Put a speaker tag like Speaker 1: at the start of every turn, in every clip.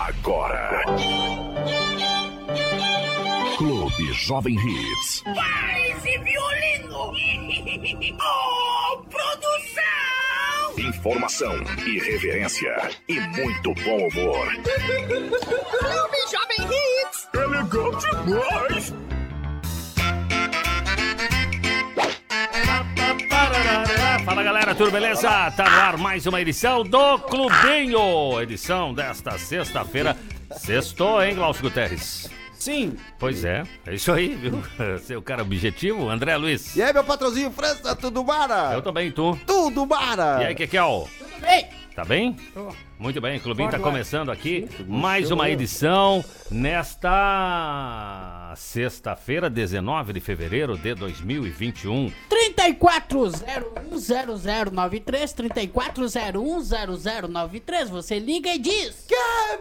Speaker 1: Agora. Clube Jovem Hits.
Speaker 2: Para esse violino! oh, produção!
Speaker 1: Informação, irreverência e muito bom humor.
Speaker 2: Clube Jovem Hits!
Speaker 1: Elegante demais!
Speaker 3: Fala galera, tudo beleza? Tá no ar mais uma edição do Clubinho. Edição desta sexta-feira. Sextou, hein, Glaucio Guterres?
Speaker 4: Sim.
Speaker 3: Pois é, é isso aí, viu? Seu cara objetivo, André Luiz.
Speaker 4: E aí, meu patrãozinho França, tudo
Speaker 3: Eu
Speaker 4: mara?
Speaker 3: também, tu.
Speaker 4: Tudo mara?
Speaker 3: E aí, Kekel?
Speaker 2: Ei!
Speaker 3: Tá bem? Muito bem, o Clubinho tá começando aqui mais uma edição nesta sexta-feira, 19 de fevereiro de 2021.
Speaker 2: 34010093, 34010093, você liga e diz.
Speaker 4: Que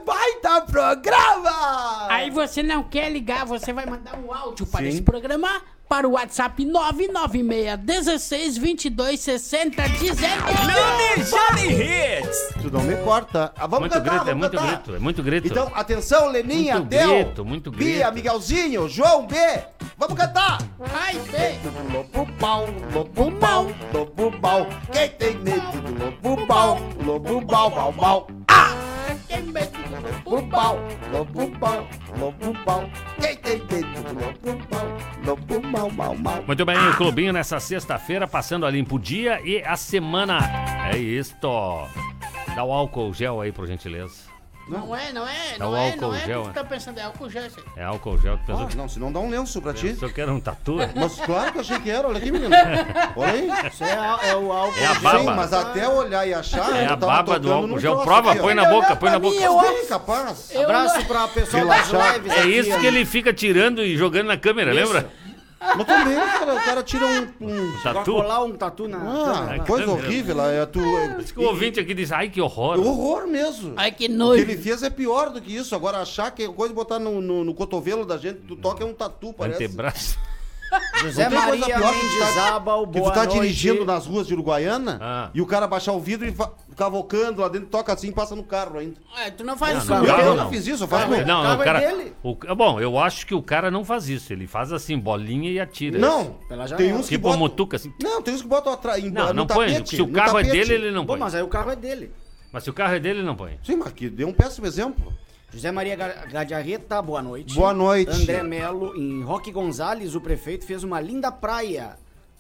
Speaker 4: baita programa!
Speaker 2: Aí você não quer ligar, você vai mandar um áudio para
Speaker 4: Sim.
Speaker 2: esse programa para o WhatsApp 996 162260 dizendo.
Speaker 4: Tu não me corta. Ah, vamos
Speaker 3: Muito
Speaker 4: cantar,
Speaker 3: grito,
Speaker 4: vamos
Speaker 3: é muito
Speaker 4: cantar.
Speaker 3: grito, é muito grito.
Speaker 4: Então, atenção, Leninha,
Speaker 3: Muito
Speaker 4: Del,
Speaker 3: grito, muito
Speaker 4: Bia,
Speaker 3: grito.
Speaker 4: Miguelzinho, João B. Vamos cantar!
Speaker 2: Ai, bem.
Speaker 4: Lobo pau, lobo mau, lobo mau. Quem tem medo do lobo pau, lobo mau, mau, mau. Lobo pau, lobo pau, lobo pau. Quem tem medo do lobo pau, lobo mau, mau, mau.
Speaker 3: Muito bem, o Clubinho nessa sexta-feira, passando a limpo o dia e a semana. É isto. Dá o álcool gel aí, por gentileza.
Speaker 2: Não é, não é,
Speaker 3: Dá
Speaker 2: não
Speaker 3: o
Speaker 2: é,
Speaker 3: álcool
Speaker 2: não é.
Speaker 3: gel,
Speaker 2: Tu
Speaker 3: é.
Speaker 2: tá pensando, é álcool gel, isso aí.
Speaker 3: É álcool gel, tu pensou
Speaker 4: Ah,
Speaker 3: que
Speaker 4: não, se não dá um lenço pra ti.
Speaker 3: pensou que era um tatu?
Speaker 4: Mas claro que eu achei que era, olha aqui, menino. Olha aí. Isso é, a- é o álcool
Speaker 3: É a
Speaker 4: gel,
Speaker 3: baba.
Speaker 4: mas até olhar e achar.
Speaker 3: É
Speaker 4: eu
Speaker 3: a
Speaker 4: tava
Speaker 3: baba do
Speaker 4: tocando
Speaker 3: álcool
Speaker 4: num
Speaker 3: gel.
Speaker 4: troço
Speaker 3: Prova,
Speaker 4: aqui, ó.
Speaker 3: põe na boca, põe na boca.
Speaker 2: mim, eu
Speaker 4: Mas
Speaker 2: acho-
Speaker 4: bem capaz.
Speaker 2: Eu não-
Speaker 5: Abraço pra pessoal das
Speaker 4: Relaxar.
Speaker 5: lives.
Speaker 3: É
Speaker 5: aqui,
Speaker 4: assim,
Speaker 3: isso que
Speaker 5: ó.
Speaker 3: ele fica tirando e jogando na câmera, lembra?
Speaker 4: É, Mas também, cara, o cara tira um. um-
Speaker 5: Pra
Speaker 3: Tatu.
Speaker 5: colar um tatu na.
Speaker 4: Ah,
Speaker 3: Ah,
Speaker 4: coisa
Speaker 3: câmera.
Speaker 4: horrível. É tu,
Speaker 3: Diz que o ouvinte aqui diz, ai que
Speaker 4: é
Speaker 3: horror.
Speaker 4: horror mesmo.
Speaker 2: Ai, que
Speaker 4: O que
Speaker 2: nojo.
Speaker 4: ele fez é pior do que isso. Agora, achar que é coisa de botar no, no- no cotovelo da gente, tu toca é um tatu, parece.
Speaker 3: Antebraço.
Speaker 5: José
Speaker 4: Não tem coisa
Speaker 5: Maria
Speaker 4: pior que tu tá-
Speaker 5: Mendes Abal,
Speaker 4: Que
Speaker 5: boa
Speaker 4: tu tá
Speaker 5: noite.
Speaker 4: dirigindo nas ruas de Uruguaiana
Speaker 3: Ah.
Speaker 4: e o cara baixar o vidro e fa- cavocando lá dentro, toca assim e passa no carro ainda.
Speaker 2: Ah, tu não faz isso,
Speaker 3: não,
Speaker 2: não.
Speaker 3: Tá não. Tá
Speaker 4: eu
Speaker 3: Carro
Speaker 4: nunca fiz isso, eu faço
Speaker 3: Não,
Speaker 4: com-
Speaker 3: não, o
Speaker 5: é
Speaker 3: cara.
Speaker 5: dele.
Speaker 3: o- bom, eu acho que o cara não faz isso. Ele faz assim, bolinha e atira.
Speaker 4: Não,
Speaker 5: Pela janela.
Speaker 4: tem uns que
Speaker 3: Tipo uma
Speaker 4: botam...
Speaker 3: mutuca, assim.
Speaker 4: Não, tem uns que botam atrás, em-
Speaker 3: Não,
Speaker 4: no
Speaker 3: não
Speaker 4: tapete.
Speaker 3: põe. Se o
Speaker 4: no
Speaker 3: carro é
Speaker 4: tapete.
Speaker 3: dele, ele não
Speaker 5: Pô,
Speaker 3: põe.
Speaker 5: mas aí o carro é dele.
Speaker 3: Mas se o carro é dele, ele não põe.
Speaker 4: Sim, mas que deu um péssimo exemplo.
Speaker 5: José Maria Ga- Gadiarreta, boa noite.
Speaker 4: Boa noite.
Speaker 5: André Melo, em Roque Gonzalez, o prefeito fez uma linda praia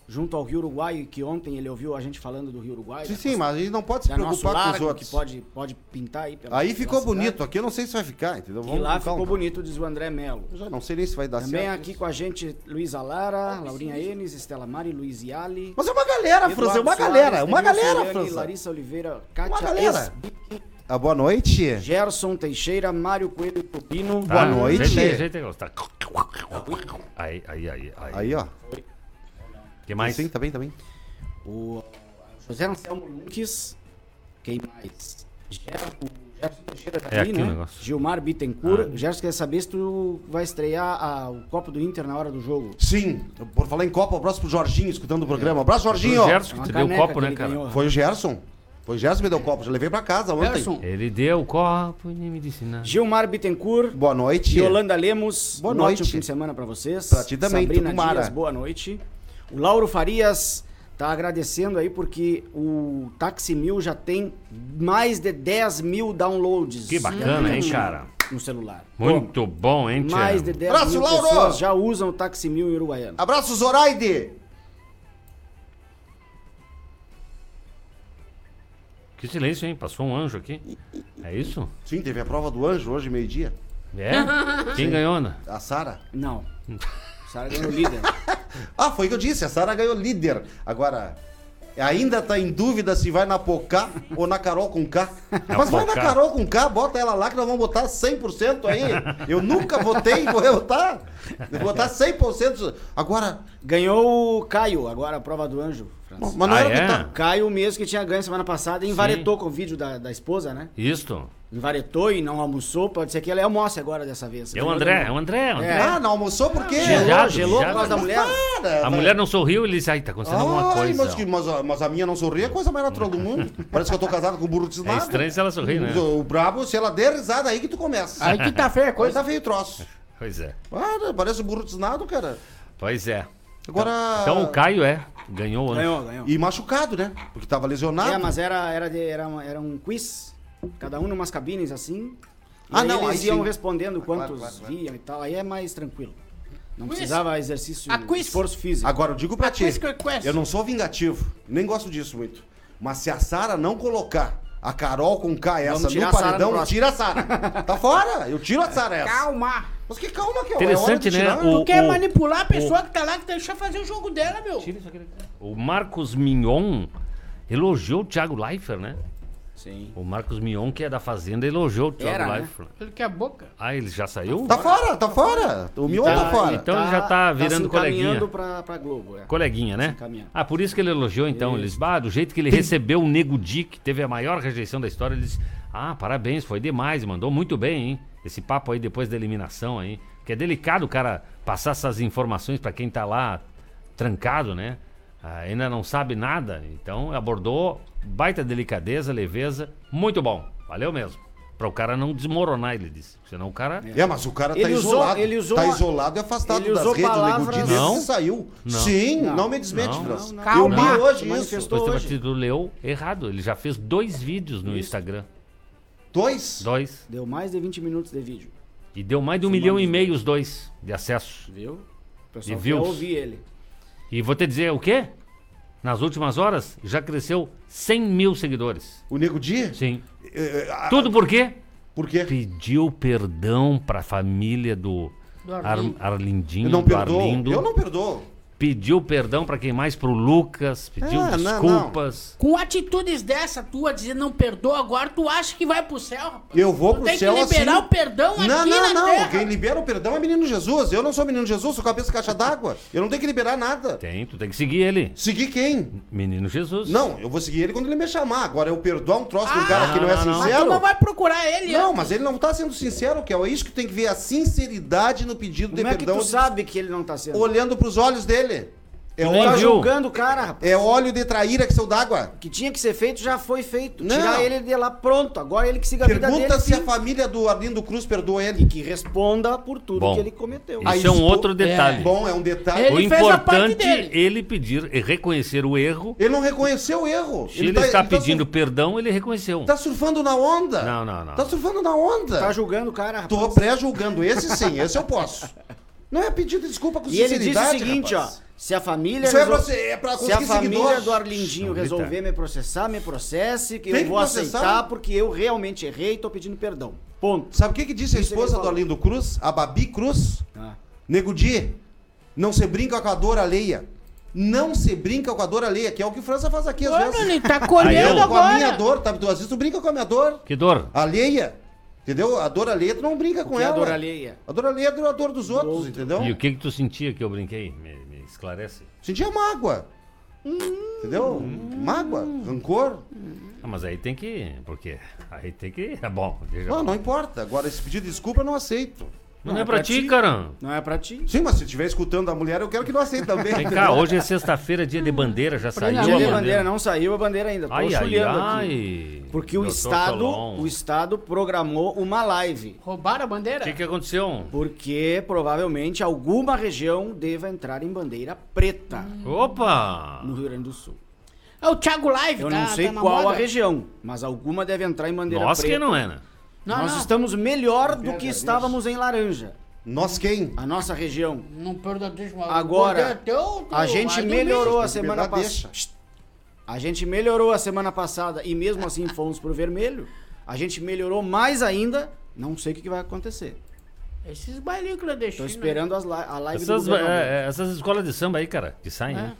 Speaker 5: junto ao Rio Uruguai, que ontem ele ouviu a gente falando do Rio Uruguai.
Speaker 4: Sim,
Speaker 5: da
Speaker 4: sim,
Speaker 5: nossa-
Speaker 4: mas a gente não pode se
Speaker 5: da é nosso
Speaker 4: preocupar com os
Speaker 5: largo,
Speaker 4: outros.
Speaker 5: que pode, pode pintar aí. pela-
Speaker 4: Aí
Speaker 5: pela
Speaker 4: ficou
Speaker 5: cidade.
Speaker 4: bonito, aqui eu não sei se vai ficar, entendeu?
Speaker 5: E lá
Speaker 4: com
Speaker 5: ficou
Speaker 4: calma.
Speaker 5: bonito, diz o André Melo.
Speaker 4: Eu já não sei nem se vai dar
Speaker 5: Também
Speaker 4: Tá certo.
Speaker 5: aqui com a gente, Luísa Lara, Laurinha Enes, Estela Mari, Luiz Yali.
Speaker 4: Mas é uma galera, França, é uma
Speaker 5: Eduardo
Speaker 4: galera,
Speaker 5: Soares,
Speaker 4: uma
Speaker 5: Denilson
Speaker 4: galera,
Speaker 5: Liane,
Speaker 4: França.
Speaker 5: Larissa Oliveira,
Speaker 4: Uma
Speaker 5: Kátia
Speaker 4: galera.
Speaker 5: Esbi,
Speaker 4: Ah, boa noite.
Speaker 5: Gerson Teixeira, Mário Coelho Tupino.
Speaker 3: Tá. Ah,
Speaker 4: Boa noite.
Speaker 3: Ajeita aí, ajeita aí, Gustavo. tá- Aí, aí, aí. aí.
Speaker 4: Aí, ó.
Speaker 3: que mais?
Speaker 4: Sim, tá bem, tá bem.
Speaker 5: O José Anselmo Lunques. Quem mais? Ger- o Gerson Teixeira tá
Speaker 3: É
Speaker 5: ali,
Speaker 3: aqui o
Speaker 5: né?
Speaker 3: negócio. Ah.
Speaker 5: Gilmar Bittencourt. Gerson quer saber se tu vai estrear a- o copo do Inter na hora do jogo.
Speaker 4: Sim, por falar em Copa, um abraço pro Jorginho escutando o programa. Um Abraço, Jorginho.
Speaker 3: O Gerson
Speaker 5: É
Speaker 3: que
Speaker 5: uma
Speaker 3: te deu o
Speaker 5: caneca
Speaker 3: copo,
Speaker 5: que
Speaker 3: né,
Speaker 5: ele
Speaker 3: cara?
Speaker 5: ganhou.
Speaker 4: Foi o Gerson. Foi o Gerson que me deu o copo, já levei pra casa ontem.
Speaker 2: Gerson.
Speaker 3: Ele deu o copo e nem me disse nada.
Speaker 5: Gilmar Bittencourt.
Speaker 4: Boa noite.
Speaker 5: Yolanda Lemos,
Speaker 4: Boa
Speaker 5: um
Speaker 4: noite.
Speaker 5: ótimo fim de semana pra vocês.
Speaker 4: Pra ti também,
Speaker 5: Sabrina
Speaker 4: tudo mara.
Speaker 5: Dias, boa noite. O Lauro Farias tá agradecendo aí porque o Taxi Mil já tem mais de 10 mil downloads.
Speaker 3: Que bacana, hein, cara?
Speaker 5: No celular.
Speaker 3: Muito bom, hein, Tchê?
Speaker 5: Mais de 10
Speaker 4: Abraço,
Speaker 5: mil
Speaker 4: Lauro!
Speaker 5: pessoas já usam o Taxi Mil em Uruguaiana.
Speaker 4: Abraço, Zoraide.
Speaker 3: Que silêncio, hein? Passou um anjo aqui. É isso?
Speaker 4: Sim, teve a prova do anjo hoje, meio-dia.
Speaker 3: É? Quem ganhou, né?
Speaker 4: A Sara.
Speaker 5: Não. Sara ganhou o líder.
Speaker 4: Ah, foi o que eu disse, a Sara ganhou líder. Agora, ainda tá em dúvida se vai na Pocá ou na Carol com K.
Speaker 3: Na
Speaker 4: Mas vai na
Speaker 3: Pocá.
Speaker 4: Carol com K, bota ela lá que nós vamos botar 100% aí. Eu nunca votei, vou votar. Vou botar 100%. Agora,
Speaker 5: Ganhou o Caio, agora a prova do anjo. França.
Speaker 4: Bom, mas não
Speaker 3: Ah,
Speaker 4: era o que
Speaker 3: é?
Speaker 4: tá-
Speaker 5: Caio mesmo que tinha ganho semana passada, envaretou com o vídeo da, da esposa, né?
Speaker 3: Isto.
Speaker 5: Envaretou e não almoçou, pode ser que ela almoce agora dessa vez.
Speaker 3: É o André, é o André. é o André.
Speaker 5: É.
Speaker 4: Ah, não almoçou por quê?
Speaker 5: Gelou,
Speaker 3: Gelado,
Speaker 5: gelou por
Speaker 3: gelado.
Speaker 5: causa da mulher.
Speaker 4: Cara,
Speaker 3: A
Speaker 4: vai-
Speaker 3: é mulher não sorriu, ele disse, ai, tá acontecendo alguma
Speaker 4: Ai,
Speaker 3: coisa.
Speaker 4: Mas, que- mas a- mas a minha não sorri é a coisa mais natural do mundo. Parece que eu tô casado com um burro de
Speaker 3: É estranho se ela sorrir, né? Ah,
Speaker 4: O, o brabo, se ela der risada, é aí que tu começa.
Speaker 2: Aí que tá feia a
Speaker 4: Aí
Speaker 2: coisa.
Speaker 4: tá feio o troço.
Speaker 3: Pois é,
Speaker 4: Cara, parece um burro desnado, cara.
Speaker 3: pois é.
Speaker 4: Agora.
Speaker 3: Então o Caio é, ganhou ontem.
Speaker 5: Ganhou, ganhou.
Speaker 4: E machucado, né? Porque tava lesionado.
Speaker 5: É, mas era, era, de- era, uma- era um quiz, cada um numas cabines assim. E
Speaker 4: Ah,
Speaker 5: aí
Speaker 4: não,
Speaker 5: eles
Speaker 4: aí
Speaker 5: iam
Speaker 4: sim.
Speaker 5: respondendo quantos
Speaker 4: claro, claro.
Speaker 5: viam e tal, aí é mais tranquilo. Não
Speaker 2: Quiz.
Speaker 5: precisava exercício,
Speaker 2: Ah, quiz.
Speaker 5: esforço físico.
Speaker 4: Agora, eu digo pra ti.
Speaker 2: coisa que eu conheço.
Speaker 4: Eu não sou vingativo. Nem gosto disso muito. Mas se a Sara não colocar a Carol com K essa
Speaker 5: tirar
Speaker 4: no
Speaker 5: a Sara no
Speaker 4: paredão,
Speaker 5: próximo.
Speaker 4: tira a Sara. Tá fora. Eu tiro a Sara essa.
Speaker 2: Calma.
Speaker 4: Mas que calma que é
Speaker 3: Interessante, né? O-
Speaker 2: Tu quer
Speaker 3: o-
Speaker 2: manipular a pessoa que tá lá, que deixa fazer o jogo dela, meu.
Speaker 3: O Marcos Mignon elogiou o Thiago Leifert, né?
Speaker 5: Sim.
Speaker 3: O Marcos Mignon, que é da Fazenda, elogiou o Thiago
Speaker 5: Era, né?
Speaker 3: Leifert.
Speaker 2: Ele quer a boca.
Speaker 3: Ah, ele já saiu?
Speaker 4: Tá fora, tá fora. O Mion tá,
Speaker 3: Tá,
Speaker 4: fora.
Speaker 3: então ele já tá virando
Speaker 5: se
Speaker 3: coleguinha.
Speaker 5: encaminhando Pra, pra Globo, é.
Speaker 3: Coleguinha, né?
Speaker 5: encaminhando.
Speaker 3: Ah, por isso que ele elogiou então. Ele disse, bah, do jeito que ele recebeu o Nego Di, que teve a maior rejeição da história, ele disse, ah, parabéns, foi demais, mandou muito bem, hein? Esse papo aí depois da eliminação aí. Que é delicado o cara passar essas informações pra quem tá lá trancado, né? Ah, ainda não sabe nada. Então abordou baita delicadeza, leveza, muito bom. Valeu mesmo. Pra o cara não desmoronar, ele disse. Senão o cara.
Speaker 4: É, mas o cara tá
Speaker 5: Ele usou-
Speaker 4: isolado.
Speaker 5: ele usou
Speaker 4: tá
Speaker 5: uma-
Speaker 4: isolado e afastado
Speaker 5: ele
Speaker 4: das
Speaker 5: usou
Speaker 4: redes. O
Speaker 5: palavras-
Speaker 4: Nego Di
Speaker 3: Não.
Speaker 4: desse saiu.
Speaker 3: Não.
Speaker 4: Sim, não,
Speaker 5: Não.
Speaker 4: me desmente,
Speaker 3: Não.
Speaker 4: Franz.
Speaker 5: Não,
Speaker 2: não.
Speaker 4: Eu li
Speaker 2: Calma.
Speaker 4: é hoje isso.
Speaker 5: Manifestou.
Speaker 3: Mas
Speaker 5: hoje.
Speaker 3: tu leu errado. Ele já fez dois vídeos no Instagram.
Speaker 4: Dois?
Speaker 3: Dois.
Speaker 5: Deu mais de 20 minutos de vídeo,
Speaker 3: E deu mais de um
Speaker 5: Semana
Speaker 3: milhão
Speaker 5: de
Speaker 3: e meio os dois de acesso.
Speaker 5: viu? O pessoal
Speaker 3: E
Speaker 5: quer
Speaker 3: views.
Speaker 5: ouvir ele.
Speaker 3: E vou te dizer o quê? Nas últimas horas já cresceu 100 mil seguidores.
Speaker 4: O Nego Di?
Speaker 3: Sim.
Speaker 4: É,
Speaker 3: Tudo por quê?
Speaker 4: Por quê?
Speaker 3: Pediu perdão pra família do,
Speaker 2: Do
Speaker 3: Ar-
Speaker 2: Arlindo.
Speaker 3: Arlindinho,
Speaker 4: Eu não
Speaker 3: do
Speaker 4: perdoo.
Speaker 3: Arlindo.
Speaker 4: Eu não perdoo.
Speaker 3: Pediu perdão pra quem mais? Pro Lucas. Pediu
Speaker 4: Ah, não,
Speaker 3: desculpas.
Speaker 2: Com atitudes dessa tua, dizendo não perdoa agora, tu acha que vai pro céu, rapaz?
Speaker 4: Eu vou pro
Speaker 2: tem que
Speaker 4: céu
Speaker 2: liberar
Speaker 4: assim.
Speaker 2: o perdão aqui
Speaker 4: não,
Speaker 2: na
Speaker 4: não, não.
Speaker 2: terra.
Speaker 4: Quem libera o perdão é menino Jesus. Eu não sou menino Jesus, sou cabeça caixa d'água. Eu não tenho que liberar nada.
Speaker 3: Tem, tu tem que seguir ele.
Speaker 4: Seguir quem?
Speaker 3: Menino Jesus.
Speaker 4: Não, eu vou seguir ele quando ele me chamar. Agora eu perdoar um troço de um
Speaker 2: Ah,
Speaker 4: cara que não é
Speaker 3: não, não, não.
Speaker 2: Mas tu
Speaker 4: sincero.
Speaker 2: não vai procurar ele,
Speaker 4: Não,
Speaker 2: né?
Speaker 4: mas ele não tá sendo sincero, que é isso que tem que ver a sinceridade no pedido de
Speaker 5: Como é que
Speaker 4: perdão.
Speaker 5: tu sabe que ele não tá sendo?
Speaker 4: Olhando pros olhos dele. É
Speaker 3: nem
Speaker 5: Tá
Speaker 4: óleo,
Speaker 3: viu.
Speaker 5: julgando o cara, rapaz.
Speaker 4: é óleo de traíra que saiu d'água.
Speaker 5: O que tinha que ser feito já foi feito.
Speaker 4: Não.
Speaker 5: Tirar ele de lá pronto. Agora ele que siga a vida
Speaker 4: Pergunta
Speaker 5: dele.
Speaker 4: se a
Speaker 5: sim.
Speaker 4: família do Arlindo Cruz perdoa
Speaker 5: E
Speaker 4: ele.
Speaker 5: que responda por tudo
Speaker 3: Bom,
Speaker 5: que ele cometeu.
Speaker 3: Isso
Speaker 4: A
Speaker 3: é um
Speaker 4: expo-
Speaker 3: outro detalhe.
Speaker 4: Bom, é um detalhe.
Speaker 2: Ele
Speaker 3: o
Speaker 2: fez a parte
Speaker 3: importante é
Speaker 2: dele.
Speaker 3: ele pedir e reconhecer o erro.
Speaker 4: Ele não reconheceu o erro.
Speaker 3: Se ele, está
Speaker 5: então,
Speaker 4: tá
Speaker 5: assim,
Speaker 3: pedindo perdão, ele reconheceu.
Speaker 4: Tá surfando na onda?
Speaker 3: Não, não, não.
Speaker 4: Tá surfando na onda?
Speaker 5: Tá julgando o cara,
Speaker 4: Tô
Speaker 5: rapaz.
Speaker 4: pré-julgando. Esse sim, esse eu posso. Não é pedido de desculpa com
Speaker 5: E ele diz o
Speaker 4: sinceridade,
Speaker 5: seguinte,
Speaker 4: rapaz.
Speaker 5: ó. Se a família.
Speaker 4: Isso é pra
Speaker 5: resol-
Speaker 4: você- é pra
Speaker 5: Se a
Speaker 4: conseguir
Speaker 5: família
Speaker 4: seguidores.
Speaker 5: do Arlindinho
Speaker 3: Não,
Speaker 5: resolver
Speaker 3: Vitor.
Speaker 5: me processar, me processe, que
Speaker 4: Tem
Speaker 5: eu
Speaker 4: que
Speaker 5: vou
Speaker 4: processar.
Speaker 5: aceitar, porque eu realmente errei e tô pedindo perdão. Ponto.
Speaker 4: Sabe o que, que disse a
Speaker 5: Isso é que
Speaker 4: esposa
Speaker 5: ele
Speaker 4: do
Speaker 5: falou.
Speaker 4: Arlindo Cruz? A Babi Cruz?
Speaker 5: Ah.
Speaker 4: Nego Di, não se brinca com a dor alheia. Não se brinca com a dor alheia, que é o que França faz aqui às
Speaker 2: Mano,
Speaker 4: vezes.
Speaker 2: ele tá
Speaker 3: Aí
Speaker 2: colhendo
Speaker 3: eu-
Speaker 4: Com a minha
Speaker 2: agora.
Speaker 4: dor, tá? Tu, às vezes tu brinca com a minha dor
Speaker 3: Que dor.
Speaker 4: alheia. Entendeu? A dor alheia tu não brinca com
Speaker 5: Que é a
Speaker 4: ela.
Speaker 5: dor alheia.
Speaker 4: A dor alheia é a dor dos outros, entendeu?
Speaker 5: Então-
Speaker 3: E o que que tu sentia que eu brinquei? Me, me esclarece.
Speaker 4: Sentia mágoa.
Speaker 5: Hum.
Speaker 4: Entendeu? Mágoa, rancor.
Speaker 3: Ah, mas aí tem que... Porque aí tem que... É bom. deixa-
Speaker 4: Não, não importa. Agora, esse pedido de desculpa eu não aceito.
Speaker 3: Mas não é pra ti, cara.
Speaker 5: Não é pra ti.
Speaker 4: Sim, mas se estiver escutando a mulher, eu quero que não aceite também.
Speaker 3: Vem cá, hoje é sexta-feira, dia de bandeira. Já saiu a
Speaker 5: Dia de
Speaker 3: bandeira.
Speaker 5: bandeira, não saiu a bandeira ainda. Tô
Speaker 3: Ai, ai,
Speaker 5: chulhando
Speaker 3: ai.
Speaker 5: aqui. Porque o
Speaker 3: Doutor
Speaker 5: Estado,
Speaker 3: Solon.
Speaker 5: o Estado programou uma live.
Speaker 2: Roubaram a bandeira?
Speaker 3: O que que aconteceu?
Speaker 5: Porque provavelmente alguma região deva entrar em bandeira preta
Speaker 3: Opa!
Speaker 5: no Rio Grande do Sul.
Speaker 2: É o Thiago Live,
Speaker 5: Eu
Speaker 2: tá-
Speaker 5: não sei
Speaker 2: tá na
Speaker 5: qual a
Speaker 2: moda.
Speaker 5: região, mas alguma deve entrar em bandeira
Speaker 3: Nós
Speaker 5: preta.
Speaker 3: que não é, né?
Speaker 2: Não,
Speaker 5: Nós
Speaker 2: não.
Speaker 5: estamos melhor do que estávamos em laranja,
Speaker 4: Nós quem?
Speaker 5: a nossa região.
Speaker 2: Não perda disso, mas
Speaker 5: Agora,
Speaker 2: o poder é teu, tu
Speaker 5: A
Speaker 2: vai
Speaker 5: gente
Speaker 2: dormir.
Speaker 5: melhorou a
Speaker 4: Tem que
Speaker 5: semana
Speaker 4: pegar, deixa.
Speaker 5: passada. A gente melhorou a semana passada e mesmo assim fomos pro vermelho. A gente melhorou mais ainda. Não sei o que que vai acontecer.
Speaker 2: Esses bailinhos clandestinos.
Speaker 5: Tô
Speaker 2: aí,
Speaker 5: esperando as li- a live
Speaker 3: Essas,
Speaker 5: do É. governo.
Speaker 3: é, é, essas escolas de samba aí, cara, que saem, né?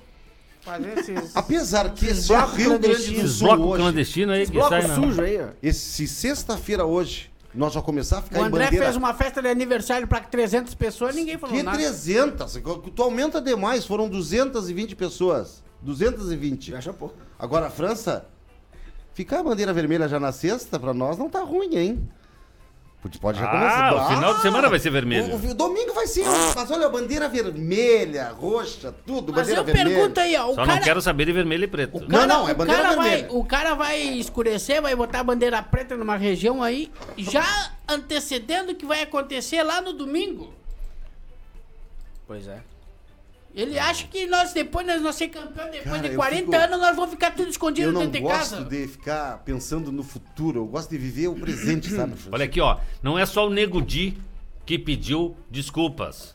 Speaker 2: Fazer esses...
Speaker 4: Apesar que esse é o Rio Grande do
Speaker 3: Esses
Speaker 4: Sul
Speaker 3: blocos
Speaker 4: hoje,
Speaker 3: clandestinos aí que
Speaker 5: Bloco
Speaker 3: saem, né?
Speaker 5: sujo aí, ó.
Speaker 4: esse sexta-feira hoje, nós já começar a ficar
Speaker 2: O
Speaker 4: em
Speaker 2: André
Speaker 4: bandeira.
Speaker 2: fez uma festa de aniversário pra 300 pessoas e ninguém falou
Speaker 4: Que
Speaker 2: nada.
Speaker 4: 300? Tu aumenta demais, foram 220 pessoas. 220.
Speaker 5: Viaja pouco.
Speaker 4: Agora a França, ficar a bandeira vermelha já na sexta, pra nós não tá ruim, hein? Pode, pode já
Speaker 3: Ah,
Speaker 4: começar.
Speaker 3: o final de semana vai ser vermelho.
Speaker 4: O, o domingo vai ser. Mas olha, a bandeira vermelha, roxa, tudo,
Speaker 2: Mas
Speaker 4: bandeira
Speaker 2: eu
Speaker 4: vermelha.
Speaker 2: pergunto aí, ó. O
Speaker 3: Só
Speaker 2: cara,
Speaker 3: não quero saber de vermelho e preto.
Speaker 2: o cara-
Speaker 4: Não, não, é
Speaker 2: o
Speaker 4: bandeira
Speaker 2: cara vai,
Speaker 4: vermelha.
Speaker 2: O cara vai escurecer, vai botar a bandeira preta numa região aí, já antecedendo o que vai acontecer lá no domingo.
Speaker 5: Pois é.
Speaker 2: Ele acha que nós, depois nós vamos ser campeão, depois
Speaker 4: Cara,
Speaker 2: de
Speaker 4: eu
Speaker 2: 40
Speaker 4: fico-
Speaker 2: anos, nós vamos ficar tudo escondido
Speaker 4: Eu não
Speaker 2: dentro de
Speaker 4: gosto
Speaker 2: casa.
Speaker 4: de ficar pensando no futuro, eu gosto de viver o presente, sabe?
Speaker 3: Olha aqui, ó. Não é só o Nego Di que pediu desculpas.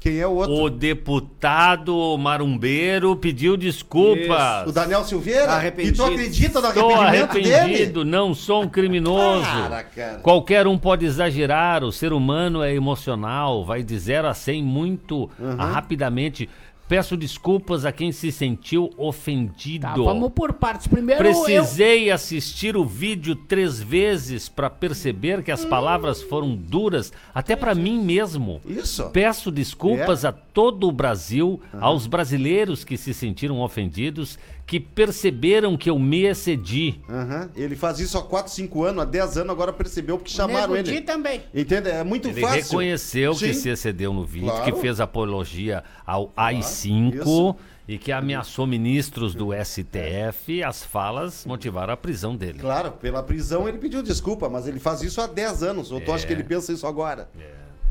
Speaker 4: Quem é o outro?
Speaker 3: O deputado marumbeiro pediu desculpas.
Speaker 4: O Daniel
Speaker 2: Tá
Speaker 4: Silveira?
Speaker 5: Arrependido.
Speaker 4: E tu acredita no
Speaker 3: Estou
Speaker 4: arrependimento dele?
Speaker 3: arrependido, não sou um criminoso.
Speaker 4: Para, cara.
Speaker 3: Qualquer um pode exagerar, o ser humano é emocional, vai de 0 a 100 muito
Speaker 4: Uhum.
Speaker 3: rapidamente. Peço desculpas a quem se sentiu ofendido.
Speaker 2: Tá, vamos por partes. Primeiro, eu,
Speaker 3: Precisei assistir o vídeo três vezes para perceber que as
Speaker 4: Hum.
Speaker 3: palavras foram duras, até para mim mesmo.
Speaker 4: Isso.
Speaker 3: Peço desculpas
Speaker 4: É?
Speaker 3: a todo o Brasil, aos brasileiros que se sentiram ofendidos, que perceberam que eu me excedi.
Speaker 4: Aham. Ele faz isso há 4, 5 anos, há 10 anos, agora percebeu porque
Speaker 2: Nego
Speaker 4: chamaram
Speaker 2: Di
Speaker 4: ele.
Speaker 2: também.
Speaker 4: Entende? É muito
Speaker 3: Ele
Speaker 4: fácil.
Speaker 3: reconheceu que
Speaker 4: Sim.
Speaker 3: se excedeu no vídeo,
Speaker 4: Claro.
Speaker 3: que fez apologia ao
Speaker 4: isso. É.
Speaker 3: AI-5 e que ameaçou ministros do STF. As falas motivaram a prisão dele.
Speaker 4: Claro, pela prisão ele pediu desculpa, mas ele faz isso há 10 anos. Ou tu
Speaker 3: É.
Speaker 4: acha que ele pensa isso agora?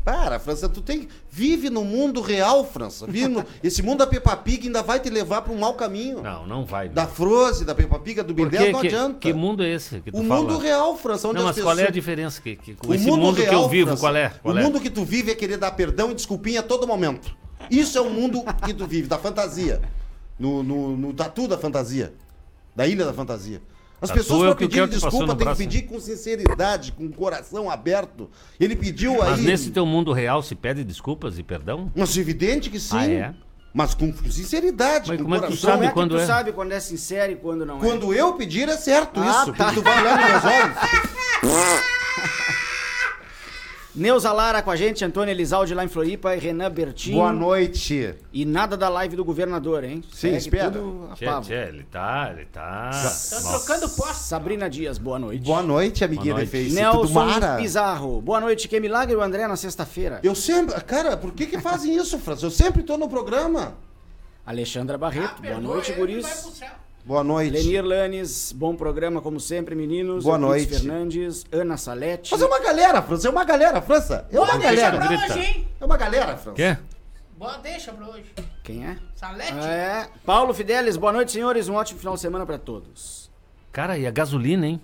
Speaker 4: Para, França, tu tem. Vive no mundo real, França. Vive no... Esse mundo da Peppa Pig ainda vai te levar para um mau caminho.
Speaker 3: Não, não vai.
Speaker 4: Da Frozen, da Peppa Pig, do Ben
Speaker 3: Por
Speaker 4: 10,
Speaker 3: quê?
Speaker 4: não
Speaker 3: que,
Speaker 4: adianta.
Speaker 3: que mundo é esse que tu
Speaker 4: o
Speaker 3: fala?
Speaker 4: mundo real, França, onde
Speaker 3: Não,
Speaker 4: as
Speaker 3: mas
Speaker 4: pessoas.
Speaker 3: qual é a diferença? Que, que- com esse mundo, que eu
Speaker 4: real,
Speaker 3: vivo,
Speaker 4: França,
Speaker 3: qual é? Qual
Speaker 4: o
Speaker 3: é?
Speaker 4: mundo que tu vive é querer dar perdão e desculpinha a todo momento. Isso é o mundo que tu vive, da fantasia. No, no, no tatu da fantasia. Da ilha da fantasia. As
Speaker 3: Tatu
Speaker 4: pessoas
Speaker 3: é o
Speaker 4: pra
Speaker 3: que eu
Speaker 4: pedir
Speaker 3: quero que passou
Speaker 4: desculpa
Speaker 3: no
Speaker 4: tem que
Speaker 3: braço. né?
Speaker 4: pedir com sinceridade, com o coração aberto. Ele pediu aí.
Speaker 3: Mas nesse teu mundo real se pede desculpas e perdão?
Speaker 4: Mas evidente que sim.
Speaker 3: Ah, é?
Speaker 4: Mas com sinceridade,
Speaker 3: Mas
Speaker 4: com
Speaker 3: como é que tu
Speaker 4: coração.
Speaker 3: Sabe
Speaker 5: Como é que
Speaker 3: quando
Speaker 5: tu
Speaker 3: é?
Speaker 5: sabe quando é sincero e quando não é?
Speaker 4: Quando eu pedir é certo
Speaker 5: Ah,
Speaker 4: isso,
Speaker 5: tá.
Speaker 4: porque tu vai olhar nos meus olhos.
Speaker 5: Neuza Lara com a gente, Antônio Elisaldi lá em Floripa e Renan Bertin.
Speaker 4: Boa noite.
Speaker 5: E nada da live do governador, hein?
Speaker 4: Sim, espera.
Speaker 5: tudo a
Speaker 3: Tchê,
Speaker 5: pavo.
Speaker 3: tchê, ele tá, ele tá.
Speaker 2: Estão
Speaker 3: Bom,
Speaker 2: trocando posse.
Speaker 5: Sabrina Dias, boa noite.
Speaker 4: Boa noite, amiguinha
Speaker 3: Boa
Speaker 4: da
Speaker 3: noite.
Speaker 4: FEI. Tudo
Speaker 5: Nelson
Speaker 4: mara?
Speaker 5: Pizarro. Boa noite, que milagre o André na sexta-feira.
Speaker 4: Eu sempre. Cara, por que que fazem isso, França? Eu sempre tô no programa.
Speaker 5: Alexandra Barreto, boa
Speaker 2: Perdoa
Speaker 5: noite,
Speaker 2: ele, vai pro
Speaker 5: guris.
Speaker 2: céu.
Speaker 4: Boa noite.
Speaker 5: Lenir Lanes, bom programa como sempre, meninos.
Speaker 4: Boa
Speaker 5: Euclides
Speaker 4: noite.
Speaker 5: Fernandes, Ana Salete.
Speaker 4: Mas é uma galera, França. É uma galera, França. É uma
Speaker 2: Bora, deixa pra
Speaker 4: galera.
Speaker 3: grita.
Speaker 2: hoje, hein?
Speaker 4: É uma galera, França.
Speaker 3: Quê?
Speaker 2: Bora, deixa pra hoje.
Speaker 5: Quem é?
Speaker 2: Salete.
Speaker 5: É. Paulo Fidelis, boa noite, senhores. Um ótimo final de semana pra todos.
Speaker 3: Cara, e a gasolina, hein?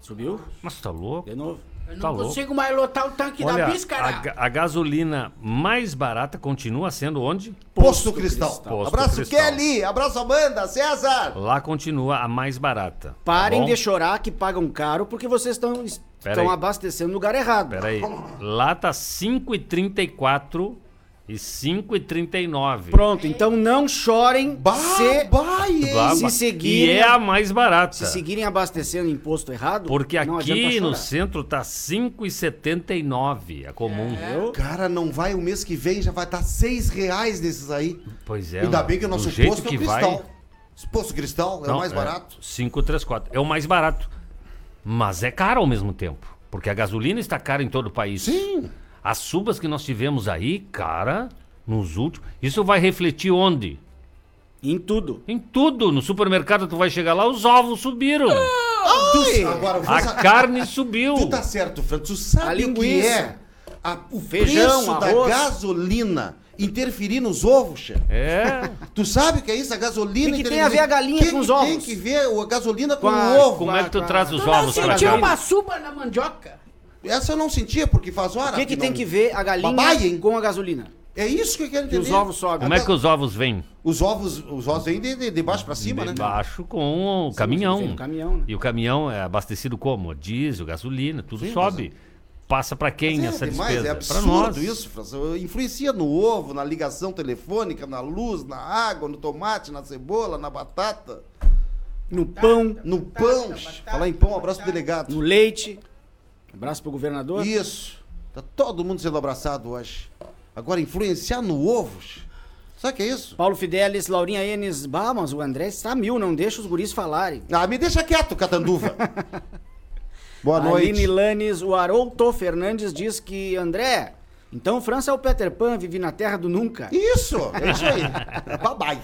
Speaker 5: Subiu?
Speaker 3: Mas tá louco?
Speaker 5: De novo.
Speaker 2: Eu
Speaker 3: Tá
Speaker 2: não
Speaker 3: louco.
Speaker 2: consigo mais lotar o tanque
Speaker 3: Olha,
Speaker 2: da bis,
Speaker 3: a,
Speaker 4: né?
Speaker 2: cara.
Speaker 3: ga- a gasolina mais barata continua sendo onde?
Speaker 4: Posto Cristal.
Speaker 3: Posto
Speaker 4: Abraço,
Speaker 3: Cristal.
Speaker 4: Kelly. Abraço, Amanda. César.
Speaker 3: Lá continua a mais barata. tá
Speaker 5: Parem
Speaker 3: bom?
Speaker 5: de chorar que pagam caro porque vocês estão
Speaker 3: Pera aí.
Speaker 5: estão abastecendo no lugar errado.
Speaker 3: Pera aí. Lá tá 5,34 e 5,39.
Speaker 5: Pronto, então não chorem
Speaker 4: Bah,
Speaker 5: se,
Speaker 4: bah, e-
Speaker 3: Lá-
Speaker 5: se seguir- né?
Speaker 3: E é a mais barata.
Speaker 5: se seguirem abastecendo em posto errado.
Speaker 3: Porque
Speaker 5: não
Speaker 3: aqui
Speaker 5: adianta
Speaker 3: no
Speaker 5: chorar.
Speaker 3: centro tá 5,79 a é comum.
Speaker 5: Eu-
Speaker 4: Cara, não vai. O mês que vem já vai estar seis reais desses aí.
Speaker 3: Pois é.
Speaker 4: Ainda
Speaker 3: mano.
Speaker 4: bem que o
Speaker 3: Do
Speaker 4: nosso
Speaker 3: jeito
Speaker 4: posto é
Speaker 3: que
Speaker 4: o
Speaker 3: vai-
Speaker 4: cristal. Esse Posto cristal é
Speaker 3: Não,
Speaker 4: o mais barato.
Speaker 3: 534. É o mais barato. Mas é caro ao mesmo tempo. Porque a gasolina está cara em todo o país. Sim. As subas que nós tivemos aí, cara, nos últimos. Isso vai refletir onde?
Speaker 5: Em tudo.
Speaker 3: Em tudo. No supermercado tu vai chegar lá, os ovos subiram.
Speaker 4: Tu- Agora, eu vou
Speaker 3: A
Speaker 4: sa-
Speaker 3: carne subiu.
Speaker 4: Ah, Tu tá certo, Fran. Tu sabe
Speaker 5: A
Speaker 4: o que
Speaker 5: linguiça.
Speaker 4: é a- o
Speaker 5: Feijão,
Speaker 4: preço
Speaker 5: arroz.
Speaker 4: da gasolina interferir nos ovos, chefe?
Speaker 3: É.
Speaker 4: Tu sabe o que é isso? A gasolina
Speaker 5: E que
Speaker 4: interferir-
Speaker 5: tem a ver a galinha
Speaker 4: Que
Speaker 5: com os
Speaker 4: que Tem
Speaker 5: ovos?
Speaker 4: que ver o- a gasolina com
Speaker 5: Com a-
Speaker 4: o ovo.
Speaker 3: Como é que tu
Speaker 5: Vai,
Speaker 3: traz
Speaker 5: vai.
Speaker 3: os
Speaker 2: Tu não
Speaker 3: ovos pra
Speaker 2: sentiu
Speaker 3: cá?
Speaker 2: uma suba na mandioca?
Speaker 4: Essa eu não sentia, porque faz
Speaker 5: O
Speaker 4: hora.
Speaker 5: que, que tem
Speaker 4: não-
Speaker 5: que ver a galinha
Speaker 4: Babai, hein?
Speaker 5: com a gasolina?
Speaker 4: É isso que eu quero
Speaker 5: Que
Speaker 4: entender.
Speaker 5: os ovos sobem.
Speaker 3: Como é que os ovos vêm?
Speaker 4: Os ovos, os ovos vêm de, de, de baixo pra cima, né?
Speaker 3: Debaixo com o
Speaker 5: vem
Speaker 3: caminhão.
Speaker 5: o caminhão, né?
Speaker 3: E o caminhão é abastecido como? Diesel, gasolina, tudo sobe. Passa pra quem
Speaker 4: Mas
Speaker 3: essa
Speaker 4: demais,
Speaker 3: despesa?
Speaker 4: é
Speaker 3: Pra nós.
Speaker 4: absurdo isso, França. Influencia no ovo, na ligação telefônica, na luz, na água, no tomate, na cebola, na batata,
Speaker 5: No pão,
Speaker 4: no pão. Falar em pão, abraço pro delegado.
Speaker 5: no leite. Abraço pro governador.
Speaker 4: Isso. Tá todo mundo sendo abraçado hoje. Agora, influenciar no ovo. Sabe o que é isso?
Speaker 5: Paulo Fidelis, Laurinha Enes, bah, mas o André está mil, não deixa os guris falarem.
Speaker 4: Ah, me deixa quieto, Catanduva. Boa
Speaker 5: Aline
Speaker 4: noite.
Speaker 5: Lanes, o Harolto Fernandes diz que, André, então França é o Peter Pan, vive na terra do nunca.
Speaker 4: Isso, é isso aí. Babai.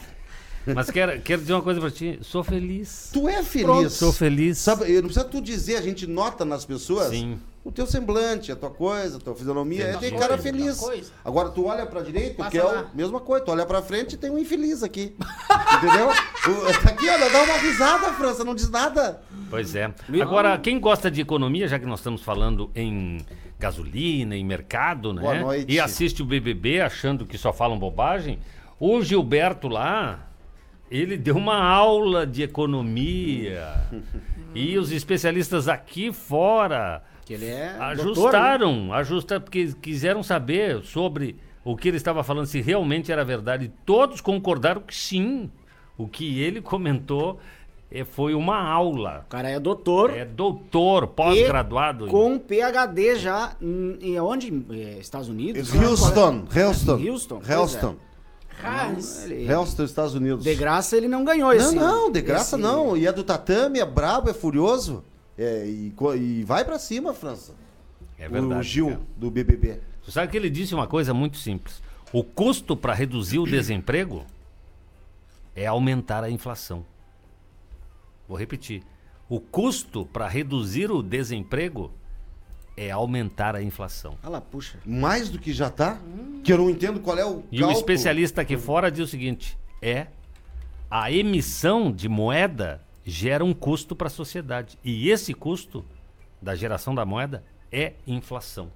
Speaker 3: Mas quero, quero dizer uma coisa pra ti. Sou feliz.
Speaker 4: Tu é feliz.
Speaker 3: Pronto, sou feliz.
Speaker 4: Sabe, eu não precisa tu dizer, a gente nota nas pessoas
Speaker 3: Sim.
Speaker 4: o teu semblante, a tua coisa, a tua fisionomia.
Speaker 3: Tem
Speaker 4: É, tem
Speaker 3: uma
Speaker 4: cara
Speaker 3: coisa,
Speaker 4: feliz.
Speaker 2: uma coisa.
Speaker 4: Agora tu olha pra direita,
Speaker 2: Passa
Speaker 4: que é
Speaker 2: lá.
Speaker 4: a mesma coisa. Tu olha pra frente e tem um infeliz aqui. Entendeu? O- tá aqui, olha, dá uma risada, França, não diz nada.
Speaker 3: Pois é. Agora, quem gosta de economia, já que nós estamos falando em gasolina, em mercado, né?
Speaker 4: Boa noite.
Speaker 3: E assiste o BBB achando que só falam bobagem, o Gilberto lá, ele deu uma aula de economia. e os especialistas aqui fora
Speaker 5: Que ele é doutor, né?
Speaker 3: ajustaram, ajusta porque quiseram saber sobre o que ele estava falando, se realmente era verdade. E Todos concordaram que sim. O que ele comentou eh, foi uma aula.
Speaker 5: O cara é doutor
Speaker 3: É doutor, pós-graduado.
Speaker 5: com PHD já em, em onde? É, Estados Unidos? É,
Speaker 4: Houston, Houston.
Speaker 5: Houston, pois
Speaker 4: Houston.
Speaker 2: Hans.
Speaker 5: Ele-
Speaker 4: Houston, Estados Unidos.
Speaker 5: de graça ele não ganhou
Speaker 4: Não,
Speaker 5: esse.
Speaker 4: não, de graça
Speaker 5: esse-
Speaker 4: não. E é do tatame, é brabo, é furioso. É, e, co- e vai pra cima, França.
Speaker 3: É
Speaker 4: o
Speaker 3: verdade.
Speaker 4: Gil
Speaker 3: cara.
Speaker 4: do BBB.
Speaker 3: Tu sabe que ele disse uma coisa muito simples. O custo para reduzir o desemprego é aumentar a inflação. Vou repetir. O custo para reduzir o desemprego é aumentar a inflação.
Speaker 5: Ah lá, puxa.
Speaker 4: Mais do que já tá?
Speaker 5: Hum.
Speaker 4: Que eu não entendo qual é o
Speaker 3: E o
Speaker 4: cálculo.
Speaker 3: especialista aqui fora diz o seguinte: é a emissão de moeda gera um custo para a sociedade. E esse custo da geração da moeda é inflação.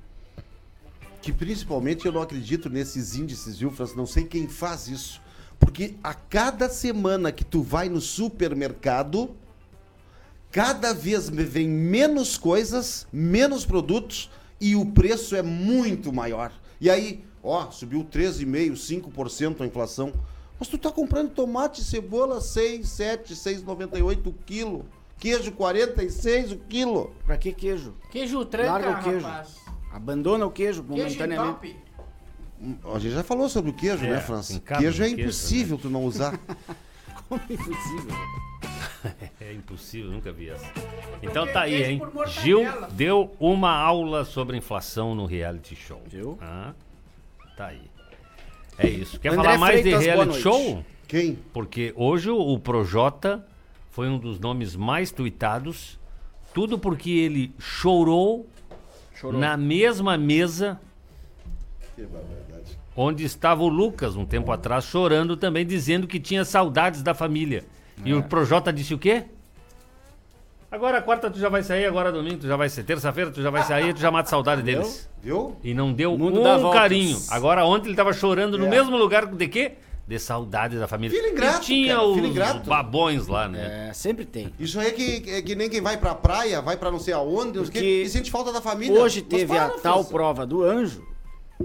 Speaker 4: Que principalmente eu não acredito nesses índices, viu, França? Não sei quem faz isso. Porque a cada semana que tu vai no supermercado, cada vez me vem menos coisas, menos produtos e o preço é muito maior. E aí, ó, subiu 13,5%, 5% a inflação. Mas tu tá comprando tomate e cebola 6, 7, 6,98 o quilo. Queijo 46 o quilo.
Speaker 5: Pra que queijo?
Speaker 2: Queijo tranca,
Speaker 5: Larga o queijo.
Speaker 2: rapaz.
Speaker 5: Abandona o queijo
Speaker 2: Queijo
Speaker 5: momentaneamente.
Speaker 2: top.
Speaker 4: A gente já falou sobre o queijo,
Speaker 3: É,
Speaker 4: né, França?
Speaker 3: em casa,
Speaker 4: Queijo é
Speaker 3: queijo,
Speaker 4: impossível tu não usar.
Speaker 5: Como é possível?
Speaker 3: É impossível, nunca vi essa. Então tá aí,
Speaker 2: queijo
Speaker 3: hein?
Speaker 2: por mortadela.
Speaker 3: Gil deu uma aula sobre inflação no reality show.
Speaker 5: Viu?
Speaker 3: Ah, tá aí. É isso. Quer
Speaker 5: André
Speaker 3: falar mais
Speaker 5: Freitas,
Speaker 3: de
Speaker 5: boa
Speaker 3: reality
Speaker 5: noite.
Speaker 3: show?
Speaker 4: Quem?
Speaker 3: Porque hoje o Projota foi um dos nomes mais tuitados. Tudo porque ele chorou, na mesma mesa onde estava o Lucas, um tempo atrás, chorando também, dizendo que tinha saudades da família. E o Projota disse o quê? Agora quarta tu já vai sair, agora domingo tu já vai ser, terça-feira tu já vai sair, tu já mata saudade deles.
Speaker 4: Viu?
Speaker 3: E não deu
Speaker 5: O mundo
Speaker 3: um
Speaker 5: dá voltas.
Speaker 3: carinho. Agora ontem ele tava chorando no
Speaker 4: É.
Speaker 3: mesmo lugar de quê? De saudade da família.
Speaker 4: Filho ingrato,
Speaker 3: e tinha
Speaker 4: cara,
Speaker 3: os
Speaker 4: filho ingrato.
Speaker 3: babões lá, né?
Speaker 5: É, sempre tem.
Speaker 4: Isso aí é que, é que nem quem vai pra praia, vai pra não sei aonde, não sei o quê,
Speaker 5: Porque
Speaker 4: e sente falta da família.
Speaker 5: Hoje
Speaker 4: Mas
Speaker 5: teve
Speaker 4: para,
Speaker 5: a tal
Speaker 4: França.
Speaker 5: prova do anjo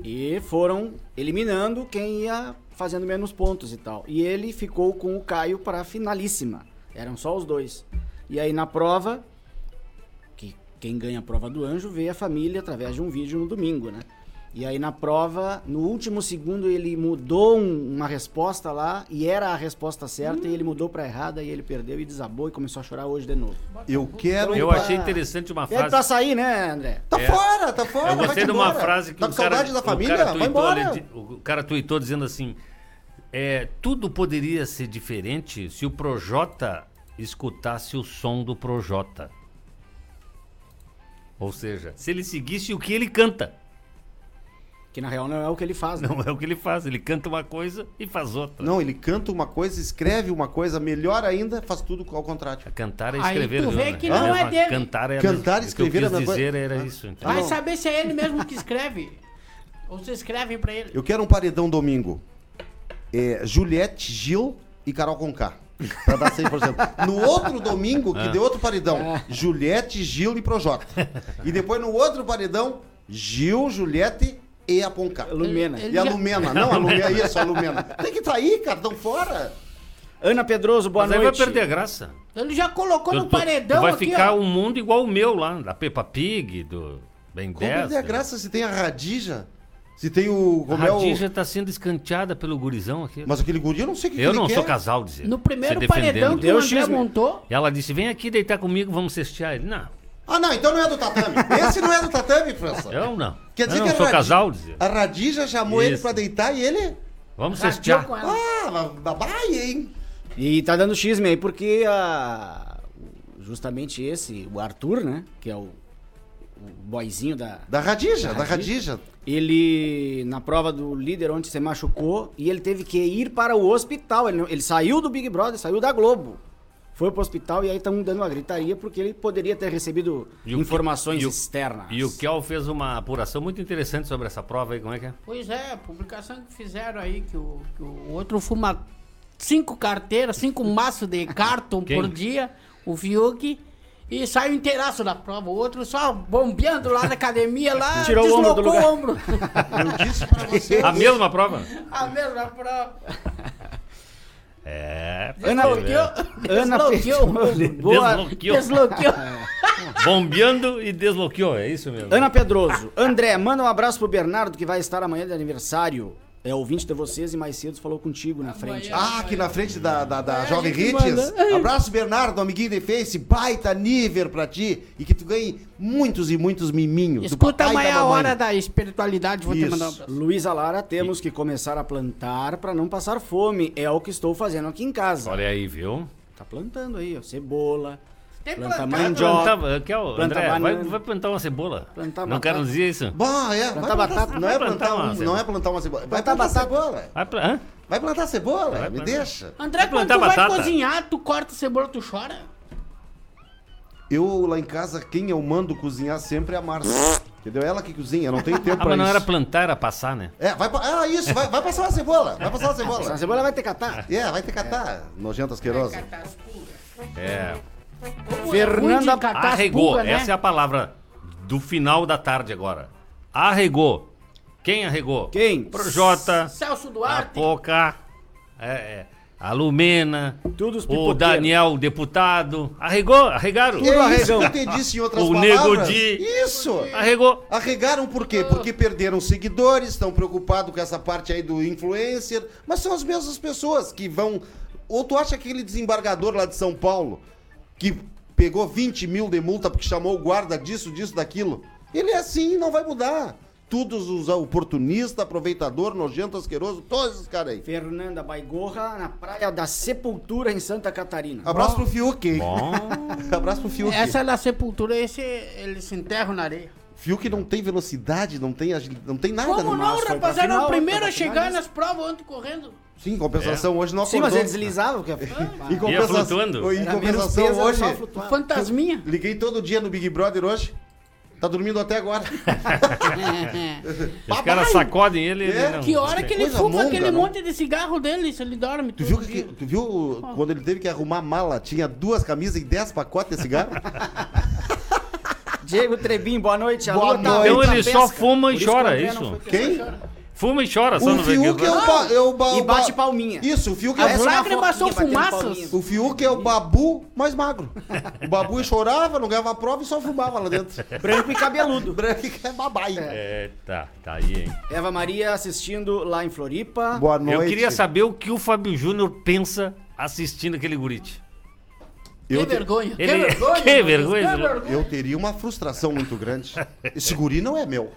Speaker 5: e foram eliminando quem ia fazendo menos pontos e tal. E ele ficou com o Caio para a finalíssima. Eram só os dois. E aí na prova, que quem ganha a prova do anjo vê a família através de um vídeo no domingo, né? E aí na prova, no último segundo ele mudou um- uma resposta lá e era a resposta certa e ele mudou para errada e ele perdeu e desabou e começou a chorar hoje de novo.
Speaker 4: Eu quero.
Speaker 3: Eu
Speaker 4: ir pra-
Speaker 3: achei interessante uma
Speaker 5: Pede pra
Speaker 3: frase.
Speaker 5: sair, né, André?
Speaker 4: Tá fora, tá fora.
Speaker 3: Eu gostei
Speaker 4: vai-te
Speaker 3: de uma
Speaker 4: embora.
Speaker 3: frase que
Speaker 4: tá
Speaker 3: um
Speaker 4: com
Speaker 3: cara,
Speaker 4: saudade da
Speaker 3: um
Speaker 4: família?
Speaker 3: cara
Speaker 4: vai
Speaker 3: tuitou,
Speaker 4: embora.
Speaker 3: ele di- o cara tuitou dizendo assim: é, tudo poderia ser diferente se o Projota escutasse o som do Projota. Ou seja, se ele seguisse o que ele canta.
Speaker 5: Que na real não é o que ele faz, né?
Speaker 3: Não é o que ele faz. Ele canta uma coisa e faz outra.
Speaker 4: Não, ele canta uma coisa, escreve uma coisa, melhor ainda, faz tudo ao contrário.
Speaker 3: Cantar é
Speaker 2: Aí
Speaker 3: escrever.
Speaker 2: tu
Speaker 3: viu,
Speaker 2: vê
Speaker 3: né?
Speaker 2: que não
Speaker 3: a
Speaker 2: é
Speaker 3: mesma-
Speaker 2: dele.
Speaker 3: Cantar é a
Speaker 4: Cantar
Speaker 3: mesma-
Speaker 4: e escrever
Speaker 3: O que
Speaker 4: é
Speaker 3: eu
Speaker 4: a
Speaker 3: quis
Speaker 4: mesma
Speaker 3: dizer
Speaker 4: coisa.
Speaker 3: era isso. entendeu?
Speaker 2: Vai
Speaker 4: não.
Speaker 2: saber se é ele mesmo que escreve. Ou se escrevem pra ele.
Speaker 4: Eu quero um paredão domingo. É, Juliette, Gil e Carol Conká. Pra dar 100%. No outro domingo,
Speaker 3: Ah.
Speaker 4: que deu outro paredão, Juliette, Gil e Projota. E depois no outro paredão, Gil, Juliette e a Conká.
Speaker 5: Lumena.
Speaker 2: Ele-
Speaker 4: E a Lumena, não, a Lumena, isso, a Lumena. Tem que trair, cara, tão fora.
Speaker 5: Ana Pedroso, boa
Speaker 3: Mas aí vai
Speaker 5: noite.
Speaker 3: perder a graça.
Speaker 2: Ele já colocou
Speaker 3: Tu-
Speaker 2: Tá no
Speaker 3: tu-
Speaker 2: paredão
Speaker 3: tu vai
Speaker 2: aqui,
Speaker 3: ficar
Speaker 2: ó.
Speaker 3: um mundo igual o meu lá, da Peppa Pig, do Ben
Speaker 4: Como é
Speaker 3: 10.
Speaker 4: perder a
Speaker 3: né?
Speaker 4: graça se tem a Radija? Se tem o.
Speaker 3: A
Speaker 4: Como é o-
Speaker 3: Radija tá sendo escanteada pelo gurizão aqui.
Speaker 4: Mas aquele guri eu não sei o que
Speaker 3: eu
Speaker 4: que ele
Speaker 3: não
Speaker 4: quer.
Speaker 3: sou casal, dizer.
Speaker 2: No
Speaker 3: Você
Speaker 2: primeiro
Speaker 3: defendendo.
Speaker 2: paredão que o
Speaker 5: Deu
Speaker 2: André
Speaker 5: X-Men.
Speaker 2: montou,
Speaker 3: E ela disse: vem aqui deitar comigo, vamos cestear ele. Não,
Speaker 4: Ah, não, então não é do tatame. Esse não é do tatame, França.
Speaker 3: eu não.
Speaker 4: Quer dizer
Speaker 3: eu
Speaker 4: que é
Speaker 3: não
Speaker 4: Ah. a
Speaker 3: sou
Speaker 4: Radi-
Speaker 3: casal, dizer.
Speaker 4: A Radija chamou ele
Speaker 3: Isso.
Speaker 4: pra deitar e ele.
Speaker 3: Vamos
Speaker 2: radiou
Speaker 3: cestear.
Speaker 2: com ela.
Speaker 4: Ah, babai, hein?
Speaker 5: E tá dando xisme aí porque a- justamente esse, o Arthur, né? Que é o, o boizinho da.
Speaker 4: Da Radija, da
Speaker 5: Da
Speaker 4: Radija.
Speaker 5: Ele, na prova do líder, onde se machucou, e ele teve que ir para o hospital. Ele, não- ele saiu do Big Brother, saiu da Globo. Foi pro hospital e aí estão dando uma gritaria porque ele poderia ter recebido
Speaker 3: E o que-
Speaker 5: informações
Speaker 3: e o-
Speaker 5: externas.
Speaker 3: E o Kel fez uma apuração muito interessante sobre essa prova aí, como é que é?
Speaker 2: Pois é, a publicação que fizeram aí, que o, que o outro fuma cinco carteiras, cinco maços de cartão
Speaker 3: Quem?
Speaker 2: por dia, o Fiuk, e saiu inteiraço da prova. O outro só bombeando lá na academia, lá
Speaker 5: Tirou o ombro
Speaker 2: deslocou
Speaker 5: do
Speaker 4: Eu disse pra você.
Speaker 3: A mesma prova?
Speaker 2: A mesma prova.
Speaker 3: É.
Speaker 5: Ana-
Speaker 2: Desbloqueou.
Speaker 5: Ana
Speaker 2: Desbloqueou.
Speaker 5: Pedroso. Boa-
Speaker 3: Desbloqueou.
Speaker 2: Desbloqueou.
Speaker 3: Bombeando e desbloqueou, é isso mesmo?
Speaker 5: Ana Pedroso. André, manda um abraço pro Bernardo que vai estar amanhã de aniversário. É ouvinte de vocês e mais cedo falou contigo na frente.
Speaker 4: Ah, aqui na frente da, da, da Jovem
Speaker 2: É, que
Speaker 4: Hits.
Speaker 2: manda.
Speaker 4: Abraço, Bernardo, amiguinho de Face. Baita nível pra ti. E que tu ganhe muitos e muitos miminhos. do
Speaker 2: Escuta
Speaker 4: papai e
Speaker 2: amanhã
Speaker 4: é da
Speaker 2: a
Speaker 4: mamãe.
Speaker 2: hora da espiritualidade, vou te
Speaker 4: Isso.
Speaker 2: mandar um abraço.
Speaker 5: Luísa Lara, temos que começar a plantar para não passar fome. É o que estou fazendo aqui em casa.
Speaker 3: Olha aí, viu?
Speaker 5: Tá plantando aí, ó, cebola,
Speaker 2: Tem
Speaker 5: planta
Speaker 2: plantado, né?
Speaker 5: mandioca,
Speaker 3: Plantava- Kel,
Speaker 5: Planta
Speaker 3: eh, André, vai,
Speaker 5: banana.
Speaker 3: vai plantar uma cebola.
Speaker 5: Plantar
Speaker 3: Não
Speaker 5: batata.
Speaker 3: quero dizer isso.
Speaker 4: Bah, é.
Speaker 5: Plantar
Speaker 4: vai
Speaker 5: batata.
Speaker 4: Não é
Speaker 3: Vai plantar
Speaker 4: plantar,
Speaker 3: uma
Speaker 4: um-
Speaker 3: cebola.
Speaker 4: não é plantar uma cebola. Vai
Speaker 5: Plantar
Speaker 4: plantar
Speaker 5: batata.
Speaker 4: cebola.
Speaker 3: Vai pra... Hã?
Speaker 4: Vai plantar cebola.
Speaker 3: Vai
Speaker 4: me
Speaker 3: plantar.
Speaker 4: deixa.
Speaker 2: André, quando
Speaker 3: Plantar
Speaker 2: tu vai
Speaker 3: batata.
Speaker 2: cozinhar, tu corta a cebola, tu chora?
Speaker 4: Eu lá em casa, quem eu mando cozinhar sempre é a Márcia. Entendeu? Ela que cozinha, não tem
Speaker 3: Ah,
Speaker 4: tempo pra
Speaker 3: mas
Speaker 4: isso.
Speaker 3: não era plantar, era passar, né?
Speaker 4: É, vai, pa- ah, isso, vai, vai passar uma cebola. Vai passar uma
Speaker 5: a
Speaker 4: cebola.
Speaker 5: cebola vai ter catar.
Speaker 4: É, vai ter catar. Nojentas asquerosa.
Speaker 3: É.
Speaker 5: Fernanda
Speaker 2: Fernanda
Speaker 3: Arregou.
Speaker 5: né?
Speaker 3: Essa é a palavra do final da tarde agora. Arregou. Quem arregou?
Speaker 5: Quem?
Speaker 3: Projota,
Speaker 2: Celso
Speaker 3: a
Speaker 2: Duarte.
Speaker 3: Poca, é, é, a Lumena,
Speaker 5: Todos
Speaker 3: o
Speaker 5: pipoqueiros.
Speaker 3: Daniel, deputado. Arregou, arregaram.
Speaker 4: Que é isso que
Speaker 5: arregão.
Speaker 4: eu entendi isso em outras
Speaker 3: O
Speaker 4: palavras.
Speaker 3: Nego Di.
Speaker 4: Isso.
Speaker 3: Arregou.
Speaker 4: Arregaram por quê? Porque perderam seguidores, estão preocupados com essa parte aí do influencer, mas são as mesmas pessoas que vão. Ou tu acha aquele desembargador lá de São Paulo que pegou 20 mil de multa porque chamou o guarda disso, disso, daquilo? Ele é assim, não vai mudar. Todos os oportunistas, aproveitador, nojento, asqueroso, todos esses caras aí.
Speaker 5: Fernanda Baigorra na Praia da Sepultura em Santa Catarina.
Speaker 4: Abraço pro Fiuk. hein?
Speaker 3: Bom.
Speaker 4: Abraço pro Fiuk.
Speaker 2: Essa é da sepultura, esse ele se enterra na areia.
Speaker 4: Fiuk não tem velocidade, não tem, agil- não tem nada.
Speaker 2: Como
Speaker 4: no
Speaker 2: não,
Speaker 4: máximo.
Speaker 5: foi pra
Speaker 2: rapaz? Era o
Speaker 5: final,
Speaker 2: primeiro a
Speaker 5: foi pra
Speaker 2: chegar
Speaker 5: finalista.
Speaker 2: nas provas ontem correndo.
Speaker 4: Sim, em compensação, hoje não
Speaker 5: Sim,
Speaker 4: acordou.
Speaker 5: mas ele deslizava. Porque... Ah,
Speaker 4: Em
Speaker 3: Ia
Speaker 4: compensação,
Speaker 3: flutuando.
Speaker 4: Em
Speaker 5: era menos
Speaker 4: compensação
Speaker 5: peso, era
Speaker 4: hoje,
Speaker 5: só flutuar.
Speaker 2: Fantasminha.
Speaker 4: liguei todo dia no Big Brother hoje. Tá dormindo até agora.
Speaker 3: Os caras sacodem ele. ele
Speaker 4: É?
Speaker 3: não-
Speaker 2: que hora que ele
Speaker 4: coisa
Speaker 2: fuma
Speaker 4: monga,
Speaker 2: aquele
Speaker 4: não?
Speaker 2: monte de cigarro dele, se ele dorme.
Speaker 4: Tu
Speaker 2: tudo
Speaker 4: viu,
Speaker 2: o
Speaker 4: que,
Speaker 2: dia.
Speaker 4: tu viu quando ele teve que arrumar a mala? Tinha duas camisas e dez pacotes de cigarro?
Speaker 5: Diego Trebin, boa noite. A
Speaker 4: Boa
Speaker 5: lua tá-
Speaker 4: noite.
Speaker 3: Então
Speaker 5: tá
Speaker 3: ele só
Speaker 5: pesca.
Speaker 3: fuma e
Speaker 5: Por isso
Speaker 3: chora, é
Speaker 5: que o André
Speaker 3: isso?
Speaker 5: não foi-
Speaker 4: Quem?
Speaker 3: Fuma e chora, só né?
Speaker 4: O
Speaker 3: não vê que-
Speaker 4: Fiuk é o, ba, é o ba-
Speaker 5: E
Speaker 4: o ba-
Speaker 5: bate palminha.
Speaker 4: Isso, o Fiuk é,
Speaker 2: As
Speaker 5: Parece
Speaker 4: o-
Speaker 5: uma
Speaker 2: lágrimas são
Speaker 5: foquinha batendo
Speaker 2: fumaças.
Speaker 5: palminha.
Speaker 4: o Fiuk é o babu mais magro. O babu chorava, não ganhava prova e só fumava lá dentro.
Speaker 5: Branco e cabeludo.
Speaker 4: Branco é babai.
Speaker 3: É, tá, tá aí, hein?
Speaker 5: Eva Maria assistindo lá em Floripa.
Speaker 4: Boa noite.
Speaker 3: Eu queria saber o que o Fábio Júnior pensa assistindo aquele gurite.
Speaker 2: Que vergonha.
Speaker 3: Ele-
Speaker 2: Que vergonha.
Speaker 3: Que
Speaker 2: meu Deus,
Speaker 3: vergonha,
Speaker 2: que
Speaker 3: Lu.
Speaker 4: Eu teria uma frustração muito grande. Esse guri não é meu.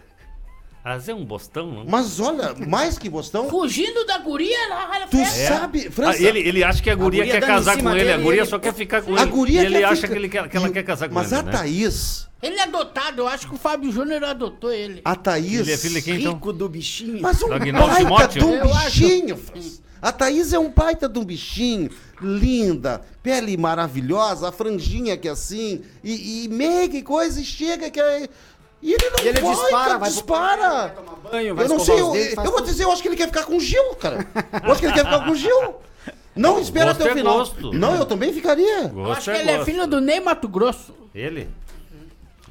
Speaker 3: Ah, você é um bostão, não?
Speaker 4: Mas olha, mais que Bostão,
Speaker 2: Fugindo da guria lá, olha,
Speaker 5: É.
Speaker 4: tu
Speaker 2: festa.
Speaker 4: sabe,
Speaker 3: Ah,
Speaker 4: França.
Speaker 3: ele, ele acha que a guria,
Speaker 5: guria
Speaker 3: quer
Speaker 5: dando em
Speaker 3: casar
Speaker 5: cima
Speaker 3: com ele,
Speaker 5: dele,
Speaker 3: a guria
Speaker 5: ele-
Speaker 3: só quer ficar com
Speaker 4: A
Speaker 3: ele.
Speaker 4: guria
Speaker 3: e ele
Speaker 4: quer
Speaker 3: acha
Speaker 4: ficar-
Speaker 3: que, ele quer, que ela
Speaker 4: E-
Speaker 3: quer casar com
Speaker 4: Mas
Speaker 3: ele. né?
Speaker 4: a Thaís,
Speaker 2: Ele é adotado, eu acho que o Fábio Júnior adotou ele.
Speaker 4: a Thaís.
Speaker 3: Ele é filho de quem, então?
Speaker 5: Rico do bichinho.
Speaker 4: Mas um
Speaker 3: Do Agnaldo
Speaker 4: baita
Speaker 3: Timóteo?
Speaker 4: de um
Speaker 2: Eu acho.
Speaker 4: bichinho, Franz. A Thaís é um baita de um bichinho, linda, pele maravilhosa, a franjinha que é assim, e, e meia que coisa, e chega que é... E ele não
Speaker 5: E ele
Speaker 4: vai,
Speaker 5: dispara,
Speaker 4: cara,
Speaker 5: vai pro
Speaker 4: dispara.
Speaker 5: banheiro, vai tomar banho, vai
Speaker 4: eu não
Speaker 5: escovar
Speaker 4: sei,
Speaker 5: os
Speaker 4: eu,
Speaker 5: dentes, faz
Speaker 4: eu vou
Speaker 5: tudo.
Speaker 4: dizer, eu acho que ele quer ficar com o Gil, cara. Eu acho que ele quer ficar com o Gil. Não espera
Speaker 3: gosto
Speaker 4: até o
Speaker 3: é
Speaker 4: final.
Speaker 3: gosto. é
Speaker 4: Não, eu também ficaria.
Speaker 2: é Eu acho que ele é filho do Ney Mato Grosso.
Speaker 3: Ele?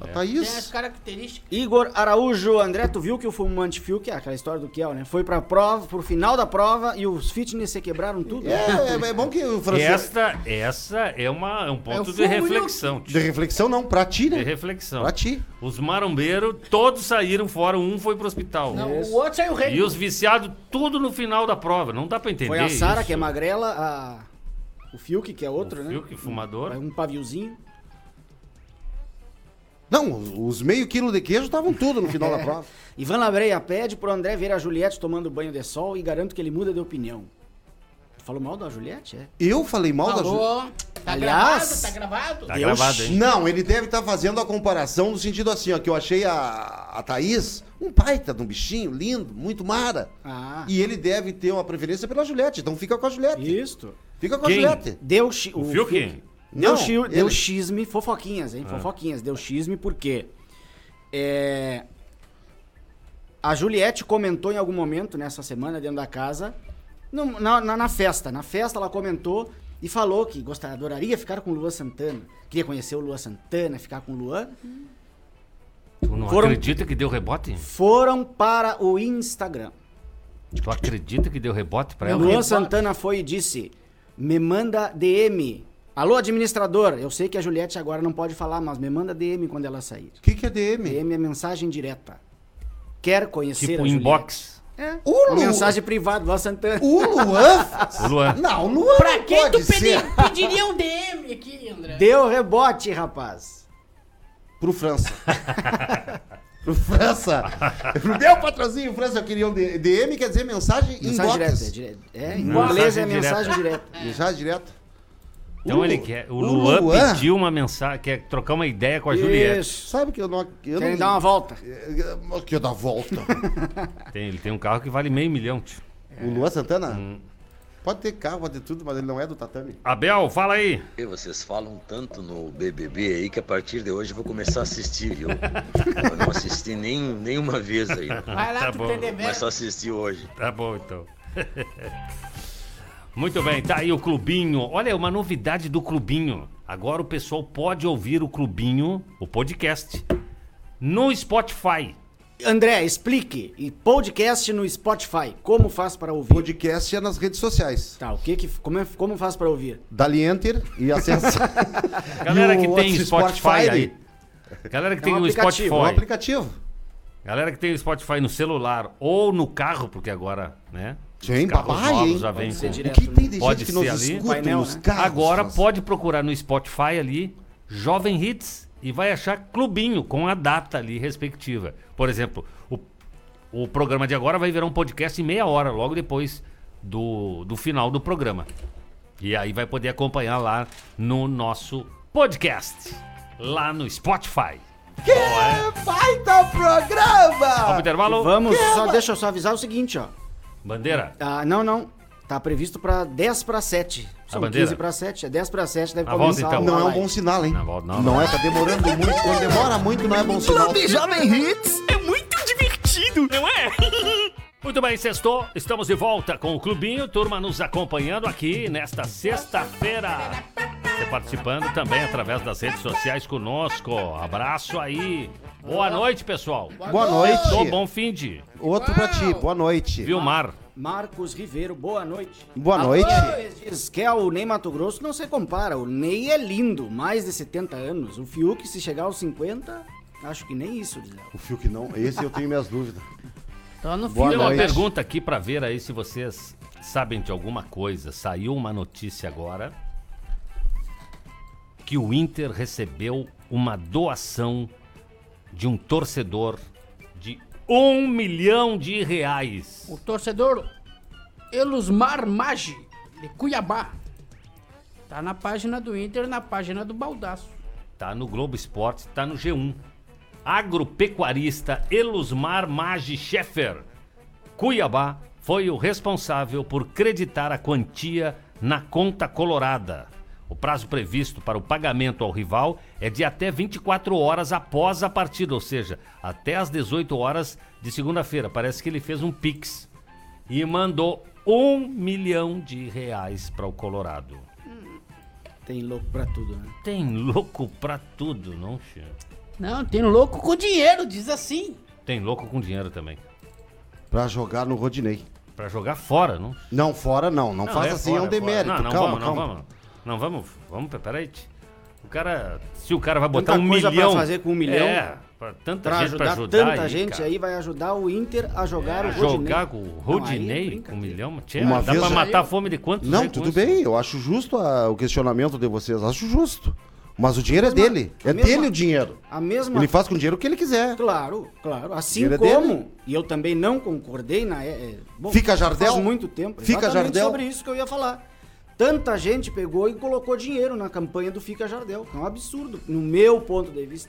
Speaker 4: A
Speaker 2: Tem as
Speaker 4: Thaís.
Speaker 2: características.
Speaker 5: Igor Araújo, André, tu viu que o fumante fio, que é aquela história do Kiel, né? Foi pra prova, pro final da prova e os fitness se quebraram tudo.
Speaker 4: É, é, é bom que o francês.
Speaker 3: Esta, essa é, uma, é um
Speaker 2: É o
Speaker 3: ponto de
Speaker 2: fogo e o-
Speaker 3: reflexão,
Speaker 4: De
Speaker 3: tio.
Speaker 4: reflexão, não, pra ti,
Speaker 3: De
Speaker 4: né?
Speaker 3: reflexão.
Speaker 4: Pra ti.
Speaker 3: Os marombeiros todos saíram fora, um foi pro hospital.
Speaker 2: Não, o outro saiu rei.
Speaker 3: E os viciados, tudo no final da prova. Não dá pra entender.
Speaker 5: Foi a Sara,
Speaker 3: isso.
Speaker 5: que é magrela, a... o Fiuk, que é outro,
Speaker 3: O
Speaker 5: né?
Speaker 3: Fiuk, fumador.
Speaker 5: Um paviozinho.
Speaker 4: Não, os- os meio quilo de queijo estavam tudo no final da prova.
Speaker 5: Ivan Labreia pede pro André ver a Juliette tomando banho de sol e garanto que ele muda de opinião. Tu falou mal da Juliette? É.
Speaker 4: Eu falei mal da Ju...
Speaker 2: Falou. Tá gravado,
Speaker 5: Aliás-
Speaker 2: tá gravado.
Speaker 3: Tá
Speaker 5: Deus.
Speaker 3: gravado, hein?
Speaker 4: Não, ele deve estar fazendo a comparação no sentido assim, ó, que eu achei a, a Thaís um baita de um bichinho, lindo, muito mara.
Speaker 5: Ah,
Speaker 4: E ele deve ter uma preferência pela Juliette, então fica com a Juliette.
Speaker 5: isto.
Speaker 4: Fica com a
Speaker 3: Quem?
Speaker 4: Juliette.
Speaker 5: Deu chi...
Speaker 3: O Fiuk?
Speaker 5: Deu,
Speaker 4: Não,
Speaker 5: chi...
Speaker 4: ele-
Speaker 5: deu xisme, fofoquinhas, hein? Fofoquinhas, deu xisme porque é, a Juliette comentou em algum momento nessa semana dentro da casa, no- na, na- na festa, na festa ela comentou e falou que gostaria, adoraria ficar com o Luan Santana, queria conhecer o Luan Santana, ficar com o Luan.
Speaker 3: Tu não
Speaker 5: Foram-
Speaker 3: acredita que deu rebote?
Speaker 5: Foram para o Instagram.
Speaker 3: Tu acredita que deu rebote pra ela?
Speaker 5: Luan Santana foi e disse: Me manda DM. Alô, administrador, eu sei que a Juliette agora não pode falar, mas me manda DM quando ela sair.
Speaker 4: O que, que é DM?
Speaker 5: DM é mensagem direta. Quer conhecer
Speaker 3: Tipo
Speaker 5: a Juliette?
Speaker 3: inbox.
Speaker 5: É.
Speaker 4: O
Speaker 5: Uma
Speaker 4: Lu-
Speaker 5: mensagem privada, Luan Santana.
Speaker 4: O Luan?
Speaker 3: O
Speaker 5: Ah,
Speaker 3: Luan.
Speaker 4: Não, o Luan
Speaker 2: Pra
Speaker 4: não
Speaker 2: quem
Speaker 4: pode
Speaker 2: tu pedi-
Speaker 4: ser.
Speaker 2: pediria um DM aqui, André?
Speaker 5: Deu rebote, rapaz.
Speaker 4: Pro França. Pro França. Pro meu patrocinho, França, eu queria um D- DM, quer dizer mensagem,
Speaker 5: Mensagem
Speaker 4: inbox.
Speaker 5: direta. é dire- É,
Speaker 3: Mensagem
Speaker 5: em inglês é
Speaker 3: direta.
Speaker 5: mensagem direta.
Speaker 4: Mensagem direta.
Speaker 3: Então
Speaker 4: O-
Speaker 3: ele quer. O
Speaker 4: o
Speaker 3: Luan,
Speaker 4: Luan-
Speaker 3: pediu uma mensagem, quer trocar uma ideia com a Juliette.
Speaker 5: Isso.
Speaker 4: Sabe que eu não... Eu
Speaker 5: Querem
Speaker 4: não...
Speaker 5: dar uma volta.
Speaker 4: uma... É, Que eu dar volta.
Speaker 3: Tem- ele tem um carro que vale meio milhão, tio.
Speaker 4: O Luan Santana?
Speaker 3: Hum.
Speaker 4: Pode ter carro, pode ter tudo, mas ele não é do tatame.
Speaker 3: Abel, fala aí.
Speaker 6: E Vocês falam tanto no BBB aí que a partir de hoje eu vou começar a assistir, viu? Eu não assisti nem, nenhuma vez ainda,
Speaker 2: Vai lá
Speaker 3: Tá
Speaker 2: pro
Speaker 3: bom.
Speaker 2: TDB.
Speaker 6: mas só assisti hoje.
Speaker 3: Tá bom, então. Muito bem, tá aí o Clubinho. Olha, é uma novidade do Clubinho. Agora o pessoal pode ouvir o Clubinho, o podcast, no Spotify.
Speaker 5: André, explique. E podcast no Spotify. Como faz para ouvir?
Speaker 4: Podcast é nas redes sociais.
Speaker 5: Tá, o que que. Como, é, como faz para ouvir?
Speaker 4: Dali enter e acessa.
Speaker 3: Galera
Speaker 4: E o
Speaker 3: que tem
Speaker 4: outro
Speaker 3: Spotify,
Speaker 4: Spotify?
Speaker 3: aí. Galera que
Speaker 5: É
Speaker 3: tem
Speaker 5: um
Speaker 3: o
Speaker 5: aplicativo,
Speaker 4: o
Speaker 3: Spotify.
Speaker 4: aplicativo.
Speaker 3: Galera que tem o Spotify no celular ou no carro, porque agora, né?
Speaker 4: Sim,
Speaker 3: os carros
Speaker 4: babagem,
Speaker 3: novos
Speaker 4: hein?
Speaker 3: já vem
Speaker 5: Pode ser
Speaker 3: com...
Speaker 5: direto.
Speaker 4: O que tem de
Speaker 3: Pode
Speaker 4: gente que nos
Speaker 3: ser ali.
Speaker 4: escuta
Speaker 5: Painel,
Speaker 4: nos
Speaker 5: né?
Speaker 4: carros?
Speaker 3: Agora
Speaker 4: mas-
Speaker 3: pode procurar no Spotify ali, Jovem Hits, e vai achar clubinho com a data ali respectiva. Por exemplo, o, o programa de agora vai virar um podcast em meia hora, logo depois do, do final do programa. E aí vai poder acompanhar lá no nosso podcast, lá no Spotify.
Speaker 4: Que baita
Speaker 3: Vamos pro
Speaker 4: programa!
Speaker 3: intervalo?
Speaker 5: Vamos, só deixa eu só avisar o seguinte, ó.
Speaker 3: Bandeira.
Speaker 5: Ah, não, não. Tá previsto pra 10 pra 7. São
Speaker 3: bandeira?
Speaker 5: 15 pra 7. É 10 pra 7, deve
Speaker 3: Na
Speaker 5: começar
Speaker 3: volta, então.
Speaker 5: a
Speaker 4: Não é um
Speaker 5: live.
Speaker 4: bom sinal, hein?
Speaker 3: Não, volta, não,
Speaker 4: Não é, tá demorando muito. Quando demora muito, não é bom sinal.
Speaker 7: Clube Jovem Hits é muito divertido, não é?
Speaker 3: Muito bem, sextou. Estamos de volta com o Clubinho. Turma nos acompanhando aqui nesta sexta-feira. Você participando também através das redes sociais conosco. Abraço aí. Boa noite, pessoal.
Speaker 4: Boa noite.
Speaker 3: Tô bom fim de.
Speaker 4: Outro pra ti. Boa noite.
Speaker 3: Vilmar.
Speaker 5: Marcos Ribeiro, boa noite.
Speaker 4: Boa noite.
Speaker 5: Alves Diz que é o Ney Mato Grosso não se compara. O Ney é lindo, mais de 70 anos. O Fiuk, se chegar aos 50, acho que nem isso, diz ela.
Speaker 4: O fio que não. Esse eu tenho minhas dúvidas.
Speaker 2: Tô Então, no fim. né?
Speaker 4: Boa
Speaker 3: Tem uma
Speaker 4: noite.
Speaker 3: pergunta aqui pra ver aí se vocês sabem de alguma coisa. Saiu uma notícia agora que o Inter recebeu uma doação de um torcedor de um milhão de reais.
Speaker 2: O torcedor Elusmar Maggi, de Cuiabá. Tá na página do Inter, na página do Baldaço.
Speaker 3: Tá no Globo Esporte, tá no G1. Agropecuarista Elusmar Maggi Scheffer, Cuiabá, foi o responsável por creditar a quantia na conta colorada. O prazo previsto para o pagamento ao rival é de até 24 horas após a partida, ou seja, até às 18 horas de segunda-feira. Parece que ele fez um pix e mandou um milhão de reais para o Colorado.
Speaker 5: Tem louco pra tudo, né?
Speaker 3: Tem louco pra tudo, não, Xê?
Speaker 2: Não, tem louco com dinheiro, diz assim.
Speaker 3: Tem louco com dinheiro também.
Speaker 4: Pra jogar no Rodinei.
Speaker 3: Pra jogar fora, não?
Speaker 4: Não, fora não. Não, faz
Speaker 3: é
Speaker 4: assim,
Speaker 3: fora,
Speaker 4: é um
Speaker 3: fora.
Speaker 4: demérito.
Speaker 3: Não, não
Speaker 4: calma,
Speaker 3: vamos,
Speaker 4: calma.
Speaker 3: não vamos. Não vamos, vamos, peraí. O cara, se o cara vai
Speaker 5: Tanta
Speaker 3: botar um
Speaker 5: coisa pra
Speaker 3: milhão...
Speaker 5: fazer com um milhão.
Speaker 3: É, pra tanta
Speaker 5: Pra
Speaker 3: gente pra
Speaker 5: ajudar
Speaker 3: ajudar
Speaker 5: tanta
Speaker 3: aí,
Speaker 5: gente
Speaker 3: cara.
Speaker 5: aí, vai ajudar o Inter a jogar
Speaker 3: Ah,
Speaker 5: o Rodinei.
Speaker 3: jogar com o
Speaker 5: Não, aí é
Speaker 3: Rodinei com um
Speaker 5: brincadeira.
Speaker 3: milhão? Tchê,
Speaker 4: Uma
Speaker 3: dá
Speaker 4: vez
Speaker 3: pra
Speaker 4: já-
Speaker 3: matar a fome de quantos?
Speaker 4: Não,
Speaker 3: né, com
Speaker 4: tudo
Speaker 3: isso?
Speaker 4: bem, eu acho justo a- o questionamento de vocês, acho justo. Mas o dinheiro é
Speaker 5: Mesma-
Speaker 4: dele,
Speaker 5: a
Speaker 4: é
Speaker 5: mesma-
Speaker 4: dele o dinheiro.
Speaker 5: A mesma
Speaker 4: Ele faz com o dinheiro o que ele quiser.
Speaker 5: Claro, claro. Assim
Speaker 4: Ele é
Speaker 5: como,
Speaker 4: dele.
Speaker 5: e eu também não concordei na. é, é, bom,
Speaker 4: Fica Jardel?
Speaker 5: Faz muito tempo.
Speaker 4: Fica
Speaker 5: exatamente
Speaker 4: Jardel?
Speaker 5: sobre isso que eu ia falar. Tanta gente pegou e colocou dinheiro na campanha do Fica Jardel, que é um absurdo, no meu ponto de vista.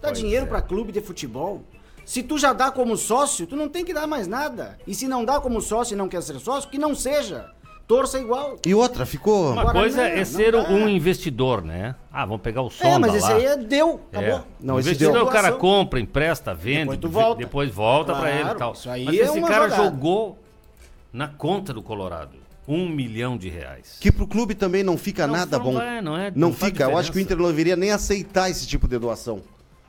Speaker 5: Dá
Speaker 4: é.
Speaker 5: dinheiro pra clube de futebol. Se tu já dá como sócio, tu não tem que dar mais nada. E se não dá como sócio e não quer ser sócio, que não seja. Torça igual.
Speaker 4: E outra, ficou.
Speaker 3: Uma
Speaker 5: Agora,
Speaker 3: coisa
Speaker 5: não,
Speaker 3: é
Speaker 5: não
Speaker 3: ser
Speaker 5: dá.
Speaker 3: um investidor, né? Ah, vamos pegar o som
Speaker 5: é, mas esse
Speaker 3: lá.
Speaker 5: aí é deu,
Speaker 3: É.
Speaker 5: acabou.
Speaker 4: Não,
Speaker 3: o
Speaker 4: esse
Speaker 3: investidor
Speaker 5: deu.
Speaker 3: o cara compra, empresta, vende,
Speaker 5: Depois tu
Speaker 3: ve-
Speaker 5: volta.
Speaker 3: depois volta pra
Speaker 5: Claro,
Speaker 3: ele e tal.
Speaker 5: isso aí
Speaker 3: Mas
Speaker 5: é
Speaker 3: esse
Speaker 5: uma
Speaker 3: cara
Speaker 5: jogada.
Speaker 3: jogou na conta do Colorado um milhão de reais.
Speaker 4: Que pro clube também não fica
Speaker 3: Não,
Speaker 4: nada
Speaker 3: não
Speaker 4: bom.
Speaker 3: é, não é,
Speaker 4: Não
Speaker 3: não faz
Speaker 4: fica. Eu acho que o
Speaker 3: diferença.
Speaker 4: Inter não deveria nem aceitar esse tipo de doação.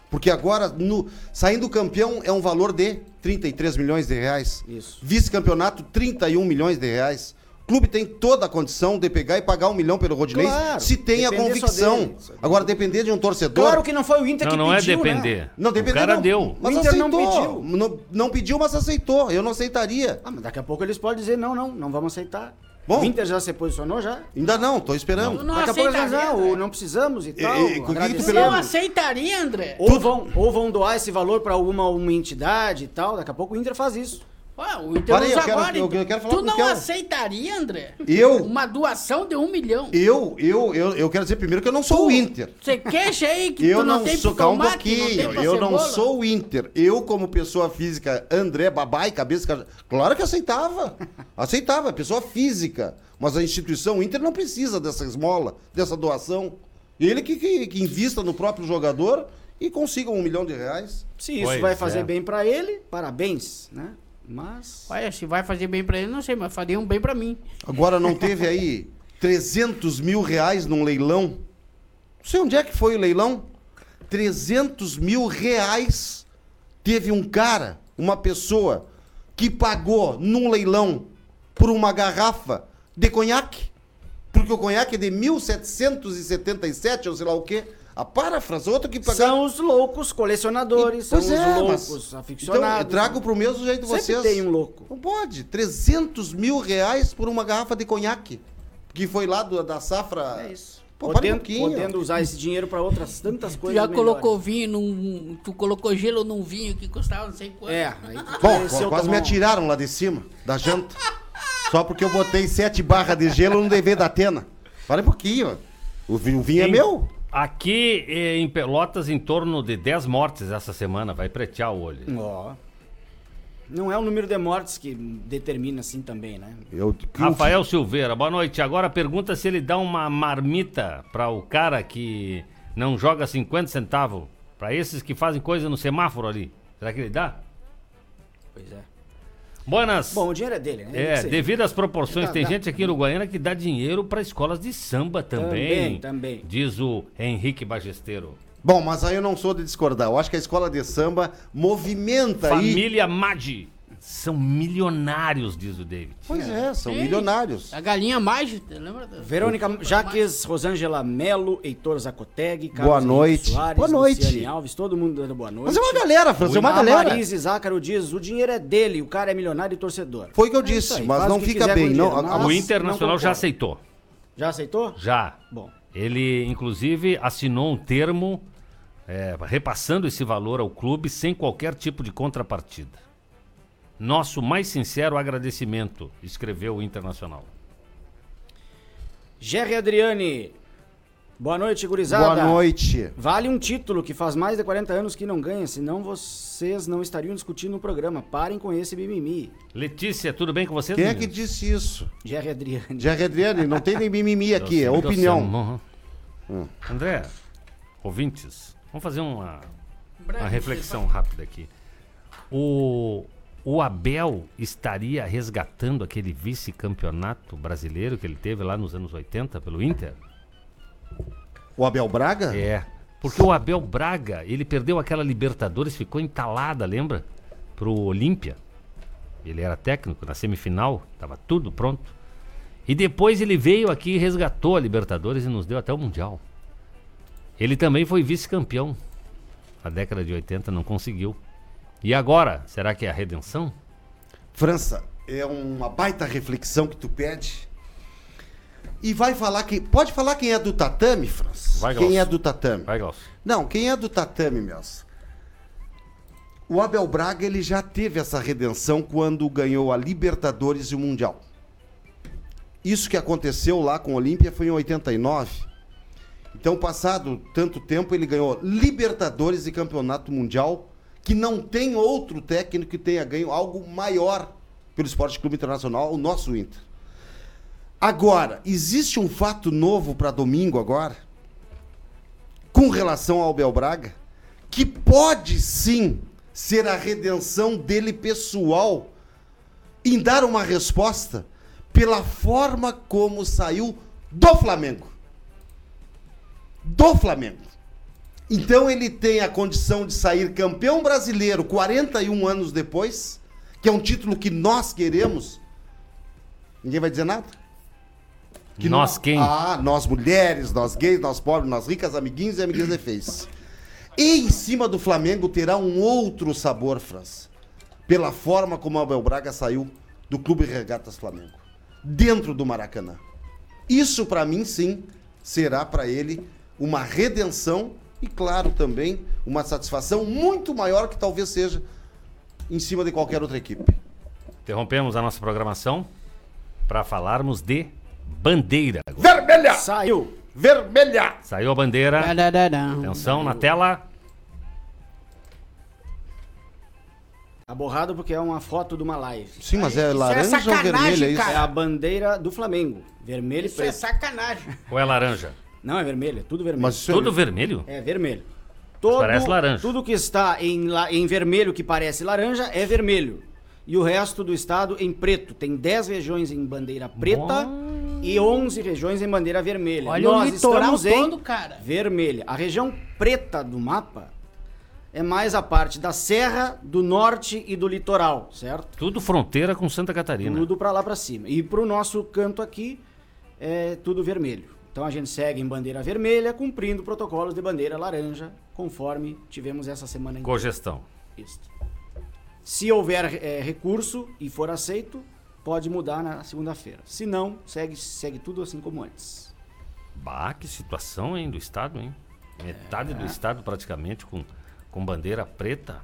Speaker 4: Porque agora, no- saindo campeão, é um valor de 33 milhões de reais.
Speaker 5: Isso.
Speaker 4: Vice-campeonato, 31 milhões de reais. O clube tem toda a condição de pegar e pagar um milhão pelo Rodinei
Speaker 5: Claro,
Speaker 4: se tem a
Speaker 5: depender só
Speaker 4: convicção.
Speaker 5: dele.
Speaker 4: Agora, depender de um torcedor.
Speaker 5: Claro que não foi o Inter
Speaker 3: Não,
Speaker 5: que
Speaker 3: não é
Speaker 5: pediu, né?
Speaker 3: depender.
Speaker 4: Não,
Speaker 3: o
Speaker 4: depender
Speaker 3: cara
Speaker 4: não.
Speaker 3: deu.
Speaker 4: Mas
Speaker 5: O Inter
Speaker 4: aceitou.
Speaker 5: não
Speaker 4: Não pediu. Não, pediu, mas aceitou. Eu não aceitaria.
Speaker 5: Ah, mas daqui a pouco eles podem dizer, não, não, não vamos aceitar.
Speaker 4: Bom.
Speaker 5: o Inter já se posicionou já.
Speaker 4: Ainda não, tô esperando.
Speaker 2: Não, não
Speaker 5: daqui a pouco eles vão dizer,
Speaker 2: aceitaria,
Speaker 5: ah,
Speaker 2: né?
Speaker 5: ou não precisamos e tal.
Speaker 4: e, com que tu
Speaker 5: agradecemos.
Speaker 4: pelo-
Speaker 2: Não aceitaria, André.
Speaker 5: ou, vão, ou vão doar esse valor pra alguma uma entidade e tal. Daqui a pouco o Inter faz isso.
Speaker 2: Ó, o Inter
Speaker 4: Para aí,
Speaker 2: usa
Speaker 4: eu quero-
Speaker 2: agora,
Speaker 4: eu-
Speaker 2: então.
Speaker 4: eu quero falar
Speaker 2: Tu
Speaker 4: com
Speaker 2: não
Speaker 4: o Kel.
Speaker 2: aceitaria, André?
Speaker 4: Eu?
Speaker 2: Uma doação de um milhão.
Speaker 4: Eu, eu, eu, eu quero dizer primeiro que eu não sou o Inter.
Speaker 2: Você queixa aí que
Speaker 4: Eu
Speaker 2: tu não,
Speaker 4: não
Speaker 2: tem
Speaker 4: sou,
Speaker 2: pro
Speaker 4: calma um
Speaker 2: tomate, não tem
Speaker 4: pouquinho,
Speaker 2: pra
Speaker 4: eu não
Speaker 2: cebola?
Speaker 4: sou o Inter. Eu, como pessoa física, André Babá e cabeça... Ca- Claro que aceitava, aceitava, pessoa física. Mas a instituição Inter não precisa dessa esmola, dessa doação. Ele que, que, que invista no próprio jogador e consiga um milhão de reais.
Speaker 5: Se isso
Speaker 3: Pois
Speaker 5: vai
Speaker 3: é.
Speaker 5: fazer bem pra ele, parabéns, né? Mas.
Speaker 2: Olha, se vai fazer bem pra ele, não sei, mas faria um bem pra mim.
Speaker 4: Agora não teve aí 300 mil reais num leilão? Não sei onde é que foi o leilão. 300 mil reais teve um cara, uma pessoa, que pagou num leilão por uma garrafa de conhaque. Porque o conhaque é de 1777, ou sei lá o quê. A para, França, outro que pagou.
Speaker 5: São os loucos colecionadores, são os loucos
Speaker 4: é, Então, eu
Speaker 5: aficionados. né?
Speaker 4: trago pro mesmo jeito
Speaker 5: Sempre
Speaker 4: vocês.
Speaker 5: tem um louco.
Speaker 4: Não pode. 300 mil reais por uma garrafa de conhaque. Que foi lá do- da safra.
Speaker 5: É isso.
Speaker 4: Pô, para um
Speaker 5: podendo,
Speaker 4: pouquinho.
Speaker 5: podendo usar esse dinheiro pra outras tantas
Speaker 2: Tu
Speaker 5: coisas.
Speaker 2: já
Speaker 5: melhores.
Speaker 2: colocou vinho num. Tu colocou gelo num vinho que custava não sei quanto.
Speaker 5: É, aí tu
Speaker 4: Bom,
Speaker 5: mereceu
Speaker 4: quase
Speaker 3: tá
Speaker 5: tomar
Speaker 4: me
Speaker 5: um-
Speaker 4: atiraram lá de cima, da janta. Só porque eu botei sete barras de gelo no dever da Atena. Para um pouquinho. O vinho, o vinho é
Speaker 3: Em-
Speaker 4: meu.
Speaker 3: Aqui eh, em Pelotas, em torno de 10 mortes essa semana. Vai pretear o olho.
Speaker 5: Ó. Não é o número de mortes que determina assim também, né?
Speaker 4: Eu, um
Speaker 3: Rafael Silveira, boa noite. Agora pergunta se ele dá uma marmita pra o cara que não joga 50 centavos. Pra esses que fazem coisa no semáforo ali. Será que ele dá?
Speaker 5: Pois é.
Speaker 3: Buenas.
Speaker 5: Bom, o dinheiro é dele, né? Ele
Speaker 3: É,
Speaker 5: que Tá, seja.
Speaker 3: devido às proporções,
Speaker 5: Dá,
Speaker 3: tem
Speaker 5: dá.
Speaker 3: gente aqui em Uruguaiana que dá dinheiro pra escolas de samba também.
Speaker 5: Também, também.
Speaker 3: Diz o Henrique Bagesteiro.
Speaker 4: Bom, mas aí eu não sou de discordar. Eu acho que a escola de samba movimenta Tá aí.
Speaker 3: Família Maggi. São milionários, diz o David.
Speaker 4: Pois é, são
Speaker 2: Sim.
Speaker 4: milionários.
Speaker 2: A galinha mágica, lembra?
Speaker 4: É.
Speaker 5: Verônica Jaques, Rosângela Melo, Heitor Zacoteg, Carlos
Speaker 4: Boa
Speaker 5: Henrique
Speaker 4: noite.
Speaker 5: Soares,
Speaker 4: Boa noite.
Speaker 5: Luciane Alves, todo mundo dando boa noite.
Speaker 4: Mas é uma galera, França, é uma
Speaker 5: a
Speaker 4: galera.
Speaker 5: Marise Zácaro diz, o dinheiro é dele, o cara é milionário e torcedor.
Speaker 4: Foi o que eu
Speaker 5: É isso
Speaker 4: disse,
Speaker 5: aí,
Speaker 4: mas
Speaker 5: faz
Speaker 4: não
Speaker 5: o que
Speaker 4: fica
Speaker 5: quiser com
Speaker 4: bem.
Speaker 5: o
Speaker 4: Não,
Speaker 5: dinheiro,
Speaker 4: a-
Speaker 5: mas
Speaker 3: o Internacional
Speaker 5: não
Speaker 3: já
Speaker 5: concordo.
Speaker 3: aceitou.
Speaker 5: Já aceitou?
Speaker 3: Já.
Speaker 5: Bom.
Speaker 3: Ele, inclusive, assinou um termo é, repassando esse valor ao clube sem qualquer tipo de contrapartida. Nosso mais sincero agradecimento, escreveu o Internacional.
Speaker 5: Jerry Adriane, boa noite, gurizada.
Speaker 4: Boa noite.
Speaker 5: Vale um título que faz mais de 40 anos que não ganha, senão vocês não estariam discutindo no programa. Parem com esse mimimi.
Speaker 3: Letícia, tudo bem com vocês?
Speaker 4: Quem é que
Speaker 3: meninos?
Speaker 4: disse isso?
Speaker 5: Jerry Adriane.
Speaker 4: Jerry Adriane, não tem nem mimimi aqui, é
Speaker 3: Meu
Speaker 4: opinião. Hum.
Speaker 3: Deus, Samu. né? Ah. André, ouvintes, vamos fazer uma, uma reflexão rápida aqui. O, o Abel estaria resgatando aquele vice-campeonato brasileiro que ele teve lá nos anos 80 pelo Inter?
Speaker 4: O Abel Braga?
Speaker 3: É. Porque o Abel Braga, ele perdeu aquela Libertadores, ficou entalada, lembra? Pro Olímpia. Ele era técnico na semifinal, tava tudo pronto. E depois ele veio aqui, resgatou a Libertadores e nos deu até o Mundial. Ele também foi vice-campeão. Na década de 80 não conseguiu. E agora, será que é a redenção?
Speaker 4: França, é uma baita reflexão que tu pede. E vai falar que. Pode falar quem é do tatame, França?
Speaker 3: Vai, Glaucio.
Speaker 4: quem é do tatame?
Speaker 3: Vai, Glaucio.
Speaker 4: Não, quem é do tatame, meus? O Abel Braga ele já teve essa redenção quando ganhou a Libertadores e o Mundial. Isso que aconteceu lá com o Olímpia foi em 89. Então, passado tanto tempo, ele ganhou Libertadores e Campeonato Mundial, que não tem outro técnico que tenha ganho algo maior pelo Esporte Clube Internacional, o nosso Inter. Agora, existe um fato novo para domingo agora, com relação ao Abel Braga, que pode sim ser a redenção dele pessoal em dar uma resposta pela forma como saiu do Flamengo. Do Flamengo. Então ele tem a condição de sair campeão brasileiro 41 anos depois, que é um título que nós queremos. Ninguém vai dizer nada?
Speaker 3: Nós quem?
Speaker 4: Ah, nós mulheres, nós gays, nós pobres, nós ricas, amiguinhos e amiguinhas de face. E em cima do Flamengo terá um outro sabor, França. Pela forma como o Abel Braga saiu do Clube Regatas Flamengo. Dentro do Maracanã. Isso, pra mim, sim, será pra ele uma redenção e, claro, também uma satisfação muito maior que talvez seja em cima de qualquer outra equipe.
Speaker 3: Interrompemos a nossa programação para falarmos de bandeira. agora.
Speaker 4: Vermelha!
Speaker 5: Saiu.
Speaker 4: Vermelha!
Speaker 3: Saiu a bandeira.
Speaker 4: É um
Speaker 2: Tadadadam.
Speaker 3: Atenção na tela.
Speaker 5: Tá borrado porque é uma foto de uma live.
Speaker 4: Sim, mas é
Speaker 2: Isso é
Speaker 4: laranja ou
Speaker 2: sacanagem,
Speaker 4: vermelha isso?
Speaker 5: É a bandeira do Flamengo. Vermelho e
Speaker 2: Isso é
Speaker 5: preto.
Speaker 2: sacanagem.
Speaker 3: Ou é laranja?
Speaker 5: Não, é vermelho, é tudo vermelho.
Speaker 4: Mas isso é-
Speaker 3: Tudo vermelho?
Speaker 5: É vermelho. Todo,
Speaker 3: parece laranja.
Speaker 5: Tudo que está em, la- em vermelho que parece laranja é vermelho. E o resto do estado em preto. Tem 10 regiões em bandeira preta e 11 regiões em bandeira vermelha.
Speaker 2: Olha o litoral todo, cara.
Speaker 5: vermelha. A região preta do mapa é mais a parte da serra, do norte e do litoral, certo?
Speaker 3: Tudo fronteira com Santa Catarina.
Speaker 5: Tudo pra lá pra cima. E pro nosso canto aqui é tudo vermelho. Então a gente segue em bandeira vermelha, cumprindo protocolos de bandeira laranja, conforme tivemos essa semana em
Speaker 3: Cogestão.
Speaker 5: Isto. Se houver é, recurso e for aceito, pode mudar na segunda-feira. Se não, segue, segue tudo assim como antes.
Speaker 3: Bah, que situação, hein, do estado, hein? Metade
Speaker 4: É.
Speaker 3: do estado praticamente com, com bandeira preta.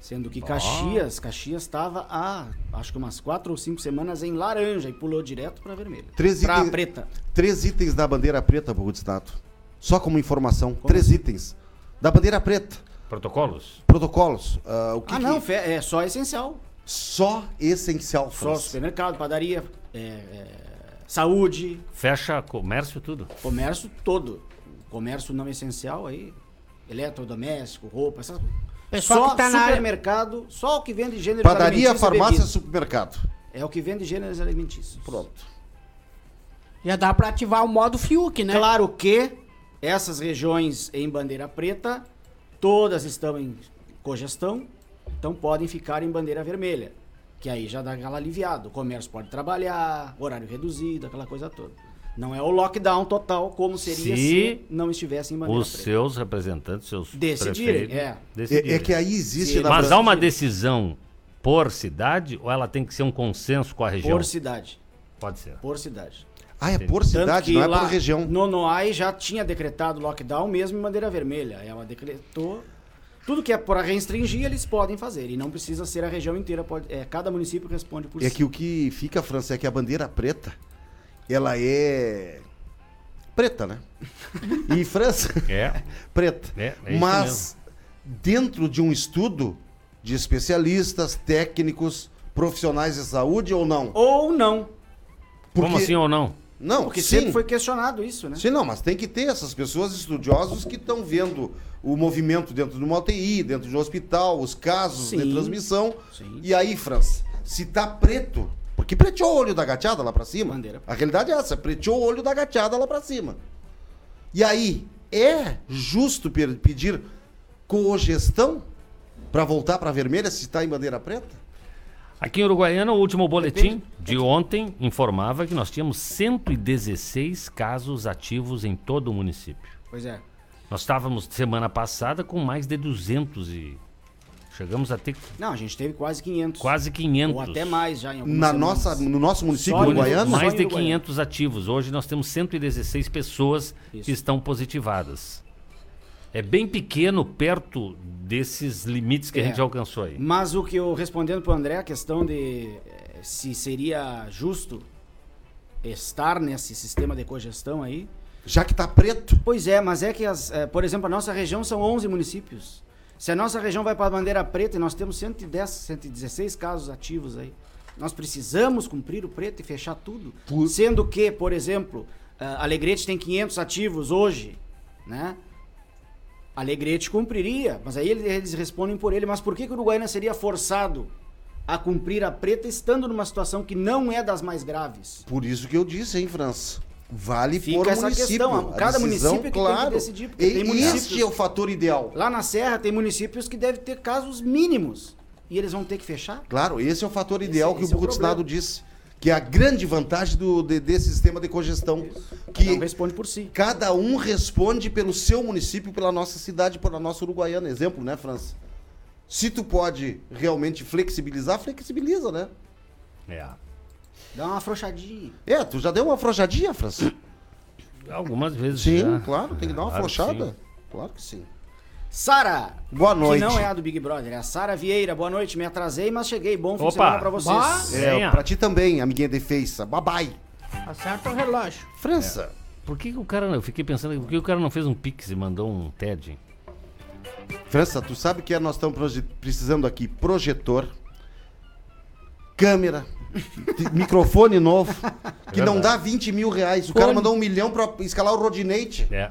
Speaker 5: Sendo que Caxias, Caxias estava há acho que umas quatro ou cinco semanas em laranja e pulou direto pra vermelha.
Speaker 4: Três
Speaker 5: pra
Speaker 4: itens-
Speaker 5: preta.
Speaker 4: Três itens da bandeira preta, Burro de Estado. Só como informação. Três itens. Da bandeira preta.
Speaker 3: Protocolos?
Speaker 4: Protocolos. ah, o que
Speaker 5: Ah,
Speaker 4: que-
Speaker 5: não, fe- é só essencial.
Speaker 4: Só essencial.
Speaker 5: Só
Speaker 4: França.
Speaker 5: supermercado, padaria, é, é, saúde,
Speaker 3: Fecha comércio tudo.
Speaker 5: comércio todo. Comércio não essencial aí, eletrodoméstico, roupa, essas
Speaker 2: Pessoal
Speaker 5: Só
Speaker 2: que tá na área.
Speaker 5: supermercado, só o que vende gêneros
Speaker 4: Padaria,
Speaker 5: alimentícios e
Speaker 4: farmácia,
Speaker 5: bebidas.
Speaker 4: supermercado.
Speaker 5: É o que vende gêneros alimentícios.
Speaker 4: Pronto.
Speaker 2: Já dá pra ativar o modo Fiuk, né?
Speaker 5: Claro que essas regiões em bandeira preta, todas estão em cogestão, então podem ficar em bandeira vermelha. Que aí já dá aquela aliviada. O comércio pode trabalhar, horário reduzido, aquela coisa toda. Não é o lockdown total como seria
Speaker 3: Se
Speaker 5: se, não estivesse em bandeira
Speaker 3: Os
Speaker 5: preta.
Speaker 3: seus representantes, seus
Speaker 5: Decidirem,
Speaker 3: prefeitos,
Speaker 5: é.
Speaker 3: decidirem.
Speaker 4: É, é que aí existe
Speaker 5: Sim.
Speaker 4: na
Speaker 3: Mas
Speaker 4: França-
Speaker 3: há uma decisão por cidade ou ela tem que ser um consenso com a região?
Speaker 5: Por cidade.
Speaker 3: Pode ser.
Speaker 5: Por cidade.
Speaker 4: Ah, é por cidade, não é por região.
Speaker 5: Nonoai já tinha decretado lockdown mesmo em bandeira vermelha. Ela decretou. Tudo que é para restringir, eles podem fazer. E não precisa ser a região inteira. Pode, é, cada município responde por
Speaker 4: É
Speaker 5: si.
Speaker 4: que o que fica, França, é que a bandeira preta, ela é preta, né? E França,
Speaker 3: É.
Speaker 4: preta.
Speaker 3: É, é isso
Speaker 4: Mas dentro de um estudo de especialistas, técnicos, profissionais de saúde ou não?
Speaker 5: Ou não.
Speaker 3: Como assim ou não?
Speaker 4: Não,
Speaker 5: Porque
Speaker 4: sim.
Speaker 5: sempre foi questionado isso, né?
Speaker 4: Sim, não, mas tem que ter essas pessoas estudiosas que estão vendo o movimento dentro de uma UTI, dentro de um hospital, os casos de
Speaker 5: Sim.
Speaker 4: transmissão.
Speaker 5: Sim.
Speaker 4: E aí, França, se tá preto, porque preteou o olho da gateada lá pra cima.
Speaker 5: Bandeira.
Speaker 4: A realidade é essa, preteou o olho da gateada lá pra cima. E aí, é justo per- pedir cogestão para voltar para vermelha se está em bandeira preta?
Speaker 3: Aqui em Uruguaiana, o último boletim de ontem informava que nós tínhamos 116 casos ativos em todo o município.
Speaker 5: Pois é.
Speaker 3: Nós estávamos semana passada com mais de 200 e chegamos a ter
Speaker 5: Não, a gente teve quase 500.
Speaker 3: quase 500.
Speaker 5: Ou até mais já em algumas
Speaker 4: Na
Speaker 5: semanas.
Speaker 4: nossa, no nosso município
Speaker 5: Só em-
Speaker 4: uruguaiano?
Speaker 5: só em
Speaker 3: Mais de
Speaker 5: Uruguaiana.
Speaker 3: 500 ativos. Hoje nós temos 116 pessoas
Speaker 5: Isso.
Speaker 3: que estão positivadas. É bem pequeno perto desses limites que a
Speaker 5: É.
Speaker 3: gente alcançou aí.
Speaker 5: Mas o que eu respondendo pro André, a questão de eh, se seria justo estar nesse sistema de cogestão aí.
Speaker 4: Já que está preto,
Speaker 5: Pois é, mas é que, as, eh, por exemplo, a nossa região são 11 municípios. Se a nossa região vai para a bandeira preta e nós temos 110, 116 casos ativos aí, nós precisamos cumprir o preto e fechar tudo. Sendo que, por exemplo, ah, Alegrete tem 500 ativos hoje, né? Alegrete cumpriria, mas aí ele- eles respondem por ele. Mas por que, que o Uruguaiana seria forçado a cumprir a preta estando numa situação que não é das mais graves?
Speaker 4: por isso que eu disse, hein, França? Vale
Speaker 5: Fica
Speaker 4: por
Speaker 5: essa
Speaker 4: município.
Speaker 5: questão,
Speaker 4: A
Speaker 5: cada
Speaker 4: decisão,
Speaker 5: município é que tem que
Speaker 4: claro.
Speaker 5: decidir, porque
Speaker 4: E,
Speaker 5: tem
Speaker 4: este
Speaker 5: municípios-
Speaker 4: é o fator ideal.
Speaker 5: Lá na Serra tem municípios que devem ter casos mínimos. E eles vão ter que fechar?
Speaker 4: Claro, esse é o fator ideal
Speaker 5: Esse-
Speaker 4: que
Speaker 5: esse é
Speaker 4: o
Speaker 5: o
Speaker 4: Bolsonaro
Speaker 5: problema.
Speaker 4: disse, que é a grande vantagem do, de- desse sistema de cogestão,
Speaker 5: Não
Speaker 4: que
Speaker 5: um responde por si.
Speaker 4: cada um responde pelo seu município, pela nossa cidade, pela nossa Uruguaiana. Exemplo, né, França? Se tu pode realmente flexibilizar, flexibiliza, né?
Speaker 3: É.
Speaker 5: Dá uma afrouxadinha.
Speaker 4: É, tu já deu uma afrouxadinha, França?
Speaker 3: Algumas vezes
Speaker 4: Sim,
Speaker 3: já. É,
Speaker 4: claro, tem que dar uma
Speaker 3: Claro que
Speaker 4: afrouxada.
Speaker 3: sim.
Speaker 4: Claro que sim.
Speaker 5: Sara!
Speaker 4: Boa noite.
Speaker 5: Que não é a do Big Brother, é a Sara Vieira. Boa noite, me atrasei, mas cheguei. Bom fim
Speaker 3: Opa.
Speaker 5: de semana pra vocês.
Speaker 2: Bah.
Speaker 4: É,
Speaker 3: Venha.
Speaker 4: pra ti também, amiguinha de feiça. Babai.
Speaker 2: Acerta o relógio.
Speaker 4: França.
Speaker 3: Por que, que o cara não. Eu fiquei pensando, por que o cara não fez um pix e mandou um TED? É.
Speaker 4: França, tu sabe que nós estamos proje- precisando aqui projetor, câmera, t- microfone novo, que não dá 20 mil reais. O cara
Speaker 5: Fone.
Speaker 4: mandou um milhão pra escalar o Rodinate.
Speaker 3: É.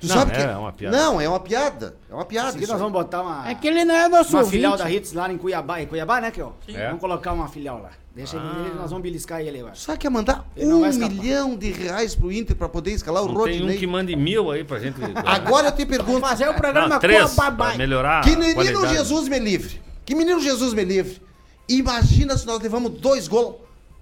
Speaker 4: Tu
Speaker 3: Não,
Speaker 4: sabe
Speaker 3: é
Speaker 4: que...
Speaker 3: uma piada.
Speaker 4: Não, é uma piada. É uma piada.
Speaker 5: Seguir
Speaker 4: isso
Speaker 5: nós
Speaker 4: aí.
Speaker 5: vamos botar uma,
Speaker 4: Ah.
Speaker 2: É que ele não é nosso
Speaker 5: uma filial
Speaker 2: ouvinte.
Speaker 5: da Hits lá em Cuiabá. É Cuiabá, né, Kel?
Speaker 3: É.
Speaker 5: Vamos colocar uma filial lá. Deixa ele,
Speaker 2: Ah.
Speaker 5: ele, nós vamos beliscar ele agora.
Speaker 4: Tu sabe que ia mandar
Speaker 5: Ele não
Speaker 4: um
Speaker 5: vai escapar.
Speaker 4: milhão de reais pro Inter pra poder escalar o
Speaker 3: Não tem um
Speaker 4: Rodinei.
Speaker 3: que mande mil aí pra gente.
Speaker 4: Agora é eu te pergunto,
Speaker 2: Fazer o
Speaker 3: não,
Speaker 2: programa
Speaker 3: três,
Speaker 2: com a
Speaker 3: pra
Speaker 2: babá.
Speaker 3: melhorar.
Speaker 4: que
Speaker 3: a
Speaker 4: menino
Speaker 3: Ah, qualidade.
Speaker 4: Jesus me livre. Que menino Jesus me livre. Imagina se nós levamos dois gols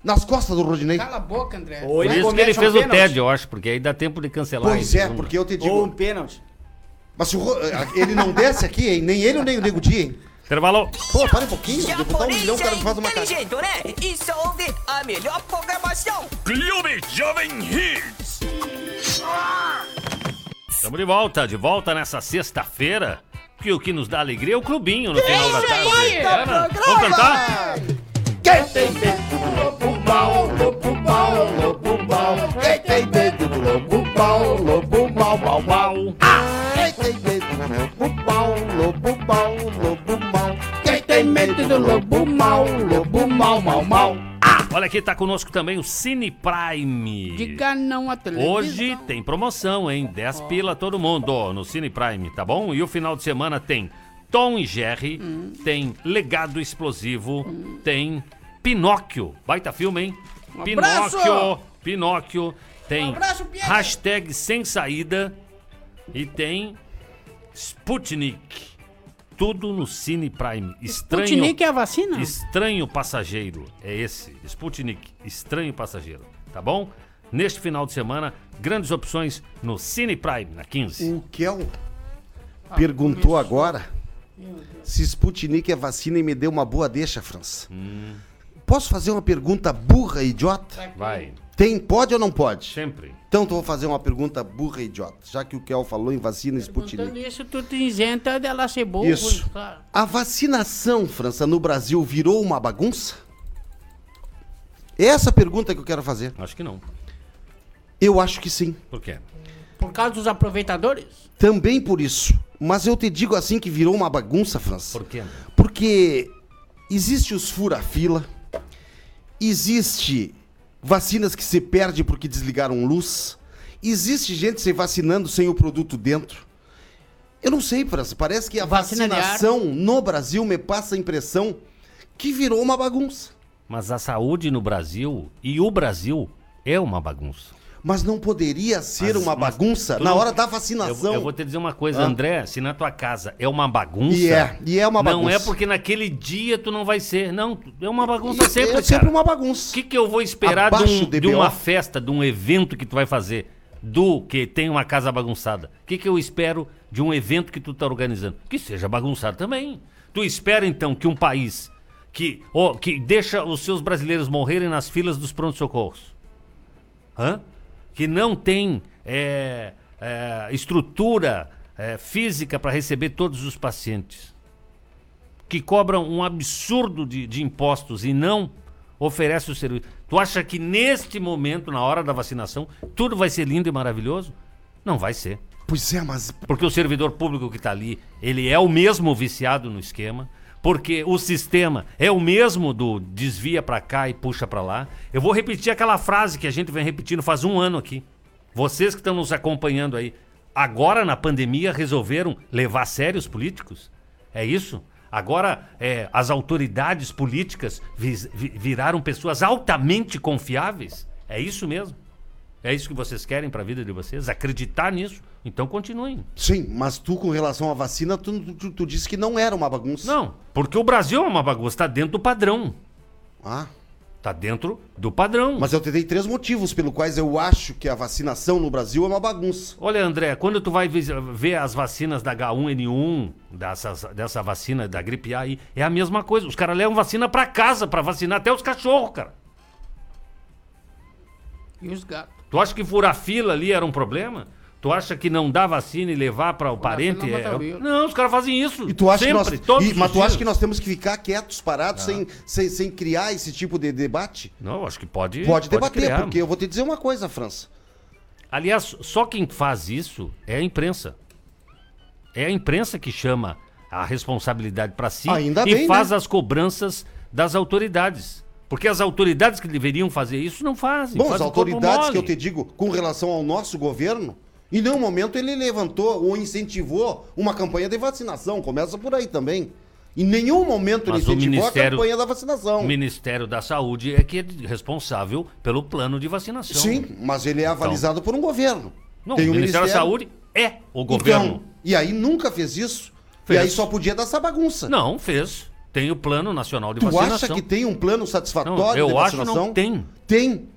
Speaker 4: nas costas do Rodinei.
Speaker 2: Cala a boca, André.
Speaker 5: Ou
Speaker 3: Por isso
Speaker 5: ele
Speaker 3: que ele
Speaker 5: comete um
Speaker 3: fez o
Speaker 5: pênalti,
Speaker 3: TED, eu acho, porque aí dá tempo de cancelar.
Speaker 4: Pois
Speaker 3: em
Speaker 4: é,
Speaker 3: segundo.
Speaker 4: porque eu te digo.
Speaker 5: Ou um pênalti.
Speaker 4: Mas se o Ro- eh, ele não desce aqui, hein? Nem ele, nem o Nego Dia, hein?
Speaker 3: Intervalo.
Speaker 4: Pô, para um pouquinho. Vou botar um
Speaker 8: Japonês
Speaker 4: milhão, o cara me faz
Speaker 8: é
Speaker 4: uma cara.
Speaker 8: inteligente, né? E só ouve a melhor programação.
Speaker 1: Clube Jovem Hits.
Speaker 3: Estamos de volta, de volta nessa sexta-feira. Que o que nos dá alegria é o clubinho no final da tarde. Ana, Vamos cantar?
Speaker 4: Quem tem medo do lobo mal, lobo mal, lobo mal. Quem tem medo do lobo mal, lobo mal, mal, mal. Quem tem medo do lobo mal, lobo mal, lobo mal. Quem tem medo do lobo mal, lobo mal, mal, mal.
Speaker 3: Olha aqui, tá conosco também o Cine Prime.
Speaker 2: Diga não à televisão.
Speaker 3: Hoje tem promoção, hein? 10 pila todo mundo no Cine Prime, tá bom? E o final de semana tem Tom e Jerry,
Speaker 2: Hum.
Speaker 3: tem Legado Explosivo, tem Pinóquio. Baita filme, hein?
Speaker 2: Um abraço!
Speaker 3: Pinóquio, Pinóquio, tem
Speaker 2: Um abraço, Pierre!
Speaker 3: hashtag sem saída e tem Sputnik. Tudo no Cine Prime. Estranho.
Speaker 2: Sputnik é a vacina?
Speaker 3: Estranho Passageiro é esse, Sputnik, Estranho Passageiro, tá bom? Neste final de semana, grandes opções no Cine Prime, na 15.
Speaker 4: O Kel perguntou agora se Sputnik é vacina e me deu uma boa deixa, França. Posso fazer uma pergunta burra e idiota?
Speaker 3: Vai,
Speaker 4: Tem, pode ou não pode?
Speaker 3: sempre.
Speaker 4: Então tu vou fazer uma pergunta burra e idiota, já que o Kel falou em vacina e
Speaker 2: Contando
Speaker 4: Sputnik.
Speaker 2: isso, tu te isenta dela ser burro.
Speaker 4: Isso.
Speaker 2: Claro.
Speaker 4: A vacinação, França, no Brasil virou uma bagunça? É Essa pergunta que eu quero fazer.
Speaker 3: Acho que não.
Speaker 4: Eu acho que sim.
Speaker 3: Por quê?
Speaker 2: Por causa dos aproveitadores?
Speaker 4: Também por isso. Mas eu te digo assim que virou uma bagunça, França.
Speaker 3: Por quê?
Speaker 4: Porque existe os fura-fila, existe vacinas que se perdem porque desligaram luz, existe gente se vacinando sem o produto dentro. Eu não sei, França, parece que a
Speaker 2: Vacina de ar.
Speaker 4: vacinação no Brasil me passa a impressão que virou uma bagunça.
Speaker 3: Mas a saúde no Brasil e o Brasil é uma bagunça.
Speaker 4: Mas não poderia ser
Speaker 3: Mas-
Speaker 4: uma
Speaker 3: mas
Speaker 4: bagunça
Speaker 3: tu
Speaker 4: na
Speaker 3: não-
Speaker 4: hora da
Speaker 3: Eu,
Speaker 4: vacinação.
Speaker 3: eu vou te dizer uma coisa,
Speaker 4: Ah.
Speaker 3: André, se na tua casa é uma bagunça.
Speaker 4: E é, e é uma
Speaker 3: Não
Speaker 4: bagunça.
Speaker 3: é porque naquele dia tu não vai ser. Não, tu- é uma bagunça
Speaker 4: E
Speaker 3: sempre.
Speaker 4: é sempre
Speaker 3: cara.
Speaker 4: uma
Speaker 3: O
Speaker 4: bagunça.
Speaker 3: que, que eu vou esperar de, um-
Speaker 4: Abaixo de
Speaker 3: de uma
Speaker 4: BO?
Speaker 3: festa, de um evento que tu vai fazer? Do que tem uma casa bagunçada. O que, que eu espero de um evento que tu tá organizando? Que seja bagunçado também. Tu espera então que um país que, ó, que deixa os seus brasileiros morrerem nas filas dos pronto socorros Hã? Que não tem é, é, estrutura é, física para receber todos os pacientes que cobram um absurdo de, de impostos e não oferece o serviço. Tu acha que neste momento, na hora da vacinação, tudo vai ser lindo e maravilhoso? Não vai ser.
Speaker 4: Pois é, mas
Speaker 3: Porque o servidor público que está ali, ele é o mesmo viciado no esquema, porque o sistema é o mesmo do desvia para cá e puxa para lá. Eu vou repetir aquela frase que a gente vem repetindo faz um ano aqui. Vocês que estão nos acompanhando aí, agora na pandemia resolveram levar a sério os políticos? É isso? Agora é, as autoridades políticas vis- vi- viraram pessoas altamente confiáveis? É isso mesmo? É isso que vocês querem para a vida de vocês? Acreditar nisso? Então continuem.
Speaker 4: sim, mas tu com relação à vacina, tu, tu, tu disse que não era uma bagunça.
Speaker 3: Não, porque o Brasil é uma bagunça, tá dentro do padrão.
Speaker 4: Ah,
Speaker 3: Tá dentro do padrão.
Speaker 4: mas eu te dei três motivos pelo quais eu acho que a vacinação no Brasil é uma bagunça.
Speaker 3: Olha, André, quando tu vai vis- ver as vacinas da H1N1, dessas, dessa vacina da gripe A aí, é a mesma coisa. Os caras levam vacina pra casa pra vacinar até os cachorros, cara.
Speaker 2: E os gatos.
Speaker 3: Tu acha que furar fila ali era um problema? Tu acha que não dar vacina e levar para o parente?
Speaker 2: fila
Speaker 3: é-
Speaker 2: mata o vírus.
Speaker 3: Não, os caras fazem isso.
Speaker 4: E tu acha
Speaker 3: sempre,
Speaker 4: que nós,
Speaker 3: todos
Speaker 4: e-
Speaker 3: os
Speaker 4: mas tu acha
Speaker 3: dias.
Speaker 4: que nós temos que ficar quietos,
Speaker 3: Ah.
Speaker 4: parados, sem, sem, sem criar esse tipo de debate?
Speaker 3: Não, eu acho que pode.
Speaker 4: Pode, debater,
Speaker 3: criar.
Speaker 4: porque eu vou te dizer uma coisa, França.
Speaker 3: Aliás, só quem faz isso é a imprensa. É a imprensa que chama a responsabilidade para si
Speaker 4: Ainda
Speaker 3: e
Speaker 4: bem,
Speaker 3: faz
Speaker 4: né?
Speaker 3: as cobranças das autoridades. Porque as autoridades que deveriam fazer isso não fazem.
Speaker 4: Bom, as
Speaker 3: fazem o corpo
Speaker 4: autoridades
Speaker 3: mole.
Speaker 4: que eu te digo com relação ao nosso governo, em nenhum momento ele levantou ou incentivou uma campanha de vacinação. Começa por aí também. Em nenhum momento
Speaker 3: Mas o
Speaker 4: ele incentivou a
Speaker 3: Ministério-
Speaker 4: campanha da vacinação.
Speaker 3: O Ministério da Saúde é que é responsável pelo plano de vacinação.
Speaker 4: Sim, mas ele é avalizado
Speaker 3: Então.
Speaker 4: por um governo.
Speaker 3: Não, o Ministério da Saúde é o governo.
Speaker 4: Então, e aí nunca fez isso.
Speaker 3: Fez.
Speaker 4: E aí só podia dar essa bagunça.
Speaker 3: Não, fez. Tem o Plano Nacional de
Speaker 4: Então- Tu
Speaker 3: Vacinação.
Speaker 4: acha que tem um plano satisfatório
Speaker 3: Não, eu
Speaker 4: de
Speaker 3: acho
Speaker 4: vacinação?
Speaker 3: não tem.
Speaker 4: Tem.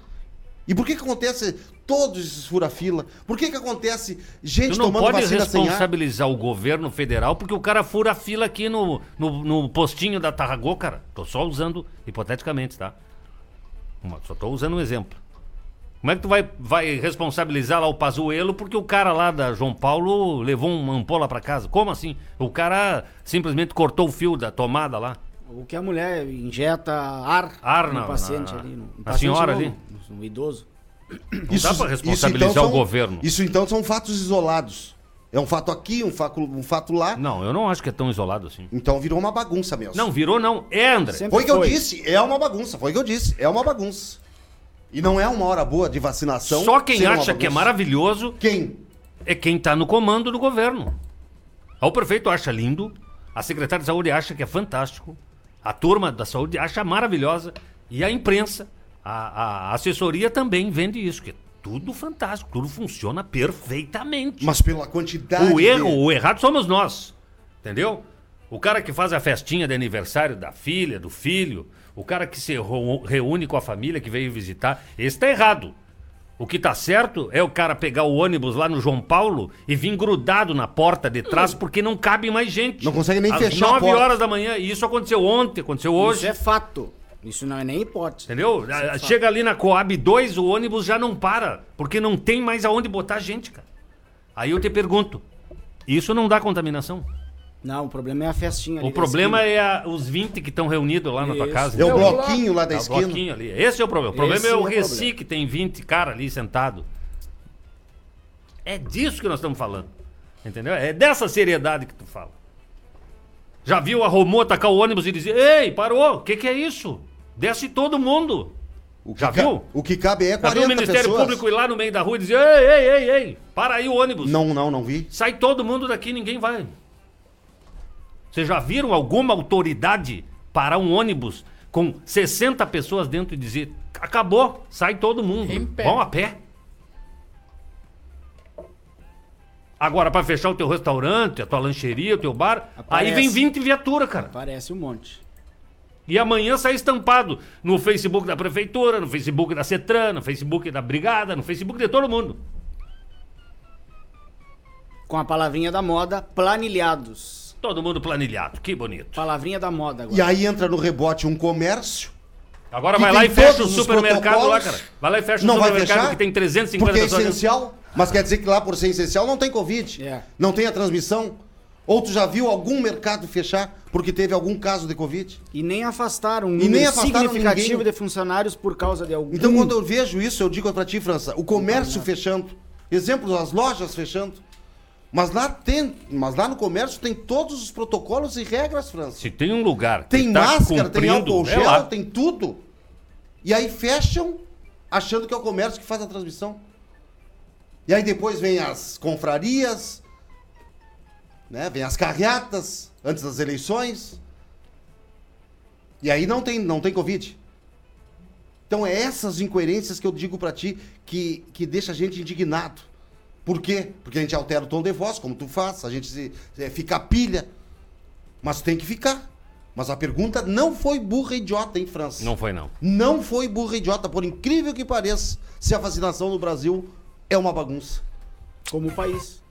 Speaker 4: E por que que acontece todos esses fura-fila? Por que que acontece gente
Speaker 3: Tu não
Speaker 4: tomando
Speaker 3: pode
Speaker 4: vacina sem ar?
Speaker 3: responsabilizar o governo federal porque o cara fura a fila aqui no, no, no postinho da Tarragô, cara. Tô só usando hipoteticamente, tá? Uma- só tô usando um exemplo. Como é que tu vai, vai responsabilizar lá o Pazuello porque o cara lá da João Paulo levou uma ampola pra casa? Como assim? O cara simplesmente cortou o fio da tomada lá.
Speaker 5: O que a mulher injeta ar,
Speaker 3: Ar
Speaker 5: no
Speaker 3: na-
Speaker 5: paciente
Speaker 3: na-
Speaker 5: ali. No, no
Speaker 3: na
Speaker 5: paciente
Speaker 3: senhora
Speaker 5: não,
Speaker 3: ali.
Speaker 5: No, no idoso.
Speaker 3: Não dá pra responsabilizar
Speaker 4: são-
Speaker 3: o governo.
Speaker 4: Isso então são fatos isolados. É um fato aqui, um fato, um fato lá.
Speaker 3: Não, eu não acho que é tão isolado assim.
Speaker 4: Então virou uma bagunça mesmo.
Speaker 3: Não, virou não. É, André.
Speaker 5: Sempre
Speaker 4: Foi o que eu
Speaker 5: foi.
Speaker 4: disse, é uma bagunça. Foi o que eu disse, é uma bagunça. E não é uma hora boa de vacinação.
Speaker 3: Só quem
Speaker 4: ser uma
Speaker 3: acha que é
Speaker 4: bagunça.
Speaker 3: maravilhoso
Speaker 4: Quem?
Speaker 3: é quem está no comando do governo. Ah, O prefeito acha lindo, a secretária de saúde acha que é fantástico, a turma da saúde acha maravilhosa e a imprensa, a, a assessoria também vende isso, que é tudo fantástico, tudo funciona perfeitamente.
Speaker 4: Mas pela quantidade.
Speaker 3: o
Speaker 4: de-
Speaker 3: erro, o errado somos nós, entendeu? O cara que faz a festinha de aniversário da filha, do filho, o cara que se reu- reúne com a família que veio visitar, esse tá errado. O que tá certo é o cara pegar o ônibus lá no João Paulo e vir grudado na porta de trás porque não cabe mais gente.
Speaker 4: Hum. Não consegue nem
Speaker 3: Às
Speaker 4: fechar a
Speaker 3: 9
Speaker 4: porta.
Speaker 3: horas da manhã, e isso aconteceu ontem, aconteceu
Speaker 5: Isso
Speaker 3: hoje.
Speaker 5: é fato. Isso não é nem hipótese.
Speaker 3: Entendeu? A- a- Chega ali na Coab 2, o ônibus já não para, porque não tem mais aonde botar gente, cara. Aí eu te pergunto, isso não dá contaminação?
Speaker 5: Não, o problema é a festinha ali.
Speaker 3: O problema é a- os 20 que estão reunidos lá na tua
Speaker 5: Isso.
Speaker 3: casa.
Speaker 4: É o
Speaker 3: entendeu?
Speaker 4: bloquinho lá da
Speaker 3: É o
Speaker 4: esquina.
Speaker 3: bloquinho ali. Esse é o problema. O problema
Speaker 5: Esse
Speaker 3: é
Speaker 5: é
Speaker 3: o
Speaker 5: o
Speaker 3: Reci
Speaker 5: problema.
Speaker 3: que tem 20 cara ali sentado. É disso que nós estamos falando. Entendeu? É dessa seriedade que tu fala. Já viu a Romô atacar o ônibus e dizer: Ei, parou, o que, que é isso? Desce todo mundo.
Speaker 4: O que
Speaker 3: Já
Speaker 4: ca-
Speaker 3: viu?
Speaker 4: O que cabe é
Speaker 3: Já viu o
Speaker 4: 40
Speaker 3: Ministério
Speaker 4: pessoas.
Speaker 3: Público ir lá no meio da rua e dizer: Ei, ei, ei, ei, para aí o ônibus.
Speaker 4: Não, não, não vi.
Speaker 3: Sai todo mundo daqui, ninguém vai. Vocês já viram alguma autoridade parar um ônibus com 60 pessoas dentro e dizer: acabou, sai todo mundo,
Speaker 2: Em pé.
Speaker 3: vão a pé. Agora, pra fechar o teu restaurante, a tua lancheria, o teu bar,
Speaker 5: Aparece.
Speaker 3: aí vem 20 viatura, cara.
Speaker 5: Parece um monte.
Speaker 3: E amanhã sai estampado no Facebook da prefeitura, no Facebook da CETRAN, no Facebook da Brigada, no Facebook de todo mundo.
Speaker 5: Com a palavrinha da moda, planilhados.
Speaker 3: Todo mundo planilhado, que bonito.
Speaker 5: Palavrinha da moda agora.
Speaker 4: E aí entra no rebote um comércio.
Speaker 3: Agora
Speaker 4: Que
Speaker 3: vai
Speaker 4: tem
Speaker 3: lá e fecha o
Speaker 4: todos os
Speaker 3: supermercado lá,
Speaker 4: protocolos.
Speaker 3: cara. Vai lá e fecha o
Speaker 4: Não vai
Speaker 3: supermercado
Speaker 4: fechar?
Speaker 3: que tem 350
Speaker 4: Porque é
Speaker 3: pessoas dentro.
Speaker 4: essencial. Mas quer dizer que lá por ser essencial não tem Covid.
Speaker 5: É.
Speaker 4: Não tem a transmissão. Ou tu já viu algum mercado fechar porque teve algum caso de Covid?
Speaker 5: E nem afastaram um
Speaker 4: nem
Speaker 5: número
Speaker 4: afastaram
Speaker 5: significativo
Speaker 4: ninguém.
Speaker 5: de funcionários por causa de algum.
Speaker 4: Então, quando eu vejo isso, eu digo pra ti, França, o comércio fechando, exemplo, as lojas fechando. Mas lá, tem, mas lá no comércio tem todos os protocolos e regras, França.
Speaker 3: Se tem um lugar que
Speaker 4: Tem
Speaker 3: tá
Speaker 4: máscara, tem
Speaker 3: cumprindo,
Speaker 4: álcool
Speaker 3: é
Speaker 4: gel,
Speaker 3: lá.
Speaker 4: tem tudo. E aí fecham achando que é o comércio que faz a transmissão. E aí depois vem as confrarias, né? Vem as carreatas antes das eleições. E aí não tem, não tem Covid. Então é essas incoerências que eu digo pra ti que, que deixa a gente indignado. Por quê? Porque a gente altera o tom de voz, como tu faz, a gente se, eh, fica pilha. Mas tem que ficar. Mas a pergunta não foi burra e idiota, hein, França?
Speaker 3: Não foi, não.
Speaker 4: Não foi burra e idiota, por incrível que pareça, se a vacinação no Brasil é uma bagunça.
Speaker 5: Como o país.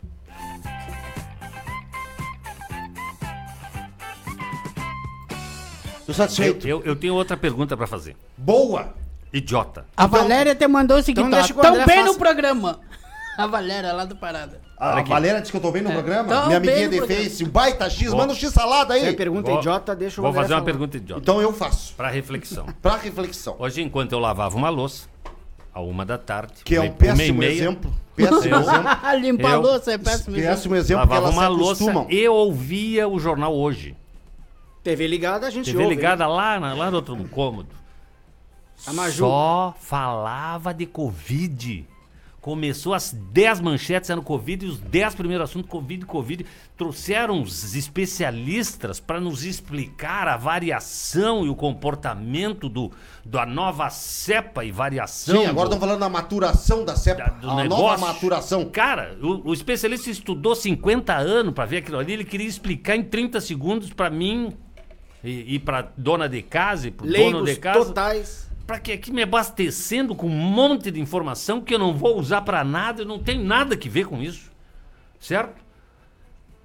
Speaker 4: Tô
Speaker 3: Eu,
Speaker 4: satisfeito.
Speaker 3: eu- eu tenho outra pergunta pra fazer.
Speaker 4: Boa!
Speaker 3: Idiota.
Speaker 2: A Valéria até mandou o seguinte,
Speaker 5: então deixa
Speaker 2: ó,
Speaker 5: que o
Speaker 2: tão
Speaker 5: André
Speaker 2: bem
Speaker 5: faça.
Speaker 2: no programa. A Valéria lá do Parada.
Speaker 4: A Valéria disse que eu tô bem no programa.
Speaker 2: É. Tô
Speaker 4: Minha
Speaker 2: bem
Speaker 4: amiguinha
Speaker 2: no
Speaker 4: de
Speaker 2: programa.
Speaker 4: Face, o baita X,
Speaker 3: Bom.
Speaker 4: manda um X salada
Speaker 5: Se
Speaker 4: aí.
Speaker 5: a pergunta é
Speaker 3: Vou-
Speaker 5: idiota, deixa o
Speaker 3: Vou
Speaker 5: André
Speaker 3: fazer uma
Speaker 5: falar.
Speaker 3: pergunta idiota.
Speaker 4: Então eu faço.
Speaker 3: Pra reflexão.
Speaker 4: Pra reflexão.
Speaker 3: Hoje, enquanto eu lavava uma louça, a uma da tarde,
Speaker 4: Que é
Speaker 3: uma e-
Speaker 4: um
Speaker 3: uma e
Speaker 4: péssimo
Speaker 3: meia,
Speaker 4: exemplo. Péssimo
Speaker 3: Eu-
Speaker 4: exemplo.
Speaker 2: Limpar a
Speaker 3: Eu-
Speaker 2: louça é péssimo. exemplo.
Speaker 4: Péssimo exemplo que
Speaker 3: lavava
Speaker 4: elas se
Speaker 3: uma louça
Speaker 4: acostumam.
Speaker 3: e ouvia o jornal hoje.
Speaker 5: TV ligada, a gente
Speaker 3: TV
Speaker 5: ouve. né?
Speaker 3: ligada lá, na- lá no outro cômodo.
Speaker 5: A Maju.
Speaker 3: Só falava de Covid. Começou as 10 manchetes sendo Covid e os 10 primeiros assuntos Covid, Covid. Trouxeram os especialistas para nos explicar a variação e o comportamento do, da nova cepa e variação.
Speaker 4: Sim, agora tá
Speaker 3: do-
Speaker 4: estão falando da maturação da cepa.
Speaker 3: da- do
Speaker 4: a nova
Speaker 3: negócio.
Speaker 4: maturação.
Speaker 3: Cara, o, o especialista estudou 50 anos pra ver aquilo ali, ele queria explicar em 30 segundos pra mim e, e pra dona de casa e pro dono de
Speaker 5: Leigos
Speaker 3: casa.
Speaker 4: tota-
Speaker 5: totais.
Speaker 3: Pra que aqui me abastecendo com um monte de informação que eu não vou usar pra nada, eu não tenho nada que ver com isso. Certo?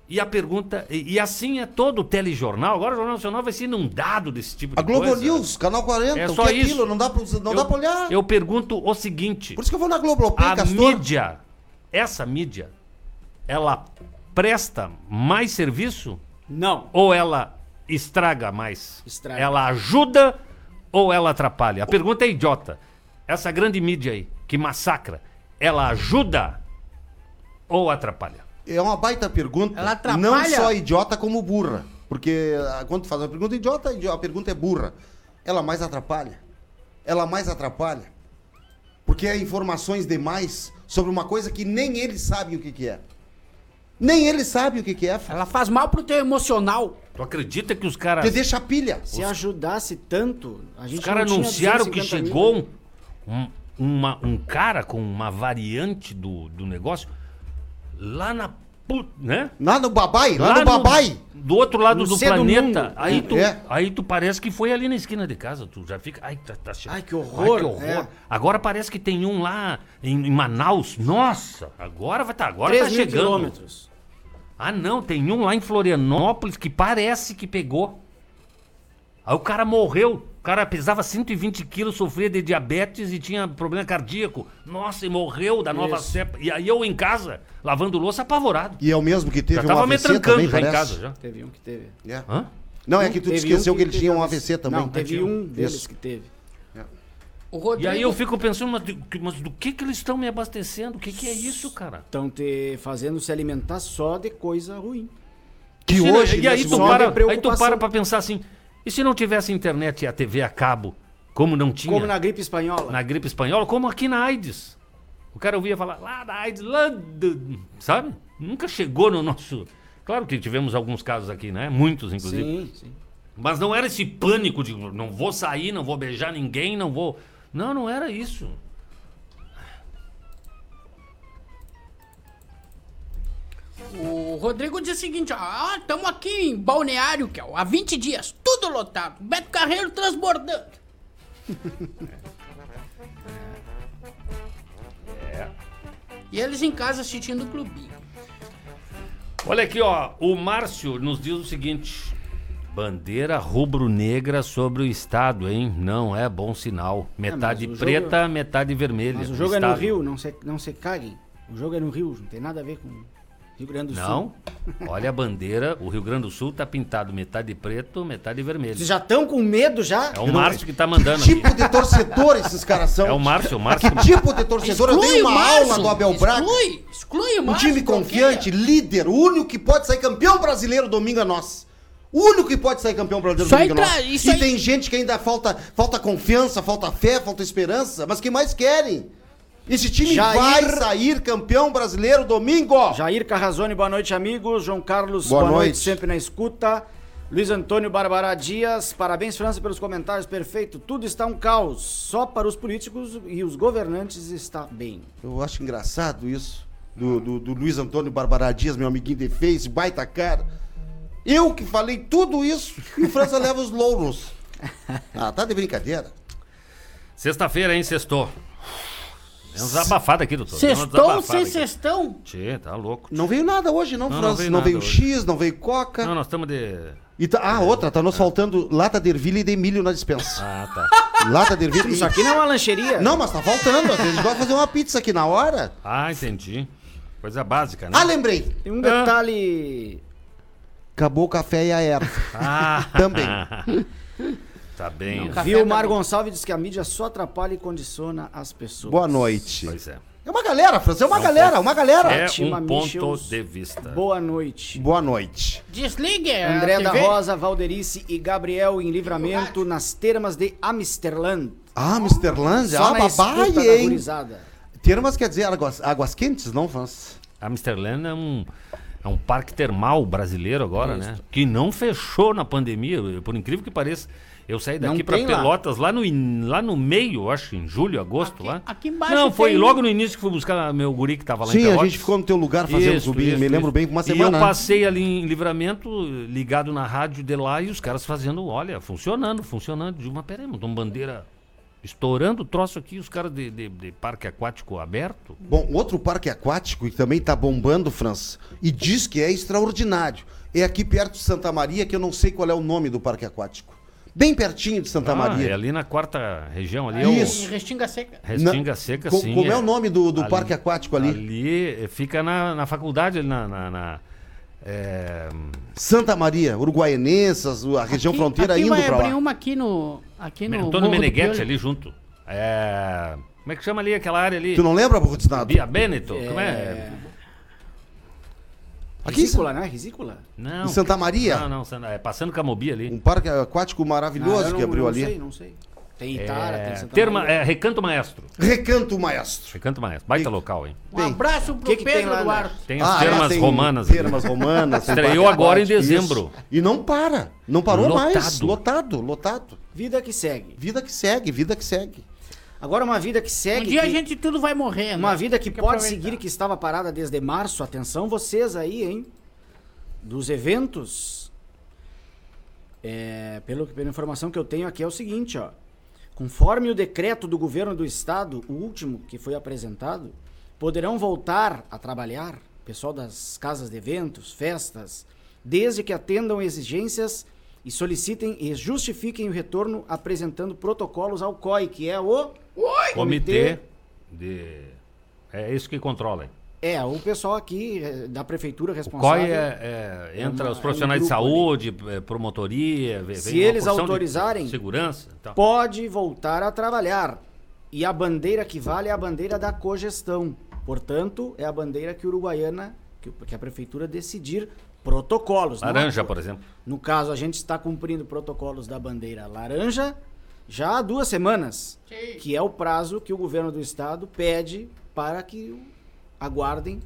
Speaker 3: E a pergunta, e, e assim é todo o telejornal, agora o Jornal Nacional vai ser inundado desse tipo de
Speaker 4: A Globo
Speaker 3: coisa.
Speaker 4: News, Canal 40,
Speaker 3: É
Speaker 4: o que
Speaker 3: só
Speaker 4: é
Speaker 3: isso.
Speaker 4: aquilo? Não dá pra, não
Speaker 3: Eu-
Speaker 4: dá pra olhar.
Speaker 3: Eu pergunto o seguinte:
Speaker 4: Por isso que eu vou na Globoplay,
Speaker 3: a
Speaker 4: Castor.
Speaker 3: mídia, essa mídia, ela presta mais serviço
Speaker 5: Não.
Speaker 3: ou ela estraga mais?
Speaker 5: Estraga.
Speaker 3: Ela ajuda ou ela atrapalha? A pergunta é idiota. Essa grande mídia aí, que massacra, ela ajuda ou atrapalha?
Speaker 4: É uma baita pergunta.
Speaker 2: Ela atrapalha.
Speaker 4: Não só idiota como burra. Porque ah, quando tu faz uma pergunta idiota, idi- a pergunta é burra. Ela mais atrapalha. Ela mais atrapalha. Porque é informações demais sobre uma coisa que nem eles sabem o que, que é. Nem eles sabem o que, que é.
Speaker 2: Ela faz mal pro teu emocional.
Speaker 3: Tu acredita que os
Speaker 4: Porque
Speaker 3: caras
Speaker 4: deixa pilha.
Speaker 5: Se ajudasse tanto, a gente
Speaker 3: os caras
Speaker 5: tinha
Speaker 3: anunciaram que
Speaker 5: 250 mil. né?
Speaker 3: chegou um, um- uma- um cara com uma variante do, do negócio lá na puta, né?
Speaker 4: Lá no babai, lá, no babai.
Speaker 3: do outro lado
Speaker 5: No
Speaker 3: do
Speaker 5: C do
Speaker 3: planeta.
Speaker 5: mundo.
Speaker 3: aí, tu,
Speaker 4: É.
Speaker 3: aí tu parece que foi ali na esquina de casa. Tu já fica. Ai, tá, tá chegando.
Speaker 5: Ai, que horror,
Speaker 3: Ai, que horror.
Speaker 5: é.
Speaker 3: Agora parece que tem um lá em, em Manaus. Nossa, agora vai tá, agora tá
Speaker 5: 3 mil
Speaker 3: chegando.
Speaker 5: quilômetros.
Speaker 3: Ah, não, tem um lá em Florianópolis que parece que pegou. Aí o cara morreu. O cara pesava 120 quilos, sofria de diabetes e tinha problema cardíaco. Nossa, e morreu da nova
Speaker 5: Isso.
Speaker 3: cepa. E aí eu em casa, lavando louça, apavorado.
Speaker 4: E é o mesmo que teve
Speaker 3: Já
Speaker 4: um
Speaker 3: tava me
Speaker 4: AVC
Speaker 3: trancando
Speaker 4: também,
Speaker 3: já em
Speaker 4: parece.
Speaker 3: casa. Já.
Speaker 5: Teve um que teve.
Speaker 4: É.
Speaker 3: Hã?
Speaker 4: Não, é que tu
Speaker 5: Teve
Speaker 4: esqueceu
Speaker 5: um
Speaker 4: que ele tinha um
Speaker 5: teve
Speaker 4: AVC também.
Speaker 5: Não, teve um deles
Speaker 4: Isso.
Speaker 5: que teve.
Speaker 2: O Rodrigo,
Speaker 3: E aí eu fico pensando, mas, do- que- mas do que que eles estão me abastecendo? O que que é isso, cara?
Speaker 5: Estão te fazendo se alimentar só de coisa ruim.
Speaker 4: Que
Speaker 3: Se não-
Speaker 4: hoje,
Speaker 3: e aí
Speaker 4: nesse
Speaker 3: tu,
Speaker 4: momento-
Speaker 3: para, aí tu
Speaker 5: preocupação.
Speaker 3: para pra pensar assim, e se não tivesse internet e a TV a cabo, como não tinha
Speaker 5: Como na
Speaker 3: na...
Speaker 5: gripe espanhola.
Speaker 3: gripe espanhola, como aqui na AIDS? O cara ouvia falar lá da AIDS, lá do... sabe? Nunca chegou no nosso... Claro que tivemos alguns casos aqui, né? Muitos, inclusive.
Speaker 5: Sim, sim.
Speaker 3: Mas não era esse pânico de não vou sair, não vou beijar ninguém, não vou. Não, não era isso.
Speaker 2: O Rodrigo diz o seguinte, ó, ah, estamos aqui em Balneário, que é há 20 dias, tudo lotado, Beto Carreiro transbordando.
Speaker 4: É.
Speaker 2: E eles em casa assistindo o clubinho.
Speaker 3: Olha aqui, ó. O Márcio nos diz o seguinte: bandeira rubro-negra sobre o estado, hein? Não é bom sinal. Metade
Speaker 5: Ah, mas o
Speaker 3: preta, metade vermelha.
Speaker 5: Mas o jogo é no
Speaker 3: Estado.
Speaker 5: Rio, não se, não se caguem. O jogo é no Rio, não tem nada a ver com Rio Grande do Sul.
Speaker 3: Não. Olha a bandeira. O Rio Grande do Sul tá pintado metade preto, metade vermelho.
Speaker 5: Vocês já estão com medo já?
Speaker 4: um
Speaker 3: É o Márcio que tá mandando aqui.
Speaker 4: Tipo de torcedor esses caras são.
Speaker 3: É o Márcio, o Márcio.
Speaker 4: Que tipo de torcedor? Eu tenho uma aula do Abel Braga.
Speaker 2: Exclui, exclui o
Speaker 4: Um
Speaker 2: Márcio.
Speaker 4: time confiante, líder, o único que pode sair campeão brasileiro domingo é nós. O único que pode sair campeão brasileiro
Speaker 2: Isso aí
Speaker 4: domingo é nós.
Speaker 2: tra- isso
Speaker 4: e
Speaker 2: aí-
Speaker 4: tem gente que ainda falta, falta confiança, falta fé, falta esperança, mas que mais querem? Esse time
Speaker 5: Jair-
Speaker 4: vai sair campeão brasileiro domingo.
Speaker 5: Jair Carrazone, boa noite, amigos. João Carlos,
Speaker 4: Boa
Speaker 5: boa, noite.
Speaker 4: noite.
Speaker 5: sempre na escuta. Luiz Antônio Barbará Dias, parabéns, França, pelos comentários, perfeito. Tudo está um caos. Só para os políticos e os governantes está bem.
Speaker 4: Eu acho engraçado isso. Do, do, do Luiz Antônio Barbará Dias, meu amiguinho de face, baita cara. Eu que falei tudo isso e o França leva os louros. Ah, tá de brincadeira.
Speaker 3: Sexta-feira, hein? Sextou. É um desabafado aqui, doutor. Deu uma
Speaker 2: Sextou
Speaker 3: desabafada
Speaker 2: sem
Speaker 3: aqui.
Speaker 2: sextão?
Speaker 3: Tchê, tá louco.
Speaker 4: Não veio nada hoje, não,
Speaker 3: Não, não
Speaker 4: França.
Speaker 3: veio
Speaker 4: Não
Speaker 3: nada
Speaker 4: veio,
Speaker 3: hoje.
Speaker 4: X, não veio Coca.
Speaker 3: Não, É. nós estamos de.
Speaker 4: E tá- ah, outra, tá nos faltando lata de ervilha e de milho na dispensa.
Speaker 3: Ah, tá.
Speaker 4: Lata de ervilha e...
Speaker 5: Isso aqui não é uma lancheria.
Speaker 4: Não, mas tá faltando. Às vezes vai fazer uma pizza aqui na hora.
Speaker 3: Ah, entendi. Coisa básica, né?
Speaker 4: Ah, lembrei.
Speaker 5: Tem um detalhe.
Speaker 4: Acabou o café e a erva.
Speaker 3: Ah,
Speaker 4: Também.
Speaker 3: tá bem.
Speaker 2: Café
Speaker 5: Vilmar
Speaker 2: também.
Speaker 5: Gonçalves diz que a mídia só atrapalha e condiciona as pessoas.
Speaker 4: Boa noite.
Speaker 3: Pois é.
Speaker 4: É uma galera, França. É uma
Speaker 3: Não
Speaker 4: galera,
Speaker 3: pode-
Speaker 4: uma galera.
Speaker 3: É
Speaker 5: Fátima
Speaker 3: um ponto
Speaker 5: Michels.
Speaker 3: de vista.
Speaker 5: Boa noite.
Speaker 4: Boa noite.
Speaker 2: Desligue a
Speaker 5: André da
Speaker 2: TV.
Speaker 5: Rosa, Valderice e Gabriel em livramento nas termas de Amsterland.
Speaker 4: Ah, Mr. Lanz, ah,
Speaker 5: Só na escuta
Speaker 4: babai,
Speaker 5: da
Speaker 4: hein?
Speaker 5: gurizada.
Speaker 4: Termas quer dizer águas, águas quentes, não, França?
Speaker 3: Amsterdã é um, é um parque termal brasileiro agora, né? Que não fechou na pandemia, eu- por incrível que pareça. Eu saí daqui
Speaker 5: Não
Speaker 3: para
Speaker 5: tem lá.
Speaker 3: Pelotas lá. no, in- lá no meio, eu acho, em julho, agosto lá.
Speaker 2: aqui embaixo
Speaker 3: Não, foi
Speaker 2: tem-
Speaker 3: logo no início que fui buscar meu guri que tava lá em
Speaker 4: Sim, a
Speaker 3: Pelotas.
Speaker 4: gente ficou no teu lugar fazendo
Speaker 3: Isso,
Speaker 4: zumbi.
Speaker 3: isso,
Speaker 4: um Me lembro
Speaker 3: isso.
Speaker 4: bem com uma
Speaker 3: E
Speaker 4: semana.
Speaker 3: eu
Speaker 4: né?
Speaker 3: passei ali em livramento, ligado na rádio de lá, e os caras fazendo, olha, funcionando, funcionando. De uma peraí, uma bandeira estourando o troço aqui, os caras de, de- de parque aquático aberto.
Speaker 4: Bom, outro parque aquático que também tá bombando, França, e diz que é extraordinário. É aqui perto de Santa Maria, que eu não sei qual é o nome do parque aquático. Bem pertinho de Santa
Speaker 3: Ah, é
Speaker 4: Maria.
Speaker 3: ali na quarta região, ali é o...
Speaker 4: Isso.
Speaker 2: Em Restinga Seca.
Speaker 3: Restinga
Speaker 4: Na-
Speaker 3: Seca,
Speaker 4: Co-
Speaker 3: sim.
Speaker 4: como é o nome do- do parque aquático ali?
Speaker 3: Ali eh, fica na, na faculdade, ali na. na, na- eh,
Speaker 4: Santa Maria, Uruguaianenses, a região
Speaker 2: Aqui-
Speaker 4: fronteira
Speaker 2: aqui
Speaker 4: indo
Speaker 2: vai
Speaker 4: pra
Speaker 2: abrir
Speaker 3: um
Speaker 4: lá.
Speaker 2: uma aqui no... Aqui no
Speaker 3: Antônio
Speaker 2: Morro do
Speaker 3: Meneghetti
Speaker 2: Piolho.
Speaker 3: ali junto. É, como é que chama ali aquela área ali?
Speaker 4: Tu não lembra, Rudinado?
Speaker 3: Bia Benito? Como é?
Speaker 4: Aqui em
Speaker 5: Risícola, né? Risícola?
Speaker 3: Não.
Speaker 4: Em Santa Maria?
Speaker 3: Não, não, Santa- é passando Camobi ali.
Speaker 4: Um parque aquático maravilhoso
Speaker 5: Ah, eu
Speaker 4: que abriu
Speaker 5: não
Speaker 4: ali.
Speaker 5: sei, não sei. Tem
Speaker 3: É,
Speaker 5: Itara, tem Santa
Speaker 3: terma,
Speaker 5: Maria.
Speaker 3: é, Recanto Maestro.
Speaker 4: Recanto Maestro.
Speaker 3: Recanto Maestro. Baita local, hein?
Speaker 2: Um
Speaker 4: Bem,
Speaker 2: abraço pro
Speaker 5: que que tem
Speaker 2: Pedro
Speaker 5: lá, né?
Speaker 2: Duarte.
Speaker 3: Tem as termas
Speaker 4: Ah, tem
Speaker 3: romanas. ali.
Speaker 4: Termas romanas. tem
Speaker 3: Estreou
Speaker 4: parque
Speaker 3: agora em
Speaker 4: aquático, isso.
Speaker 3: dezembro.
Speaker 4: E não para. Não parou mais.
Speaker 3: Lotado.
Speaker 4: Lotado,
Speaker 2: é.
Speaker 4: lotado.
Speaker 5: Vida que segue.
Speaker 4: Vida que segue, vida que segue.
Speaker 5: Agora uma vida
Speaker 2: Um
Speaker 5: que
Speaker 4: É
Speaker 5: segue.
Speaker 2: dia a
Speaker 5: que-
Speaker 2: gente tudo vai morrer. né?
Speaker 5: Uma vida que
Speaker 2: Tem
Speaker 5: pode
Speaker 2: aproveitar.
Speaker 5: seguir e que estava parada desde março. Atenção vocês aí, hein? Dos eventos. É, pelo, pela informação que eu tenho aqui é o seguinte, ó. Conforme o decreto do governo do estado, o último que foi apresentado, poderão voltar a trabalhar, pessoal das casas de eventos, festas, desde que atendam exigências e solicitem e justifiquem o retorno apresentando protocolos ao COI, que é o
Speaker 3: Comitê de. É isso que controla. hein?
Speaker 5: É, o pessoal aqui eh, da prefeitura
Speaker 3: O
Speaker 5: responsável.
Speaker 3: COI é, é, entra
Speaker 5: uma-
Speaker 3: os profissionais
Speaker 5: é um
Speaker 3: de saúde, eh, promotoria, ve-
Speaker 5: Se
Speaker 3: vem uma
Speaker 5: eles
Speaker 3: porção de
Speaker 5: autorizarem,
Speaker 3: segurança. então. e tal.
Speaker 5: Pode voltar a trabalhar. E a bandeira que vale é a bandeira da cogestão. Portanto, é a bandeira que Uruguaiana, que, o- que a prefeitura decidir protocolos. não
Speaker 3: Laranja,
Speaker 5: a cor.
Speaker 3: por exemplo.
Speaker 5: No caso, a gente está cumprindo protocolos da bandeira laranja já há duas semanas,
Speaker 2: Sim.
Speaker 5: que é o prazo que o governo do estado pede para que o- aguardem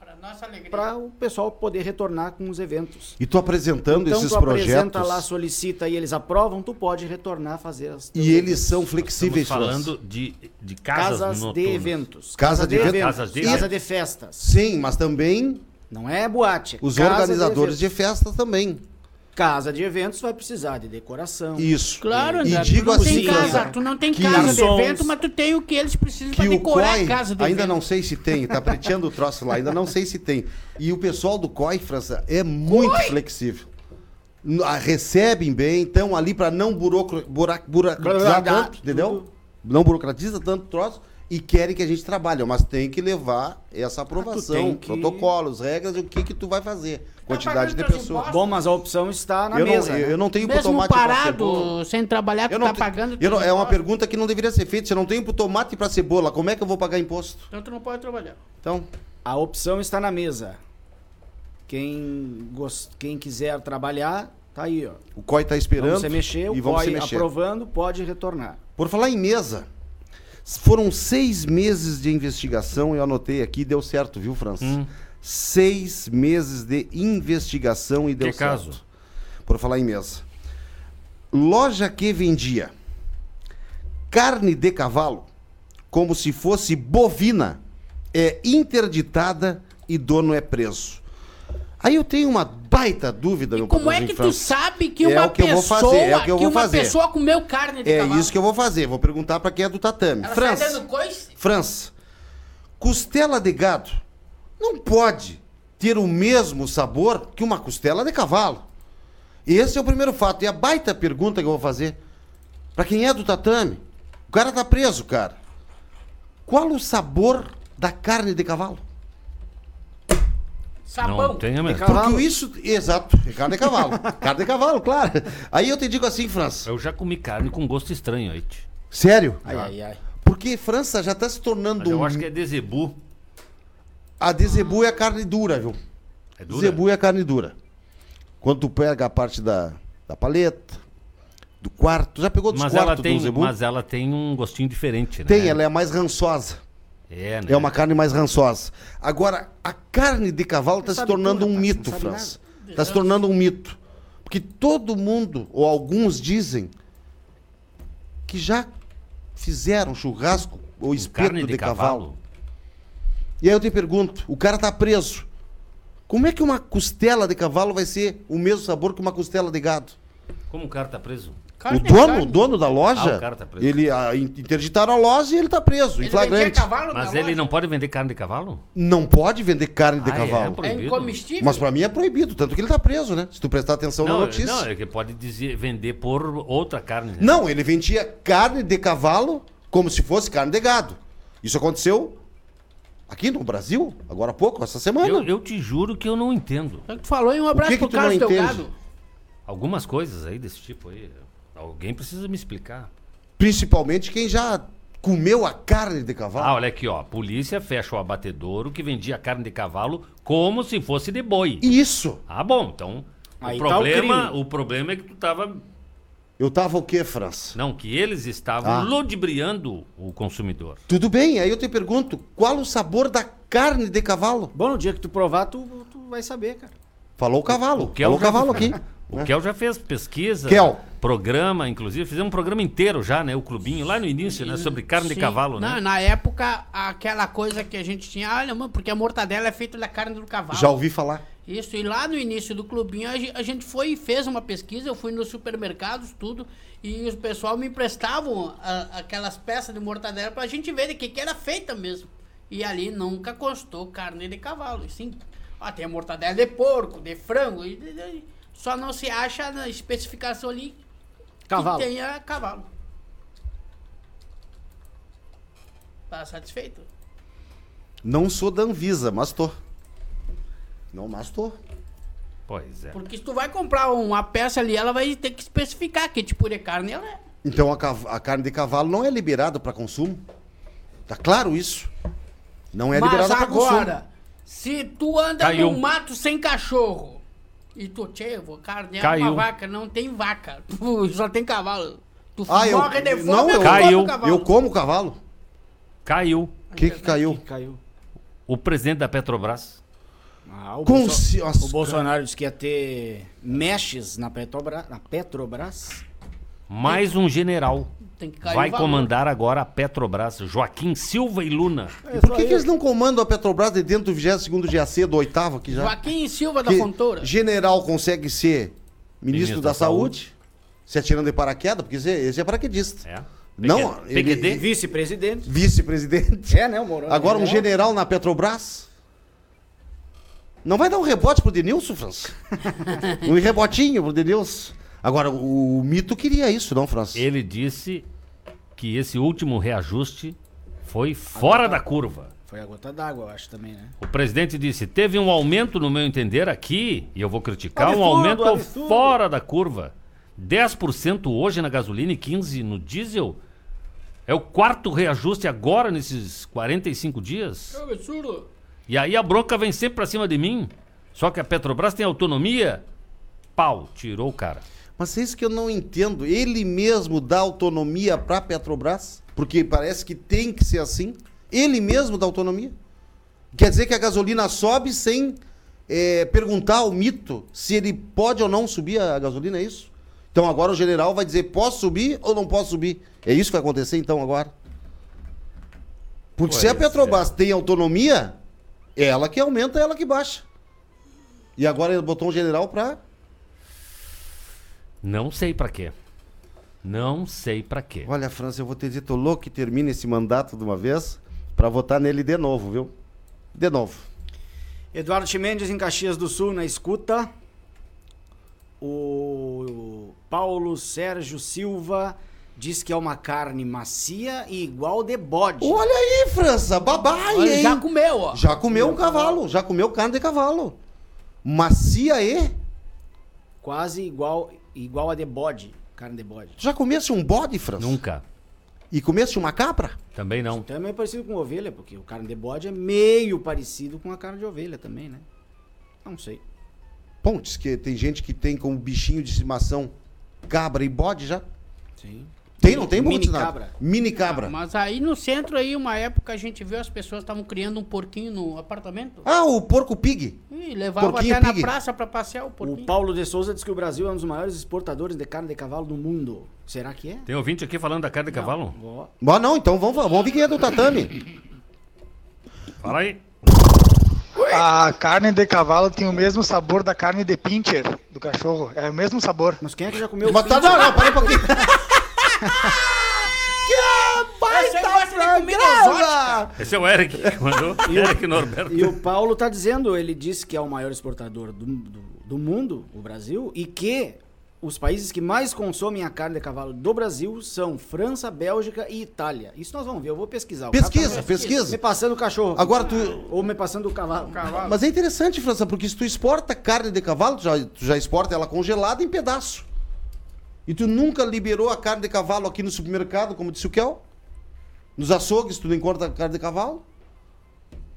Speaker 2: Pra nossa alegria.
Speaker 5: para o pessoal poder retornar com os eventos.
Speaker 4: E tu apresentando
Speaker 5: Então
Speaker 4: esses
Speaker 5: tu apresenta
Speaker 4: projetos.
Speaker 5: lá, solicita e eles aprovam, tu pode retornar a fazer as
Speaker 4: E eles são flexíveis.
Speaker 3: Estamos
Speaker 4: França.
Speaker 3: falando de, de casas,
Speaker 5: casas de
Speaker 3: noturnas.
Speaker 5: eventos.
Speaker 4: Casa de eventos.
Speaker 3: Casas de
Speaker 5: Casa
Speaker 3: eventos.
Speaker 5: de festas.
Speaker 4: Sim, mas também
Speaker 5: Não é boate. é
Speaker 4: Os
Speaker 5: casa
Speaker 4: organizadores
Speaker 5: de...
Speaker 4: de festa também.
Speaker 5: eventos. Casa de eventos vai precisar de decoração.
Speaker 4: Isso.
Speaker 2: Claro,
Speaker 4: E
Speaker 2: André.
Speaker 4: digo
Speaker 2: tu não
Speaker 4: assim,
Speaker 2: tem casa,
Speaker 4: França,
Speaker 2: tu não tem
Speaker 4: que
Speaker 2: casa de
Speaker 5: garçons,
Speaker 2: evento, mas tu tem o que eles precisam
Speaker 4: que
Speaker 2: pra
Speaker 4: o
Speaker 2: decorar
Speaker 4: COI,
Speaker 2: a casa de
Speaker 4: ainda
Speaker 2: evento.
Speaker 4: não sei se tem, tá preteando o troço lá, ainda não sei se tem. E o pessoal do COI, França, é muito flexível. N- ah, Recebem bem, estão ali para não burocro- bura- burocratizar
Speaker 5: Burocratizar
Speaker 4: tanto, entendeu? Não burocratiza tanto o troço e querem que a gente trabalhe, mas tem que levar essa
Speaker 2: Ah,
Speaker 4: aprovação,
Speaker 5: tem que-
Speaker 4: protocolos, regras, o que que tu vai fazer, quantidade de
Speaker 2: Tá pagando teus
Speaker 4: pessoas.
Speaker 5: Bom, mas a opção está na
Speaker 4: Eu não,
Speaker 5: mesa.
Speaker 4: eu,
Speaker 5: né?
Speaker 4: eu não tenho
Speaker 2: Mesmo
Speaker 4: tomate pra cebola.
Speaker 2: parado, sem trabalhar, tu
Speaker 4: Eu não
Speaker 2: tá
Speaker 4: te-
Speaker 2: pagando.
Speaker 4: eu não-
Speaker 2: tu
Speaker 4: é uma
Speaker 2: pode-
Speaker 4: pergunta que não deveria ser feita. Se eu não tenho pro tomate e pra cebola, como é que eu vou pagar imposto?
Speaker 2: Então tu não pode trabalhar.
Speaker 4: Então,
Speaker 5: A opção está na mesa. Quem, gost... Quem quiser trabalhar, tá aí, ó.
Speaker 4: o COI tá esperando.
Speaker 5: Vamos se mexer,
Speaker 4: e
Speaker 5: o
Speaker 4: vamos se
Speaker 5: COI
Speaker 4: mexer.
Speaker 5: aprovando, pode retornar.
Speaker 4: Por falar em mesa, foram seis meses de investigação, eu anotei aqui, deu certo, viu, França?
Speaker 5: Hum.
Speaker 4: Seis meses de investigação e deu
Speaker 3: Que
Speaker 4: certo.
Speaker 3: caso?
Speaker 4: Por falar em mesa. Loja que vendia carne de cavalo como se fosse bovina é interditada e dono é preso. Aí eu tenho uma baita dúvida, meu
Speaker 2: Como é
Speaker 4: patrãozinho
Speaker 2: que tu
Speaker 4: França.
Speaker 2: sabe que
Speaker 4: É
Speaker 2: uma
Speaker 4: o que eu vou
Speaker 2: pessoa
Speaker 4: fazer, é o que eu vou
Speaker 2: uma
Speaker 4: fazer.
Speaker 2: pessoa comeu carne de
Speaker 4: É
Speaker 2: cavalo?
Speaker 4: isso que eu vou fazer, vou perguntar pra quem é do tatame.
Speaker 2: Ela
Speaker 4: França.
Speaker 2: sai dando coice?
Speaker 4: França, costela de gado não pode ter o mesmo sabor que uma costela de cavalo. Esse é o primeiro fato. E a baita pergunta que eu vou fazer, pra quem é do tatame, o cara tá preso, cara. Qual o sabor da carne de cavalo?
Speaker 2: Sabão.
Speaker 5: Tá
Speaker 3: Não tem a mesma.
Speaker 5: Cavalo.
Speaker 4: Porque isso, exato, é carne de cavalo. carne de cavalo, claro. Aí eu te digo assim, França.
Speaker 3: Eu já comi carne com gosto estranho, aí. tch.
Speaker 4: Sério?
Speaker 5: Ai, ai, ai.
Speaker 4: Porque França já tá se tornando
Speaker 3: Mas eu
Speaker 4: um-
Speaker 3: acho que é de zebu.
Speaker 4: a de zebu é a carne dura, viu?
Speaker 3: É dura?
Speaker 4: Zebu é a carne dura. Quando tu pega a parte da, da paleta, do quarto, já pegou dos
Speaker 3: Mas ela,
Speaker 4: quartos
Speaker 3: tem,
Speaker 4: do zebu?
Speaker 3: mas ela tem um gostinho diferente, né?
Speaker 4: Tem, ela é a mais rançosa.
Speaker 3: É, né?
Speaker 4: É uma carne mais rançosa. Agora, a carne de cavalo está se
Speaker 5: sabe
Speaker 4: tornando
Speaker 5: tudo,
Speaker 4: um
Speaker 5: rapaz,
Speaker 4: mito,
Speaker 5: não sabe
Speaker 4: França. Está se tornando um mito. Porque todo mundo, ou alguns dizem, que já fizeram churrasco ou espeto
Speaker 3: carne
Speaker 4: de,
Speaker 3: de,
Speaker 4: cavalo.
Speaker 3: cavalo.
Speaker 4: E aí eu te pergunto, o cara tá preso. Como é que uma costela de cavalo vai ser o mesmo sabor que uma costela de gado?
Speaker 3: Como o cara tá preso?
Speaker 2: Carne
Speaker 4: o
Speaker 2: de
Speaker 4: dono,
Speaker 2: carne.
Speaker 4: o dono da loja,
Speaker 3: Ah, o cara tá preso.
Speaker 4: ele ah, in- interditaram a loja e ele tá preso, em
Speaker 2: Ele vendia
Speaker 4: flagrante.
Speaker 3: Mas
Speaker 2: cavalo na
Speaker 3: ele
Speaker 2: loja. É
Speaker 3: não pode vender carne de cavalo?
Speaker 4: Não pode vender carne de
Speaker 3: Ah, é?
Speaker 4: cavalo.
Speaker 3: Por-
Speaker 2: É
Speaker 3: Proibido.
Speaker 2: incomestível?
Speaker 4: Mas pra mim é proibido, tanto que ele tá preso, né? Se tu prestar atenção na notícia.
Speaker 3: não,
Speaker 4: Não,
Speaker 3: é que pode dizer, vender por outra carne. né?
Speaker 4: ele vendia carne de cavalo como se fosse carne de gado. Isso aconteceu aqui no Brasil, agora há pouco, essa semana.
Speaker 3: Eu, eu te juro que eu não entendo.
Speaker 2: Então Tu falou em um abraço
Speaker 4: que que
Speaker 2: pro
Speaker 4: tu não
Speaker 2: Carlos
Speaker 4: entende?
Speaker 2: Delgado.
Speaker 3: Algumas coisas aí desse tipo aí. Alguém precisa me explicar.
Speaker 4: Principalmente quem já comeu a carne de cavalo.
Speaker 3: Ah, olha aqui, ó. A polícia fecha o abatedouro que vendia carne de cavalo como se fosse de boi.
Speaker 4: Isso.
Speaker 3: Ah, bom, então.
Speaker 5: Aí
Speaker 3: o,
Speaker 5: tá o
Speaker 3: problema,
Speaker 5: crime.
Speaker 3: o problema é que tu tava.
Speaker 4: Eu tava o quê, França?
Speaker 3: Não, que eles estavam
Speaker 4: Ah.
Speaker 3: ludibriando o consumidor.
Speaker 4: Tudo bem, aí eu te pergunto, qual o sabor da carne de cavalo?
Speaker 5: Bom, no dia que tu provar, tu, tu vai saber, cara.
Speaker 4: Falou o cavalo.
Speaker 3: O Kel
Speaker 4: Falou o
Speaker 3: já-
Speaker 4: cavalo aqui. né?
Speaker 3: O Kel já fez pesquisa,
Speaker 4: Kel.
Speaker 3: programa, inclusive, fizemos um programa inteiro já, né? O clubinho lá no início, né? Sobre carne
Speaker 2: Sim.
Speaker 3: de cavalo, né?
Speaker 2: Não, Na época, aquela coisa que a gente tinha, olha, mano, porque a mortadela é feita da carne do cavalo.
Speaker 4: Já ouvi falar.
Speaker 2: Isso, e lá no início do clubinho a ge- a gente foi e fez uma pesquisa, eu fui nos supermercados, tudo, e os pessoal me emprestavam a- aquelas peças de mortadela pra gente ver de que, que era feita mesmo. E ali nunca constou carne de cavalo, e sim. Ah, tem a mortadela de porco, de frango, e, e- e- só não se acha na especificação ali
Speaker 5: Cavalo.
Speaker 2: que é tenha cavalo. Tá satisfeito?
Speaker 4: Não sou da Anvisa, mas tô. Não, mas tô.
Speaker 3: Pois é.
Speaker 2: Porque se tu vai comprar uma peça ali, ela vai ter que especificar que tipo de carne ela é.
Speaker 4: Então a, cav- a carne de cavalo não é liberada para consumo. Tá claro isso? Não é
Speaker 2: Mas
Speaker 4: liberada para consumo.
Speaker 2: agora, se tu anda
Speaker 3: Caiu.
Speaker 2: no mato sem cachorro e tu, tchê, eu vou carnear
Speaker 3: Caiu.
Speaker 2: uma vaca, não tem vaca, só tem cavalo. Tu
Speaker 4: Ah, eu-
Speaker 2: morre de fome,
Speaker 4: não, eu-
Speaker 2: eu,
Speaker 3: Caiu.
Speaker 2: como cavalo.
Speaker 4: Eu como cavalo?
Speaker 3: Caiu
Speaker 4: O que que caiu?
Speaker 5: Caiu.
Speaker 3: o presidente da Petrobras.
Speaker 5: Ah, o,
Speaker 4: Com
Speaker 5: Bolso-
Speaker 4: se-
Speaker 5: o Bolsonaro disse que ia ter mexes na, Petrobra... na Petrobras.
Speaker 3: mais um general.
Speaker 2: Tem que cair
Speaker 3: Vai
Speaker 2: o valor.
Speaker 3: comandar agora a Petrobras, Joaquim Silva e Luna.
Speaker 4: E por que,
Speaker 2: é
Speaker 4: que eles não comandam a Petrobras de dentro do 22 GAC do oitavo que já?
Speaker 2: Joaquim Silva da
Speaker 4: que
Speaker 2: Fontoura.
Speaker 4: general consegue ser ministro,
Speaker 3: Ministro
Speaker 4: da,
Speaker 3: da
Speaker 4: saúde, se atirando de paraquedas, porque esse, esse é paraquedista.
Speaker 3: É.
Speaker 4: Não,
Speaker 3: PQD.
Speaker 4: ele-
Speaker 3: PQD?
Speaker 5: é Vice-presidente.
Speaker 4: Vice-presidente.
Speaker 5: É, né, o Mourão?
Speaker 4: Agora um
Speaker 5: É.
Speaker 4: general na Petrobras. Não vai dar um rebote pro Denilson, França? um rebotinho pro Denilson. Agora, o, o mito queria isso, não, França?
Speaker 3: Ele disse que esse último reajuste foi fora da curva.
Speaker 5: Foi a gota d'água, eu acho também, né?
Speaker 3: O presidente disse: teve um aumento, no meu entender, aqui, e eu vou criticar, um
Speaker 5: Absurdo,
Speaker 3: aumento
Speaker 5: absurdo.
Speaker 3: fora da curva. 10% hoje na gasolina e 15% no diesel. É o quarto reajuste agora nesses 45 dias.
Speaker 2: Que absurdo.
Speaker 3: E aí a bronca vem sempre pra cima de mim. Só que a Petrobras tem autonomia. Pau, tirou o cara.
Speaker 4: Mas é isso que eu não entendo. Ele mesmo dá autonomia pra Petrobras? Porque parece que tem que ser assim. Ele mesmo dá autonomia? Quer dizer que a gasolina sobe sem eh, perguntar ao mito se ele pode ou não subir a gasolina, é isso? Então agora o general vai dizer, posso subir ou não posso subir? É isso que vai acontecer então agora? Porque se a
Speaker 3: Pois é.
Speaker 4: Petrobras tem autonomia, é ela que aumenta, é ela que baixa. E agora ele botou um general pra
Speaker 3: Não sei pra quê. Não sei pra quê.
Speaker 4: Olha, França, eu vou te dizer, tô louco que termine esse mandato de uma vez pra votar nele de novo, viu? De novo.
Speaker 5: Eduardo Chimendes em Caxias do Sul na escuta. O Paulo Sérgio Silva diz que é uma carne macia e igual de bode.
Speaker 4: Olha aí, França, babai,
Speaker 2: Olha,
Speaker 4: hein?
Speaker 2: já comeu, ó.
Speaker 4: Já comeu um cavalo, já comeu carne de cavalo. Macia é? e?
Speaker 5: Quase igual igual a de bode, carne de bode.
Speaker 4: Tu já comesse um bode, França?
Speaker 3: Nunca.
Speaker 4: E comesse uma cabra?
Speaker 3: Também não.
Speaker 5: Então é meio parecido com ovelha, porque o carne de bode é meio parecido com a carne de ovelha também, né? Não sei.
Speaker 4: Bom, diz que tem gente que tem como bichinho de estimação cabra e bode já.
Speaker 5: Sim.
Speaker 4: Tem, não tem,
Speaker 5: Mini
Speaker 4: Bolsonaro?
Speaker 5: cabra.
Speaker 4: Mini cabra.
Speaker 2: Mas aí no centro, aí, uma época, a gente viu as pessoas estavam criando um porquinho no apartamento.
Speaker 4: Ah, o porco pig.
Speaker 2: E levavam
Speaker 4: Porquinho
Speaker 2: até
Speaker 4: pig.
Speaker 2: na praça pra passear o porquinho.
Speaker 5: O Paulo de Souza diz que o Brasil é um dos maiores exportadores de carne de cavalo do mundo. Será que é?
Speaker 3: Tem ouvinte aqui falando da carne de cavalo?
Speaker 5: Ó,
Speaker 4: Bom, não, então vamos, vamos ver quem é do tatame.
Speaker 3: Fala aí.
Speaker 9: A carne de cavalo tem o mesmo sabor da carne de pincher do cachorro. É o mesmo sabor.
Speaker 5: Mas quem é que já comeu
Speaker 4: Mas tá,
Speaker 5: pinto?
Speaker 4: não, não, para um pouquinho.
Speaker 2: Você gosta de comida exótica?
Speaker 3: Esse é o Eric que mandou. Eric Norberto.
Speaker 5: E o Paulo tá dizendo, ele disse que é o maior exportador do, do, do mundo, o Brasil, e que os países que mais consomem a carne de cavalo do Brasil são França, Bélgica e Itália. Isso nós vamos ver, eu vou pesquisar. O
Speaker 4: Pesquisa,
Speaker 5: cara tá-
Speaker 4: pesquisa.
Speaker 5: Me passando o cachorro.
Speaker 4: Agora tu-
Speaker 5: Ou me passando o cavalo.
Speaker 4: Mas é interessante, França, porque se tu exporta carne de cavalo, tu já, tu já exporta ela congelada em pedaço. E tu nunca liberou a carne de cavalo aqui no supermercado, como disse o Kel? Nos açougues, tu não encontra carne de cavalo?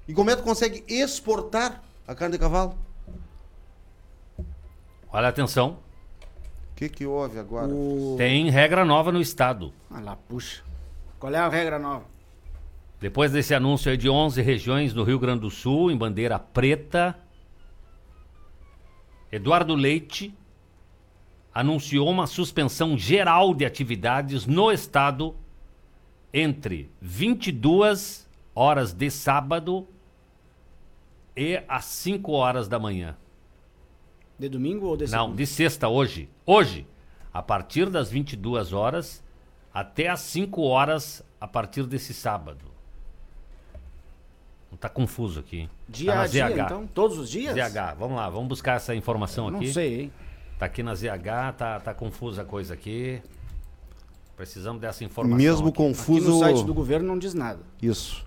Speaker 4: E como é que tu consegue exportar a carne de cavalo?
Speaker 3: Olha, atenção.
Speaker 4: O que que houve agora?
Speaker 5: O...
Speaker 3: Tem regra nova no estado.
Speaker 5: Ah lá, puxa. Qual é a regra nova?
Speaker 3: Depois desse anúncio aí de 11 regiões no Rio Grande do Sul, em bandeira preta, Eduardo Leite anunciou uma suspensão geral de atividades no estado entre 22 horas de sábado e às 5 horas da manhã.
Speaker 5: De domingo ou de
Speaker 3: Não,
Speaker 5: segunda?
Speaker 3: de sexta, hoje. Hoje, a partir das 22 horas até as 5 horas, a partir desse sábado. Não tá confuso aqui, hein?
Speaker 5: Dia
Speaker 3: tá na
Speaker 5: a dia,
Speaker 3: ZH.
Speaker 5: então? Todos os dias?
Speaker 3: ZH, vamos lá, vamos buscar essa informação
Speaker 5: Não
Speaker 3: aqui.
Speaker 5: sei, hein?
Speaker 3: Tá aqui na ZH, tá, tá confusa a coisa aqui. Precisamos dessa informação.
Speaker 4: Mesmo
Speaker 3: aqui.
Speaker 5: Aqui
Speaker 4: confuso.
Speaker 5: no site do governo não diz nada.
Speaker 4: Isso.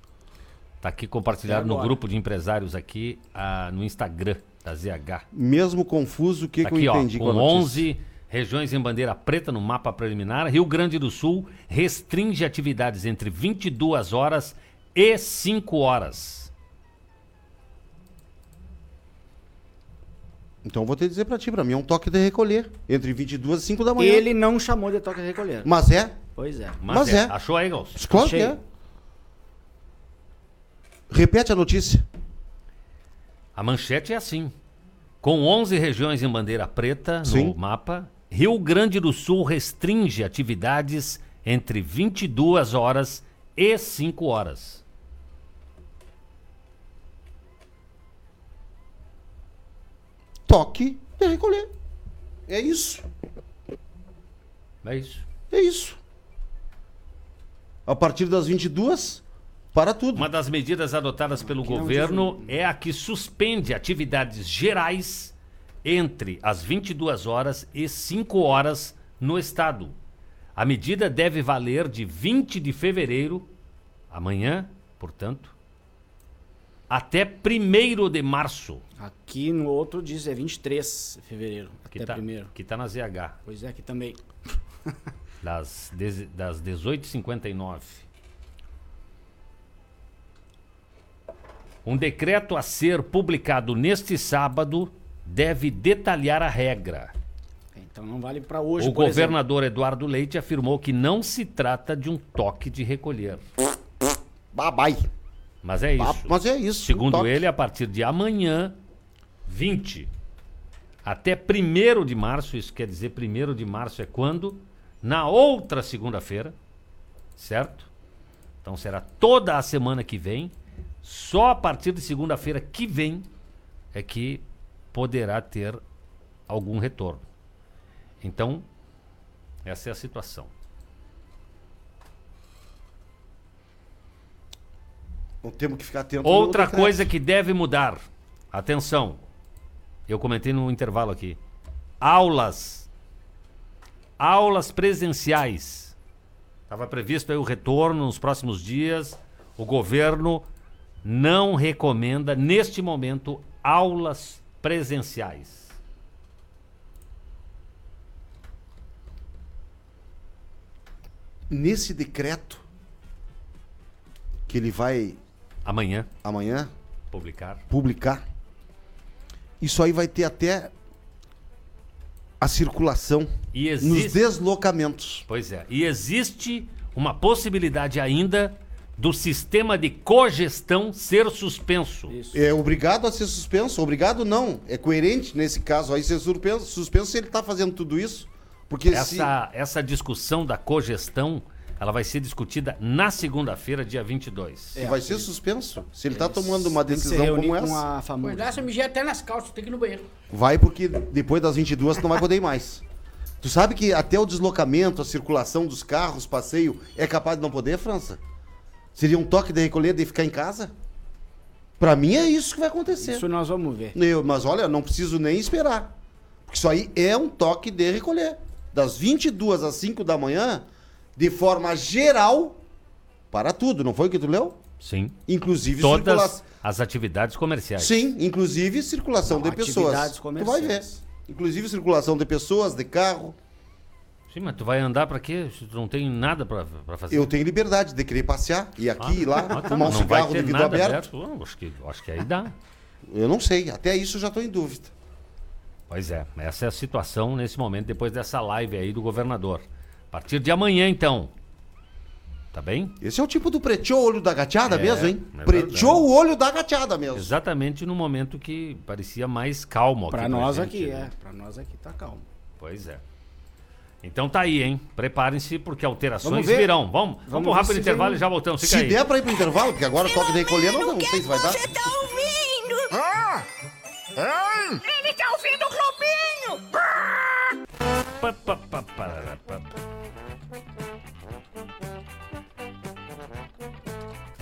Speaker 3: Tá aqui compartilhado
Speaker 5: Até
Speaker 3: no
Speaker 5: agora.
Speaker 3: grupo de empresários aqui ah, no Instagram da ZH.
Speaker 4: Mesmo confuso, o que,
Speaker 3: Tá
Speaker 4: que
Speaker 3: aqui,
Speaker 4: eu
Speaker 3: ó,
Speaker 4: entendi a
Speaker 3: com
Speaker 4: notícia?
Speaker 3: 11 regiões em bandeira preta no mapa preliminar, Rio Grande do Sul restringe atividades entre 22 horas e 5 horas.
Speaker 4: Então vou te dizer pra ti, pra mim é um toque de recolher. Entre 22 e 5 da manhã.
Speaker 5: Ele não chamou de toque recolher.
Speaker 4: Mas é?
Speaker 5: Pois é.
Speaker 3: Mas,
Speaker 4: Mas
Speaker 3: é,
Speaker 4: é.
Speaker 3: Achou aí, Gals?
Speaker 4: Claro
Speaker 5: Achei.
Speaker 4: que é. Repete a notícia.
Speaker 3: A manchete é assim. Com 11 regiões em bandeira preta
Speaker 4: Sim.
Speaker 3: no mapa, Rio Grande do Sul restringe atividades entre 22 horas e 5 horas.
Speaker 4: Toque de recolher. É isso.
Speaker 3: É isso.
Speaker 4: É isso. A partir das 22, para tudo.
Speaker 3: Uma das medidas adotadas pelo governo é a que suspende atividades gerais entre as 22 horas e 5 horas no estado. A medida deve valer de 20 de fevereiro, amanhã, portanto, até 1 de março,
Speaker 5: Aqui no outro diz é 23 de fevereiro,
Speaker 3: que
Speaker 5: até
Speaker 3: tá,
Speaker 5: primeiro.
Speaker 3: que tá na ZH,
Speaker 5: Pois é, aqui também.
Speaker 3: das, deze- das 18h59. Um decreto a ser publicado neste sábado deve detalhar a regra.
Speaker 5: Então não vale pra hoje,
Speaker 3: o
Speaker 5: por
Speaker 3: governador Eduardo Leite afirmou que não se trata de um toque de recolher.
Speaker 4: Babai.
Speaker 3: Mas é
Speaker 4: Ba-
Speaker 3: isso.
Speaker 4: Mas é isso.
Speaker 3: Segundo
Speaker 4: Toque.
Speaker 3: ele, a partir de amanhã, 20, até 1 de março, isso quer dizer 1 de março é quando? Na outra segunda-feira, certo? Então será toda a semana que vem, só a partir de segunda-feira que vem é que poderá ter algum retorno. Então, essa é a situação.
Speaker 4: Não temos que ficar atento.
Speaker 3: Outra
Speaker 4: no decreto.
Speaker 3: coisa que deve mudar. Atenção. Eu comentei no intervalo aqui. Aulas. Aulas presenciais. Estava previsto aí o retorno nos próximos dias. O governo não recomenda, neste momento, aulas presenciais.
Speaker 4: Nesse decreto que ele vai
Speaker 3: Amanhã,
Speaker 4: amanhã
Speaker 3: publicar.
Speaker 4: publicar, isso aí vai ter até a circulação
Speaker 3: E
Speaker 4: nos
Speaker 3: existe.
Speaker 4: deslocamentos.
Speaker 3: Pois é. E existe uma possibilidade ainda do sistema de cogestão ser suspenso.
Speaker 5: Isso.
Speaker 4: É obrigado a ser suspenso? Obrigado não. É coerente nesse caso aí ser suspenso, suspenso se ele tá fazendo tudo isso. Porque se...
Speaker 3: Essa, essa discussão da cogestão, ela vai ser discutida na segunda-feira, dia 22.
Speaker 4: vai ser suspenso. Se ele tá tomando uma
Speaker 5: Tem que se
Speaker 4: decisão
Speaker 5: reunir
Speaker 4: como essa,
Speaker 5: com
Speaker 2: Pois
Speaker 5: a
Speaker 2: lá,
Speaker 5: famosa.
Speaker 2: se eu mijei até nas calças, tem que ir no banheiro.
Speaker 4: vai porque depois das 22 tu não vai poder ir mais. Tu sabe que até o deslocamento, a circulação dos carros, passeio, é capaz de não poder, França? Seria um toque de recolher de ficar em casa? Pra mim é isso que vai acontecer.
Speaker 5: Isso nós vamos ver.
Speaker 4: Eu, mas olha, não preciso nem esperar. Porque isso aí é um toque de recolher. Das 22 às 5 da manhã, de forma geral, para tudo. Não foi o que tu leu?
Speaker 3: Sim.
Speaker 4: Inclusive
Speaker 3: Todas É
Speaker 4: circulação.
Speaker 3: as atividades comerciais.
Speaker 4: Sim, inclusive circulação
Speaker 5: Não,
Speaker 4: de pessoas.
Speaker 5: atividades
Speaker 4: Tu vai ver.
Speaker 5: comerciais.
Speaker 4: Inclusive circulação de pessoas, de carro.
Speaker 3: Sim, mas tu vai andar pra quê? Se Tu não tem nada pra, pra fazer.
Speaker 4: Eu tenho liberdade de querer passear, ir
Speaker 3: Ah,
Speaker 4: aqui e lá,
Speaker 3: ah, tá,
Speaker 4: fumar um
Speaker 3: não vai
Speaker 4: cigarro
Speaker 3: ter
Speaker 4: de vidro
Speaker 3: nada
Speaker 4: aberto.
Speaker 3: Não, acho, que, acho que aí dá.
Speaker 4: Eu não sei, até isso eu já estou em dúvida.
Speaker 3: Pois é, essa é a situação nesse momento, depois dessa live aí do governador. A partir de amanhã, então. Tá bem?
Speaker 4: Esse é o tipo do preteou o olho da gateada
Speaker 3: É,
Speaker 4: mesmo, hein?
Speaker 3: é
Speaker 4: preteou o olho da gateada mesmo.
Speaker 3: Exatamente no momento que parecia mais calmo aqui.
Speaker 5: Pra nós
Speaker 3: gente,
Speaker 5: aqui,
Speaker 3: né?
Speaker 5: é. Pra nós aqui tá calmo.
Speaker 3: Pois é. Então tá aí, hein? Preparem-se porque alterações
Speaker 5: Vamos ver.
Speaker 3: virão. Vamos, vamos,
Speaker 5: Vamos
Speaker 3: pro
Speaker 5: ver
Speaker 3: rápido
Speaker 5: se
Speaker 3: intervalo
Speaker 5: vem.
Speaker 3: e já voltamos. Fica
Speaker 4: Se
Speaker 3: aí.
Speaker 4: der pra ir pro intervalo, porque agora o toque de recolher não, não
Speaker 8: O que
Speaker 4: sei se vai dar.
Speaker 8: você tá ouvindo? Ele tá ouvindo o Globinho!
Speaker 3: Pa, pa, pa, parará, pa, pa.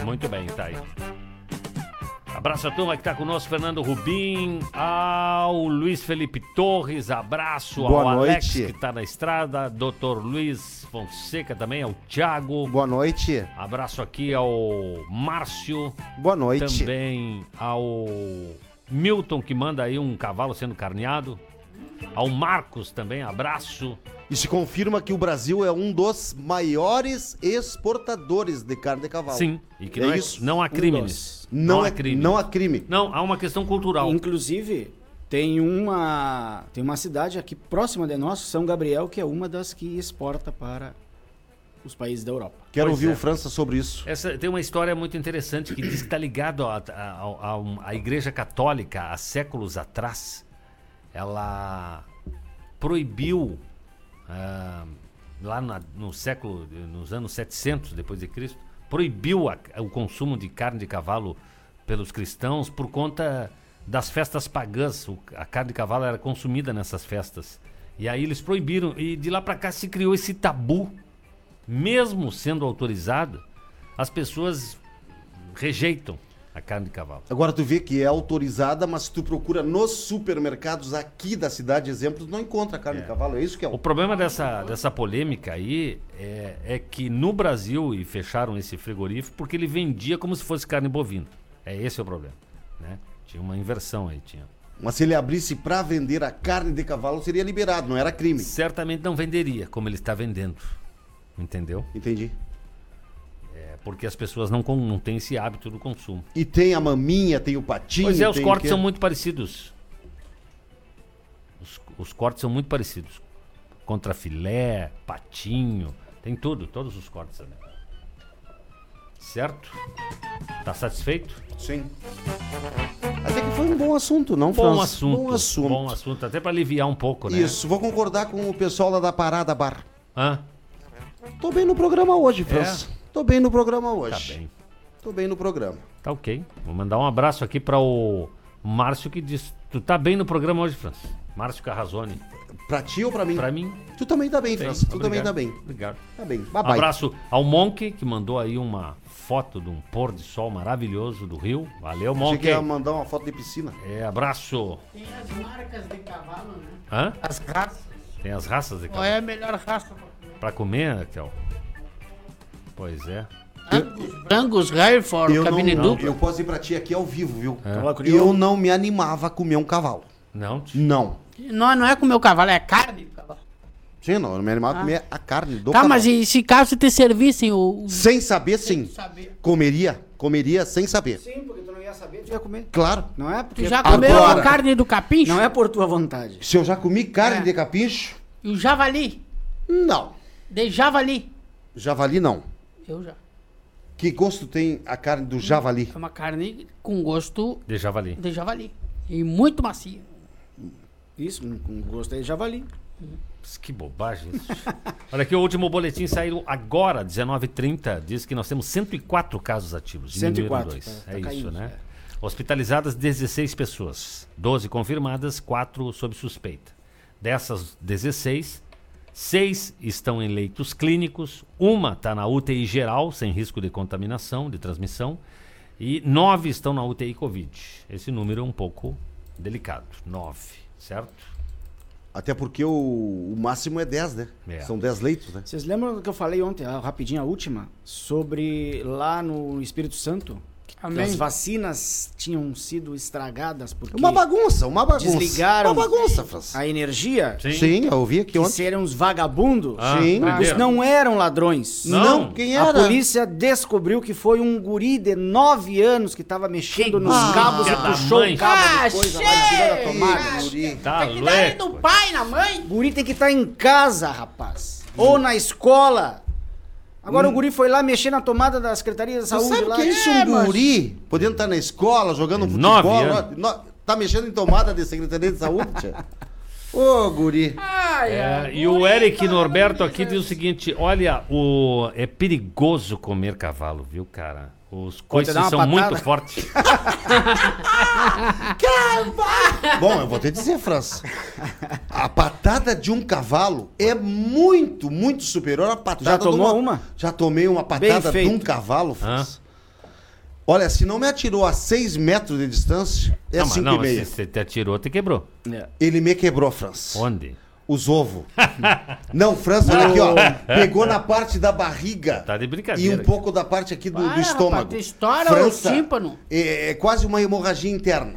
Speaker 3: Muito bem, tá aí. Abraço a turma que tá conosco, Fernando Rubim, ao Luiz Felipe Torres, abraço ao
Speaker 4: Boa
Speaker 3: Alex
Speaker 4: noite.
Speaker 3: que tá na estrada, Dr. Luiz Fonseca também, ao Thiago.
Speaker 4: Boa noite.
Speaker 3: Abraço aqui ao Márcio,
Speaker 4: Boa noite.
Speaker 3: também ao Milton, que manda aí um cavalo sendo carneado. Ao Marcos também, abraço.
Speaker 4: E se confirma que o Brasil é um dos maiores exportadores de carne de cavalo.
Speaker 3: Sim, e que
Speaker 4: É
Speaker 3: não, é-
Speaker 4: isso.
Speaker 3: não há crimes.
Speaker 4: Não, é,
Speaker 3: há crime.
Speaker 4: Não há crime.
Speaker 3: Não, há uma questão cultural.
Speaker 5: Inclusive, tem uma, tem uma cidade aqui próxima de nós, São Gabriel, que é uma das que exporta para os países da Europa.
Speaker 4: Quero
Speaker 3: Pois
Speaker 4: ouvir
Speaker 3: é.
Speaker 4: o França sobre isso.
Speaker 3: Essa, tem uma história muito interessante que diz que está ligado à a, a, um- à Igreja Católica há séculos atrás. Ela proibiu ah, lá na- no século, nos anos 700 depois de Cristo, proibiu a- o consumo de carne de cavalo pelos cristãos por conta das festas pagãs. O- a carne de cavalo era consumida nessas festas. E aí eles proibiram e de lá pra cá se criou esse tabu. Mesmo sendo autorizado, as pessoas rejeitam a carne de cavalo.
Speaker 4: Agora tu vê que é autorizada, mas se tu procura nos supermercados aqui da cidade, exemplos, não encontra carne de cavalo. É isso que é
Speaker 3: O
Speaker 4: o...
Speaker 3: problema dessa, dessa polêmica aí é, é que no Brasil, e fecharam esse frigorífico, porque ele vendia como se fosse carne bovina. É esse o problema. Né? Tinha uma inversão aí, tinha.
Speaker 4: Mas se ele abrisse pra vender a carne de cavalo, seria liberado, não era crime.
Speaker 3: Certamente não venderia como ele está vendendo. Entendeu?
Speaker 4: Entendi.
Speaker 3: É porque as pessoas não, con- não têm esse hábito do consumo.
Speaker 4: E tem a maminha, tem o patinho.
Speaker 3: Pois é, os
Speaker 4: tem o
Speaker 3: cortes
Speaker 4: quê?
Speaker 3: são muito parecidos. Os, os cortes são muito parecidos. Contra filé, patinho, tem tudo, todos os cortes ali. Certo? Tá satisfeito?
Speaker 4: Sim. Até que foi um bom assunto, não,
Speaker 3: Bom
Speaker 4: Franz?
Speaker 3: assunto.
Speaker 4: Bom assunto.
Speaker 3: Bom assunto, até pra aliviar um pouco, né?
Speaker 4: Isso, vou concordar com o pessoal lá da Parada Bar.
Speaker 3: Hã?
Speaker 4: Tô bem no programa hoje, Franz. Tô bem no programa
Speaker 3: É? Tá
Speaker 4: hoje.
Speaker 3: bem.
Speaker 4: Tô bem no programa.
Speaker 3: Tá ok. Vou mandar um abraço aqui pra o Márcio que diz: Tu tá bem no programa hoje, Franz? Márcio Carrazone.
Speaker 4: Pra ti ou pra mim?
Speaker 3: Pra mim,
Speaker 4: Tu também tá bem,
Speaker 3: bem.
Speaker 4: Franz. Tu também
Speaker 3: Obrigado.
Speaker 4: tá bem.
Speaker 3: Obrigado.
Speaker 4: Tá bem.
Speaker 3: Um
Speaker 4: Babai.
Speaker 3: abraço ao Monk, que mandou aí uma foto de um pôr de sol maravilhoso do Rio. Valeu,
Speaker 4: Achei
Speaker 3: Monk.
Speaker 4: que ia mandar uma foto de piscina.
Speaker 3: É, abraço.
Speaker 2: Tem as marcas de cavalo, né?
Speaker 3: Hã?
Speaker 2: As raças.
Speaker 3: Tem as raças de
Speaker 2: Qual
Speaker 3: cavalo.
Speaker 2: é a melhor raça pra comer?
Speaker 3: Pra comer, Raquel? Pois é.
Speaker 2: Angus, Angus, Hereford,
Speaker 4: Eu,
Speaker 2: Cabine
Speaker 4: não,
Speaker 2: Dupla.
Speaker 4: eu posso ir pra ti aqui ao vivo, viu?
Speaker 3: É.
Speaker 5: Cavalo crioulo.
Speaker 4: Eu não me animava a comer um cavalo.
Speaker 3: Não, tio.
Speaker 4: Não.
Speaker 2: Não, não é comer o cavalo, é carne. do cavalo.
Speaker 4: Sim, não. Eu não me animava a comer a carne do
Speaker 2: Tá,
Speaker 4: cavalo.
Speaker 2: mas e se caso te servissem o... o-
Speaker 4: Sem saber, sim.
Speaker 2: Saber.
Speaker 4: Comeria. Comeria sem saber.
Speaker 5: Sim, porque tu não ia saber, tu ia comer.
Speaker 4: Claro.
Speaker 5: Não é
Speaker 2: Tu
Speaker 5: porque.
Speaker 2: já comeu
Speaker 4: Agora.
Speaker 2: a carne do capincho?
Speaker 5: Não é por tua vontade.
Speaker 4: Se eu já comi carne
Speaker 2: É.
Speaker 4: de capincho,
Speaker 2: E o javali?
Speaker 4: não.
Speaker 2: De javali.
Speaker 4: Javali, não.
Speaker 2: Eu já.
Speaker 4: Que gosto tem a carne do javali?
Speaker 2: É uma carne com gosto
Speaker 3: De javali.
Speaker 2: de javali. E muito macia.
Speaker 5: Isso, com- com gosto aí de javali.
Speaker 3: Pss, Que bobagem isso. Olha aqui, o último boletim saiu agora, 19h30. Diz que nós temos 104 casos ativos. Diminuíram
Speaker 5: 104,
Speaker 3: dois.
Speaker 5: tá- tá
Speaker 3: é isso,
Speaker 5: caindo, é.
Speaker 3: né? Hospitalizadas 16 pessoas, 12 confirmadas, 4 sob suspeita. Dessas 16, 6 estão em leitos clínicos, uma está na UTI geral, sem risco de contaminação, de transmissão, e 9 estão na UTI Covid. Esse número é um pouco delicado, 9, certo?
Speaker 4: Até porque o, o máximo é 10, né?
Speaker 3: É.
Speaker 4: São 10 leitos, né?
Speaker 5: Vocês lembram do que eu falei ontem, ah, rapidinho, a última, sobre lá no Espírito Santo? que
Speaker 2: Amém.
Speaker 5: As vacinas tinham sido estragadas porque
Speaker 4: É Uma bagunça, uma bagunça.
Speaker 5: desligaram
Speaker 4: Uma bagunça, França.
Speaker 5: a energia,
Speaker 4: Sim, eu ouvi aqui
Speaker 5: que
Speaker 4: ontem.
Speaker 5: seriam os vagabundos.
Speaker 3: Ah,
Speaker 4: Sim.
Speaker 3: prenderam.
Speaker 5: Eles não eram ladrões.
Speaker 3: Não.
Speaker 4: quem
Speaker 5: A
Speaker 4: era?
Speaker 5: polícia descobriu que foi um guri de 9 anos que estava mexendo nos
Speaker 3: Ah,
Speaker 5: cabos e
Speaker 3: filha da
Speaker 5: puxou
Speaker 3: mãe.
Speaker 5: o cabo
Speaker 2: Ah,
Speaker 5: de coisa lá e tirou da tomada.
Speaker 4: Guri.
Speaker 3: Tá
Speaker 2: Tem que dar ele
Speaker 3: louco.
Speaker 2: no pai, na mãe.
Speaker 5: Guri tem que estar em casa, rapaz. Ou na escola. Agora o guri foi lá mexer na tomada da Secretaria da
Speaker 4: Tu
Speaker 5: Saúde
Speaker 4: sabe
Speaker 5: lá.
Speaker 4: que é isso,
Speaker 5: É,
Speaker 4: um
Speaker 5: mas- é.
Speaker 4: guri? Podendo estar na escola, jogando futebol.
Speaker 3: Nove anos.
Speaker 4: ó, no- tá mexendo em tomada de Secretaria de Saúde, tia? Ô, guri.
Speaker 2: Ai,
Speaker 3: É,
Speaker 2: ai.
Speaker 3: e o Eric Norberto aqui diz o seguinte: olha, o, é perigoso comer cavalo, viu, cara? Os coices
Speaker 5: dar uma
Speaker 3: são
Speaker 5: patada.
Speaker 3: muito fortes.
Speaker 4: Bom, eu vou te dizer, França. A patada de um cavalo é muito, muito superior à patada
Speaker 5: Já tomou
Speaker 4: de
Speaker 5: uma?
Speaker 4: Já tomei uma patada de
Speaker 5: feito.
Speaker 4: um cavalo, França. Olha, se não me atirou a 6 metros de distância, é
Speaker 3: não, mas
Speaker 4: 5
Speaker 3: não, assim-
Speaker 4: e
Speaker 3: mas
Speaker 4: meia.
Speaker 3: se você te atirou, te quebrou.
Speaker 5: É.
Speaker 4: Ele me quebrou, França.
Speaker 3: Onde?
Speaker 4: Os ovos. Não, França, olha aqui, ó. Pegou na parte da barriga.
Speaker 3: Tá de
Speaker 4: E
Speaker 3: brincadeira.
Speaker 4: um pouco da parte aqui do, do
Speaker 2: Para,
Speaker 4: estômago.
Speaker 2: rapaz, tu estoura o tímpano. Hum?
Speaker 4: É, é quase uma hemorragia interna.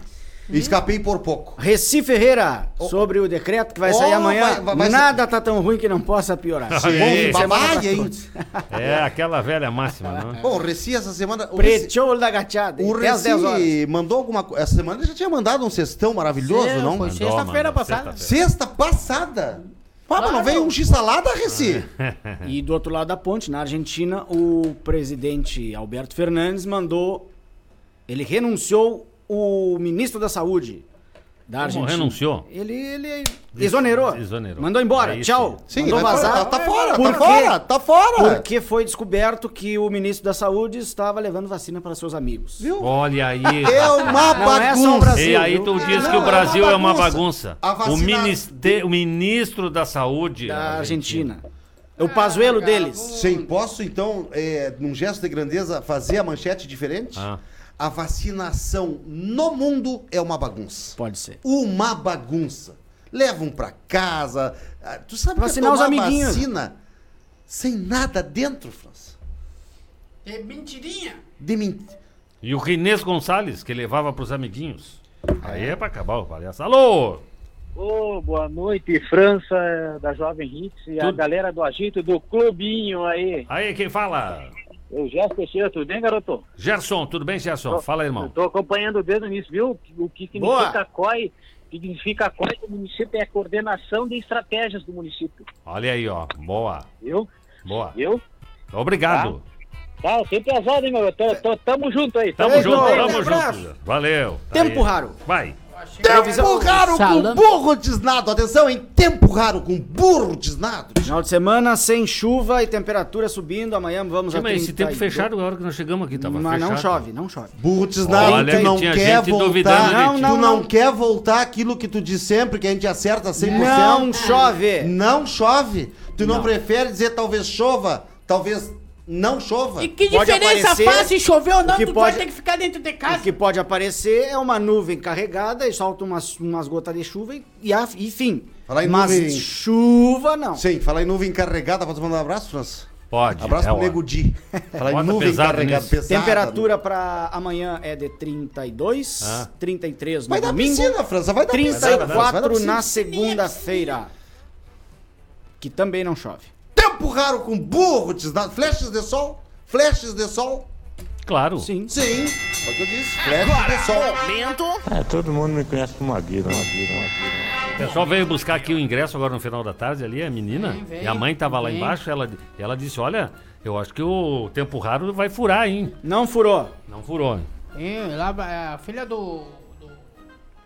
Speaker 4: Escapei por pouco.
Speaker 5: Reci Ferreira, sobre o decreto que vai sair
Speaker 4: Oh,
Speaker 5: amanhã.
Speaker 4: vai- vai- vai-
Speaker 5: Nada tá tão ruim que não possa piorar.
Speaker 3: Ei.
Speaker 4: Bom, babai,
Speaker 5: pra
Speaker 4: hein?
Speaker 5: todos.
Speaker 3: É aquela velha máxima, não? é?
Speaker 4: Bom, o Reci essa semana. O Reci,
Speaker 5: Pretiolo da gachada.
Speaker 4: o
Speaker 5: até às 10 horas.
Speaker 4: Reci mandou alguma coisa. Essa semana ele já tinha mandado um cestão maravilhoso,
Speaker 2: Sim,
Speaker 4: não?
Speaker 2: foi
Speaker 3: Mandou,
Speaker 2: sexta-feira
Speaker 3: mandou,
Speaker 2: passada.
Speaker 3: sexta-feira.
Speaker 4: Sexta passada. Ah, mas não
Speaker 2: Claro.
Speaker 4: veio um x-salada, Reci?
Speaker 5: E do outro lado da ponte, na Argentina, o presidente Alberto Fernandes mandou. Ele renunciou o ministro da Saúde. da
Speaker 3: Como
Speaker 5: Argentina.
Speaker 3: renunciou?
Speaker 5: Ele, ele exonerou.
Speaker 3: Exonerou.
Speaker 5: Mandou embora.
Speaker 3: Aí sim.
Speaker 5: Tchau.
Speaker 4: Sim,
Speaker 5: Mandou
Speaker 4: vai fora, tá fora,
Speaker 5: Por
Speaker 4: tá
Speaker 5: quê?
Speaker 4: fora, tá fora.
Speaker 5: Porque foi descoberto que o ministro da Saúde estava levando vacina para seus amigos.
Speaker 4: Viu?
Speaker 3: Olha aí.
Speaker 4: É uma
Speaker 5: Não é só o
Speaker 4: bagunça.
Speaker 5: Brasil.
Speaker 3: E aí
Speaker 5: viu?
Speaker 3: tu diz
Speaker 4: Não,
Speaker 3: que
Speaker 4: é
Speaker 3: o
Speaker 4: uma
Speaker 3: Brasil é uma
Speaker 4: bagunça.
Speaker 3: bagunça.
Speaker 4: A
Speaker 3: O,
Speaker 4: vacina-
Speaker 3: ministe- o ministro da Saúde
Speaker 5: Da Argentina. É O pazuelo deles.
Speaker 4: Sim, posso então, é, num gesto de grandeza, fazer a manchete diferente?
Speaker 3: Ah.
Speaker 4: A vacinação no mundo é uma bagunça.
Speaker 5: Pode ser.
Speaker 4: Uma bagunça. Levam pra casa. Ah, Tu sabe
Speaker 5: Vacinar os
Speaker 4: que é tomar
Speaker 5: amiguinhos.
Speaker 4: vacina sem nada dentro, França?
Speaker 2: É mentirinha.
Speaker 4: De ment...
Speaker 3: E o Rinês Gonçalves, que levava pros amiguinhos. Aí é pra acabar o palhaço. Alô!
Speaker 10: Ô, boa noite, França, da Jovem Hits e é a
Speaker 3: Tudo.
Speaker 10: galera do agito do clubinho aí.
Speaker 3: Aí quem fala?
Speaker 10: Eu, Gerson Teixeira, tudo bem, garoto?
Speaker 3: Gerson, tudo bem, Gerson? Fala,
Speaker 10: Eu
Speaker 3: irmão.
Speaker 10: tô acompanhando o dedo nisso, viu? O que
Speaker 5: Boa.
Speaker 10: significa COI? Significa COI do município é a coordenação de estratégias do município,
Speaker 3: Olha aí, ó. Boa,
Speaker 10: viu?
Speaker 3: boa.
Speaker 10: Viu?
Speaker 3: Obrigado.
Speaker 10: Tá, sem pesado, hein, meu? Tô, tô- tamo junto aí.
Speaker 3: Tamo
Speaker 5: Ei,
Speaker 3: junto,
Speaker 5: Globo,
Speaker 3: tamo
Speaker 5: abraço.
Speaker 3: junto. Valeu. Tá
Speaker 5: Tempo
Speaker 3: aí.
Speaker 5: raro.
Speaker 3: Vai.
Speaker 4: Tempo raro com
Speaker 2: Salame.
Speaker 4: burro desnado. Atenção, hein? Tempo raro com burro desnado.
Speaker 5: Final de semana sem chuva e temperatura subindo. Amanhã vamos
Speaker 3: Sim,
Speaker 5: a
Speaker 3: mas esse
Speaker 5: 32.
Speaker 3: tempo fechado, é a hora que nós chegamos aqui, tava
Speaker 5: tá Mas
Speaker 3: fechado.
Speaker 5: não chove, não chove.
Speaker 4: Burro desnado,
Speaker 3: Olha
Speaker 4: tu
Speaker 3: que
Speaker 4: não
Speaker 3: tinha
Speaker 4: quer
Speaker 3: gente duvidando de
Speaker 4: voltar.
Speaker 5: Não, ti. não,
Speaker 4: tu não,
Speaker 5: não.
Speaker 4: quer voltar aquilo que tu diz sempre, que a gente acerta 100%.
Speaker 5: Não chove.
Speaker 4: Não chove. Tu não,
Speaker 5: Não.
Speaker 4: prefere dizer talvez chova, talvez não chova.
Speaker 2: E que
Speaker 5: Pode
Speaker 2: diferença
Speaker 5: aparecer
Speaker 2: faz se chover ou não?
Speaker 5: o que
Speaker 2: tu
Speaker 5: pode-
Speaker 2: vai ter que ficar dentro de
Speaker 5: O
Speaker 2: casa.
Speaker 5: que pode aparecer é uma nuvem carregada e solta umas, umas gotas de chuva e, e, a- e fim.
Speaker 4: Falar em
Speaker 5: Mas
Speaker 4: nuvem-
Speaker 5: chuva não.
Speaker 4: Sim, falar em nuvem encarregada, pode mandar um abraço, França?
Speaker 3: Pode.
Speaker 4: Abraço
Speaker 3: é
Speaker 4: pro
Speaker 3: hora.
Speaker 4: Nego Di. Falar
Speaker 3: Bota
Speaker 4: em nuvem
Speaker 3: pesado
Speaker 4: encarregada,
Speaker 3: nisso.
Speaker 4: pesada.
Speaker 5: Temperatura pra amanhã é de 32,
Speaker 3: Ah.
Speaker 5: 33 no
Speaker 4: Vai dar
Speaker 5: domingo,
Speaker 4: piscina, França, vai dar piscina. França, vai dar
Speaker 5: 34
Speaker 4: piscina.
Speaker 5: na segunda-feira. Que também não chove.
Speaker 4: Tempo raro com burro desnado. Flechas de sol, flechas de sol.
Speaker 3: Claro.
Speaker 5: Sim.
Speaker 4: Sim, foi o que eu disse, flechas de sol.
Speaker 3: O pessoal veio buscar aqui o ingresso agora no final da tarde ali, a menina.
Speaker 2: Vem, vem,
Speaker 3: e a mãe tava lá
Speaker 2: vem.
Speaker 3: embaixo, ela, ela disse, olha, eu acho que o tempo raro vai furar, hein?
Speaker 5: Não furou.
Speaker 3: Não furou.
Speaker 2: É, lá, vai- a filha do, do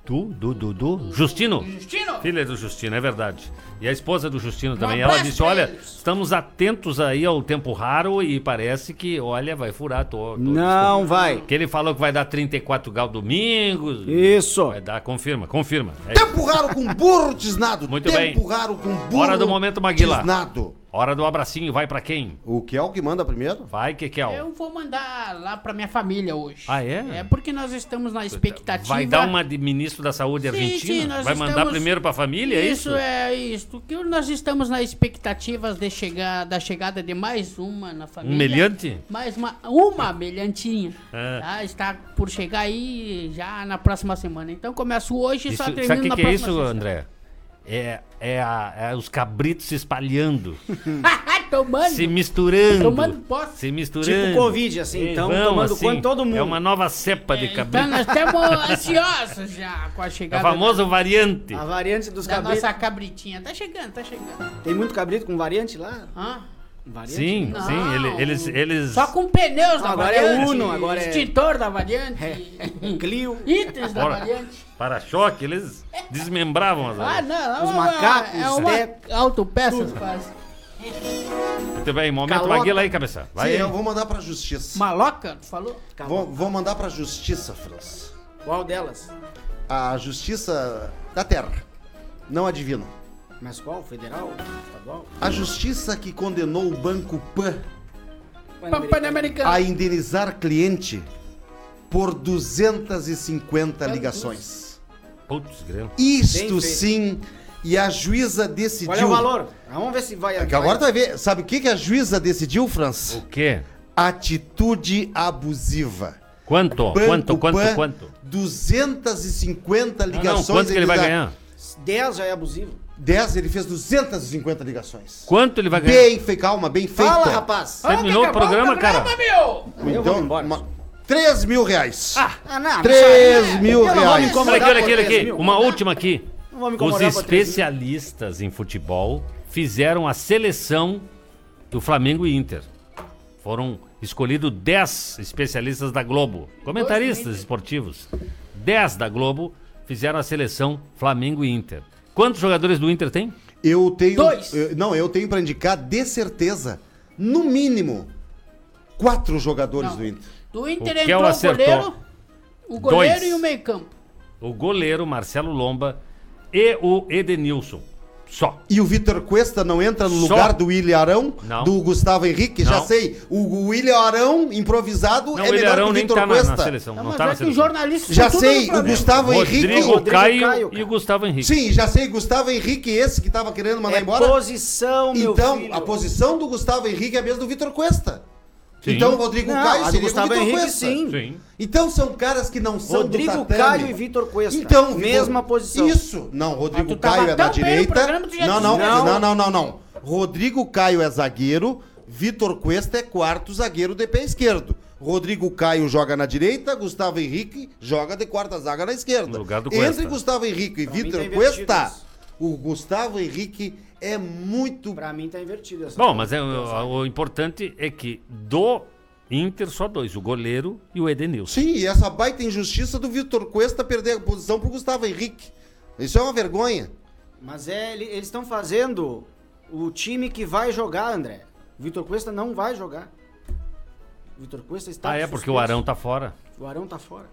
Speaker 3: Tu, du, du, du. Justino?
Speaker 2: Justino.
Speaker 3: Filha do Justino, é verdade. E a esposa do Justino também.
Speaker 2: Um
Speaker 3: Ela
Speaker 2: abraço
Speaker 3: disse:
Speaker 2: pra
Speaker 3: olha,
Speaker 2: eles."
Speaker 3: estamos atentos aí ao tempo raro e parece que, olha, vai furar. Tô, tô-
Speaker 5: Não vai.
Speaker 3: Que ele falou que vai dar 34 graus domingo.
Speaker 5: Isso.
Speaker 3: Vai dar, confirma, confirma. É isso.
Speaker 4: Tempo raro com burro desnado.
Speaker 3: Muito bem.
Speaker 4: Tempo raro com burro
Speaker 3: Hora do momento, Maguila.
Speaker 4: Desnado.
Speaker 3: Hora do abracinho, vai pra quem?
Speaker 4: O que é o que manda primeiro?
Speaker 3: Vai, Kekel.
Speaker 2: Eu vou mandar lá pra minha família hoje.
Speaker 3: Ah, é?
Speaker 2: É porque nós estamos na expectativa.
Speaker 3: Vai dar uma de ministro da saúde
Speaker 2: Sim,
Speaker 3: argentina?
Speaker 2: sim, nós
Speaker 3: vai mandar
Speaker 2: estamos-
Speaker 3: primeiro pra família, é isso?
Speaker 2: é isso. Que nós estamos na expectativa de chegar, da chegada de mais uma na família.
Speaker 3: Um meliante?
Speaker 2: Mais uma, uma melhantinha.
Speaker 3: É.
Speaker 2: tá? Está por chegar aí já na próxima semana. Então começo hoje e
Speaker 3: Isso,
Speaker 2: só termino
Speaker 3: sabe o
Speaker 2: na
Speaker 3: que, que é
Speaker 2: próxima
Speaker 3: isso,
Speaker 2: sexta.
Speaker 3: André? É, é, a- é os cabritos se espalhando,
Speaker 2: Tomando.
Speaker 3: se misturando.
Speaker 2: Tomando posse.
Speaker 3: Se misturando.
Speaker 5: Tipo Covid, assim.
Speaker 3: Ei,
Speaker 5: Então,
Speaker 3: vamos,
Speaker 5: tomando
Speaker 3: assim,
Speaker 5: conta de todo mundo.
Speaker 3: É uma nova cepa de
Speaker 2: Então
Speaker 3: cabrito.
Speaker 2: nós estamos ansiosos já com a
Speaker 3: É o
Speaker 2: chegada
Speaker 3: famoso variante.
Speaker 5: A variante dos
Speaker 2: da
Speaker 5: cabritos.
Speaker 2: nossa cabritinha. Tá chegando, tá chegando.
Speaker 5: Tem muito cabrito com variante lá?
Speaker 3: Hum.
Speaker 2: Hã?
Speaker 5: Variante?
Speaker 3: Sim,
Speaker 2: Não.
Speaker 3: sim. ele- eles, eles...
Speaker 2: Só com pneus da
Speaker 5: Agora é
Speaker 2: variante.
Speaker 5: Uno, agora é-
Speaker 2: Extintor da variante.
Speaker 5: Clio.
Speaker 2: Itens da
Speaker 3: Bora.
Speaker 2: variante.
Speaker 3: Para-choque, eles desmembravam as
Speaker 2: Ah, não.
Speaker 5: Os
Speaker 2: é uma-
Speaker 5: macacos, né?
Speaker 2: É uma
Speaker 5: teto.
Speaker 2: autopeças quase.
Speaker 3: Muito bem, momento
Speaker 5: Calota.
Speaker 3: Maguila aí, cabeça. Vai
Speaker 4: Sim,
Speaker 3: aí.
Speaker 4: eu vou mandar pra justiça.
Speaker 2: Maloca, tu falou?
Speaker 5: tá
Speaker 4: Vou, vou mandar pra justiça, França.
Speaker 5: Qual delas?
Speaker 4: A justiça da terra. Não a divina.
Speaker 5: Mas qual? Federal? Estadual?
Speaker 4: A justiça que condenou o Banco Pan
Speaker 2: Pan-Americano.
Speaker 4: a indenizar cliente por 250 ligações.
Speaker 3: Putz, grilo.
Speaker 4: Isto
Speaker 5: Bem feito.
Speaker 4: sim, e a juíza decidiu.
Speaker 5: Qual é o valor? Ah, Vamos ver se vai.
Speaker 4: Que agora tá- tu vai ver. Sabe o que, que a juíza decidiu, França?
Speaker 3: O quê?
Speaker 4: Atitude abusiva.
Speaker 3: Quanto?
Speaker 4: Banco
Speaker 3: quanto? Quanto?
Speaker 4: Pan,
Speaker 3: Quanto? Ah,
Speaker 4: 250
Speaker 3: Não,
Speaker 4: ligações.
Speaker 3: não, quanto que ele vai
Speaker 4: dá-
Speaker 3: ganhar?
Speaker 5: 10 já é abusivo.
Speaker 4: 10, ele fez 250 ligações.
Speaker 3: Quanto ele vai ganhar?
Speaker 4: Bem feito, calma, bem feito.
Speaker 5: Fala, rapaz!
Speaker 2: Ah, é
Speaker 3: Terminou o programa, cara?
Speaker 5: Eu vou
Speaker 4: Então,
Speaker 5: embora.
Speaker 4: uma, 3 mil reais.
Speaker 5: Ah, não, é
Speaker 4: 3 mil
Speaker 5: Eu não vou me
Speaker 4: reais.
Speaker 5: incomodar.
Speaker 3: Olha aqui, olha aqui, olha
Speaker 5: Três
Speaker 3: aqui.
Speaker 5: mil.
Speaker 3: Uma última aqui.
Speaker 5: Não vou
Speaker 3: Os
Speaker 5: me incomodar com três mil.
Speaker 3: especialistas em futebol fizeram a seleção do Flamengo e Inter. Foram escolhidos 10 especialistas da Globo, comentaristas esportivos. 10 da Globo fizeram a seleção Flamengo e Inter. Quantos jogadores do Inter tem?
Speaker 4: Eu tenho.
Speaker 2: Dois.
Speaker 4: eu- não, eu tenho pra indicar de certeza, no mínimo, quatro jogadores
Speaker 2: Não.
Speaker 4: do Inter.
Speaker 2: Do
Speaker 3: O
Speaker 2: Inter
Speaker 3: Kel
Speaker 2: entrou o
Speaker 3: acertou.
Speaker 2: goleiro, o goleiro
Speaker 3: Dois.
Speaker 2: e o meio campo.
Speaker 3: O goleiro Marcelo Lomba e o Edenilson. Só.
Speaker 4: E o Vitor Cuesta não entra no
Speaker 3: Só-
Speaker 4: lugar do William Arão,
Speaker 3: Não.
Speaker 4: do Gustavo Henrique, já
Speaker 3: Não.
Speaker 4: sei. O, o William Arão improvisado
Speaker 3: Não,
Speaker 4: é
Speaker 3: o
Speaker 4: melhor que
Speaker 3: Ilharão
Speaker 4: o
Speaker 3: nem
Speaker 4: Vitor
Speaker 3: tá na,
Speaker 4: Cuesta.
Speaker 3: na seleção.
Speaker 2: Ah,
Speaker 3: Não
Speaker 2: mas
Speaker 3: tá na
Speaker 2: é que o
Speaker 3: seleção.
Speaker 2: jornalista
Speaker 4: Já
Speaker 2: tá tudo
Speaker 4: sei,
Speaker 2: no
Speaker 4: o
Speaker 2: Flamengo.
Speaker 4: Gustavo Henrique.
Speaker 3: Rodrigo,
Speaker 5: Rodrigo
Speaker 3: Caio,
Speaker 5: Caio, cara.
Speaker 3: e o Gustavo Henrique.
Speaker 4: Sim, já sei, Gustavo Henrique, esse que tava querendo mandar
Speaker 5: é
Speaker 4: embora.
Speaker 5: posição, meu
Speaker 4: Então,
Speaker 5: filho.
Speaker 4: a posição do Gustavo Henrique é a mesma do Vitor Cuesta.
Speaker 3: Sim.
Speaker 4: Então, o Rodrigo
Speaker 5: Não,
Speaker 4: Caio
Speaker 5: a do
Speaker 4: seria
Speaker 5: Gustavo
Speaker 4: o Vitor
Speaker 5: Henrique,
Speaker 4: Cuesta.
Speaker 5: sim.
Speaker 3: Sim.
Speaker 4: Então, são caras que não são
Speaker 5: Rodrigo
Speaker 4: do tatame.
Speaker 5: Caio e Vitor Cuesta.
Speaker 4: Então,
Speaker 5: Mesma posição. Ah,
Speaker 4: Isso. Não, Rodrigo
Speaker 2: Mas tu tava
Speaker 4: Caio é
Speaker 2: tão
Speaker 4: na
Speaker 2: bem no programa,
Speaker 4: direita.
Speaker 2: tu já
Speaker 4: Não, não,
Speaker 5: disse.
Speaker 4: não, não, não, não, não. Rodrigo Caio é zagueiro, Vitor Cuesta é quarto zagueiro de pé esquerdo. Rodrigo Caio joga na direita, Gustavo Henrique joga de quarta zaga na esquerda.
Speaker 3: No lugar do Cuesta.
Speaker 4: Entre Gustavo Henrique e
Speaker 5: Pra mim
Speaker 4: Vitor
Speaker 5: tá invertido
Speaker 4: Cuesta,
Speaker 5: isso.
Speaker 4: o Gustavo Henrique é muito
Speaker 5: Pra mim tá invertido essa.
Speaker 3: Bom, mas é, o, o importante é que do Inter só dois, o goleiro e o Edenilson.
Speaker 4: Sim, e essa baita injustiça do Vitor Cuesta perder a posição pro Gustavo Henrique. Isso é uma vergonha.
Speaker 5: Mas é, ele- eles estão fazendo o time que vai jogar, André. Vitor Cuesta não vai jogar. Vitor Cuesta está.
Speaker 3: Ah, é porque o Arão tá fora.
Speaker 5: O Arão tá fora.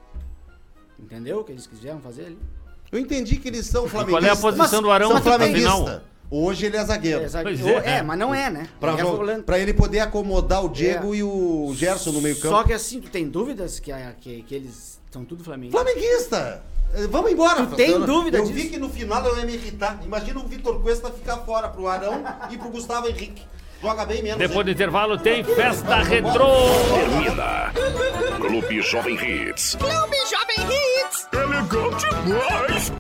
Speaker 5: Entendeu o que eles quiseram fazer ali?
Speaker 4: Eu entendi que eles são
Speaker 3: é a
Speaker 4: flamenguistas.
Speaker 3: posição do Arão
Speaker 4: São
Speaker 3: na
Speaker 4: flamenguista.
Speaker 3: final?
Speaker 4: Hoje ele é zagueiro.
Speaker 5: É, sabe-
Speaker 3: Pois
Speaker 5: ou-
Speaker 3: é,
Speaker 5: é,
Speaker 3: né?
Speaker 5: mas não é, né?
Speaker 4: Pra,
Speaker 5: é
Speaker 4: jo-
Speaker 5: volante.
Speaker 4: pra ele poder acomodar o Diego
Speaker 5: É.
Speaker 4: e o Gerson no meio campo.
Speaker 5: Só que assim, tu tem dúvidas que, a- que, que eles são tudo flamenguistas?
Speaker 4: Flamenguista! Eh, Vamos embora,
Speaker 5: Tu
Speaker 4: Fran.
Speaker 5: tem
Speaker 4: Eu-
Speaker 5: dúvida
Speaker 4: Eu
Speaker 5: disso?
Speaker 4: vi que no final eu ia me irritar. Imagina o Vitor Cuesta ficar fora pro Arão e pro Gustavo Henrique. Joga bem menos.
Speaker 3: Depois do
Speaker 4: hein?
Speaker 3: intervalo tem festa retrô.
Speaker 1: Termina. Clube Jovem Hits.
Speaker 8: Clube Jovem Hits.
Speaker 7: É legal demais!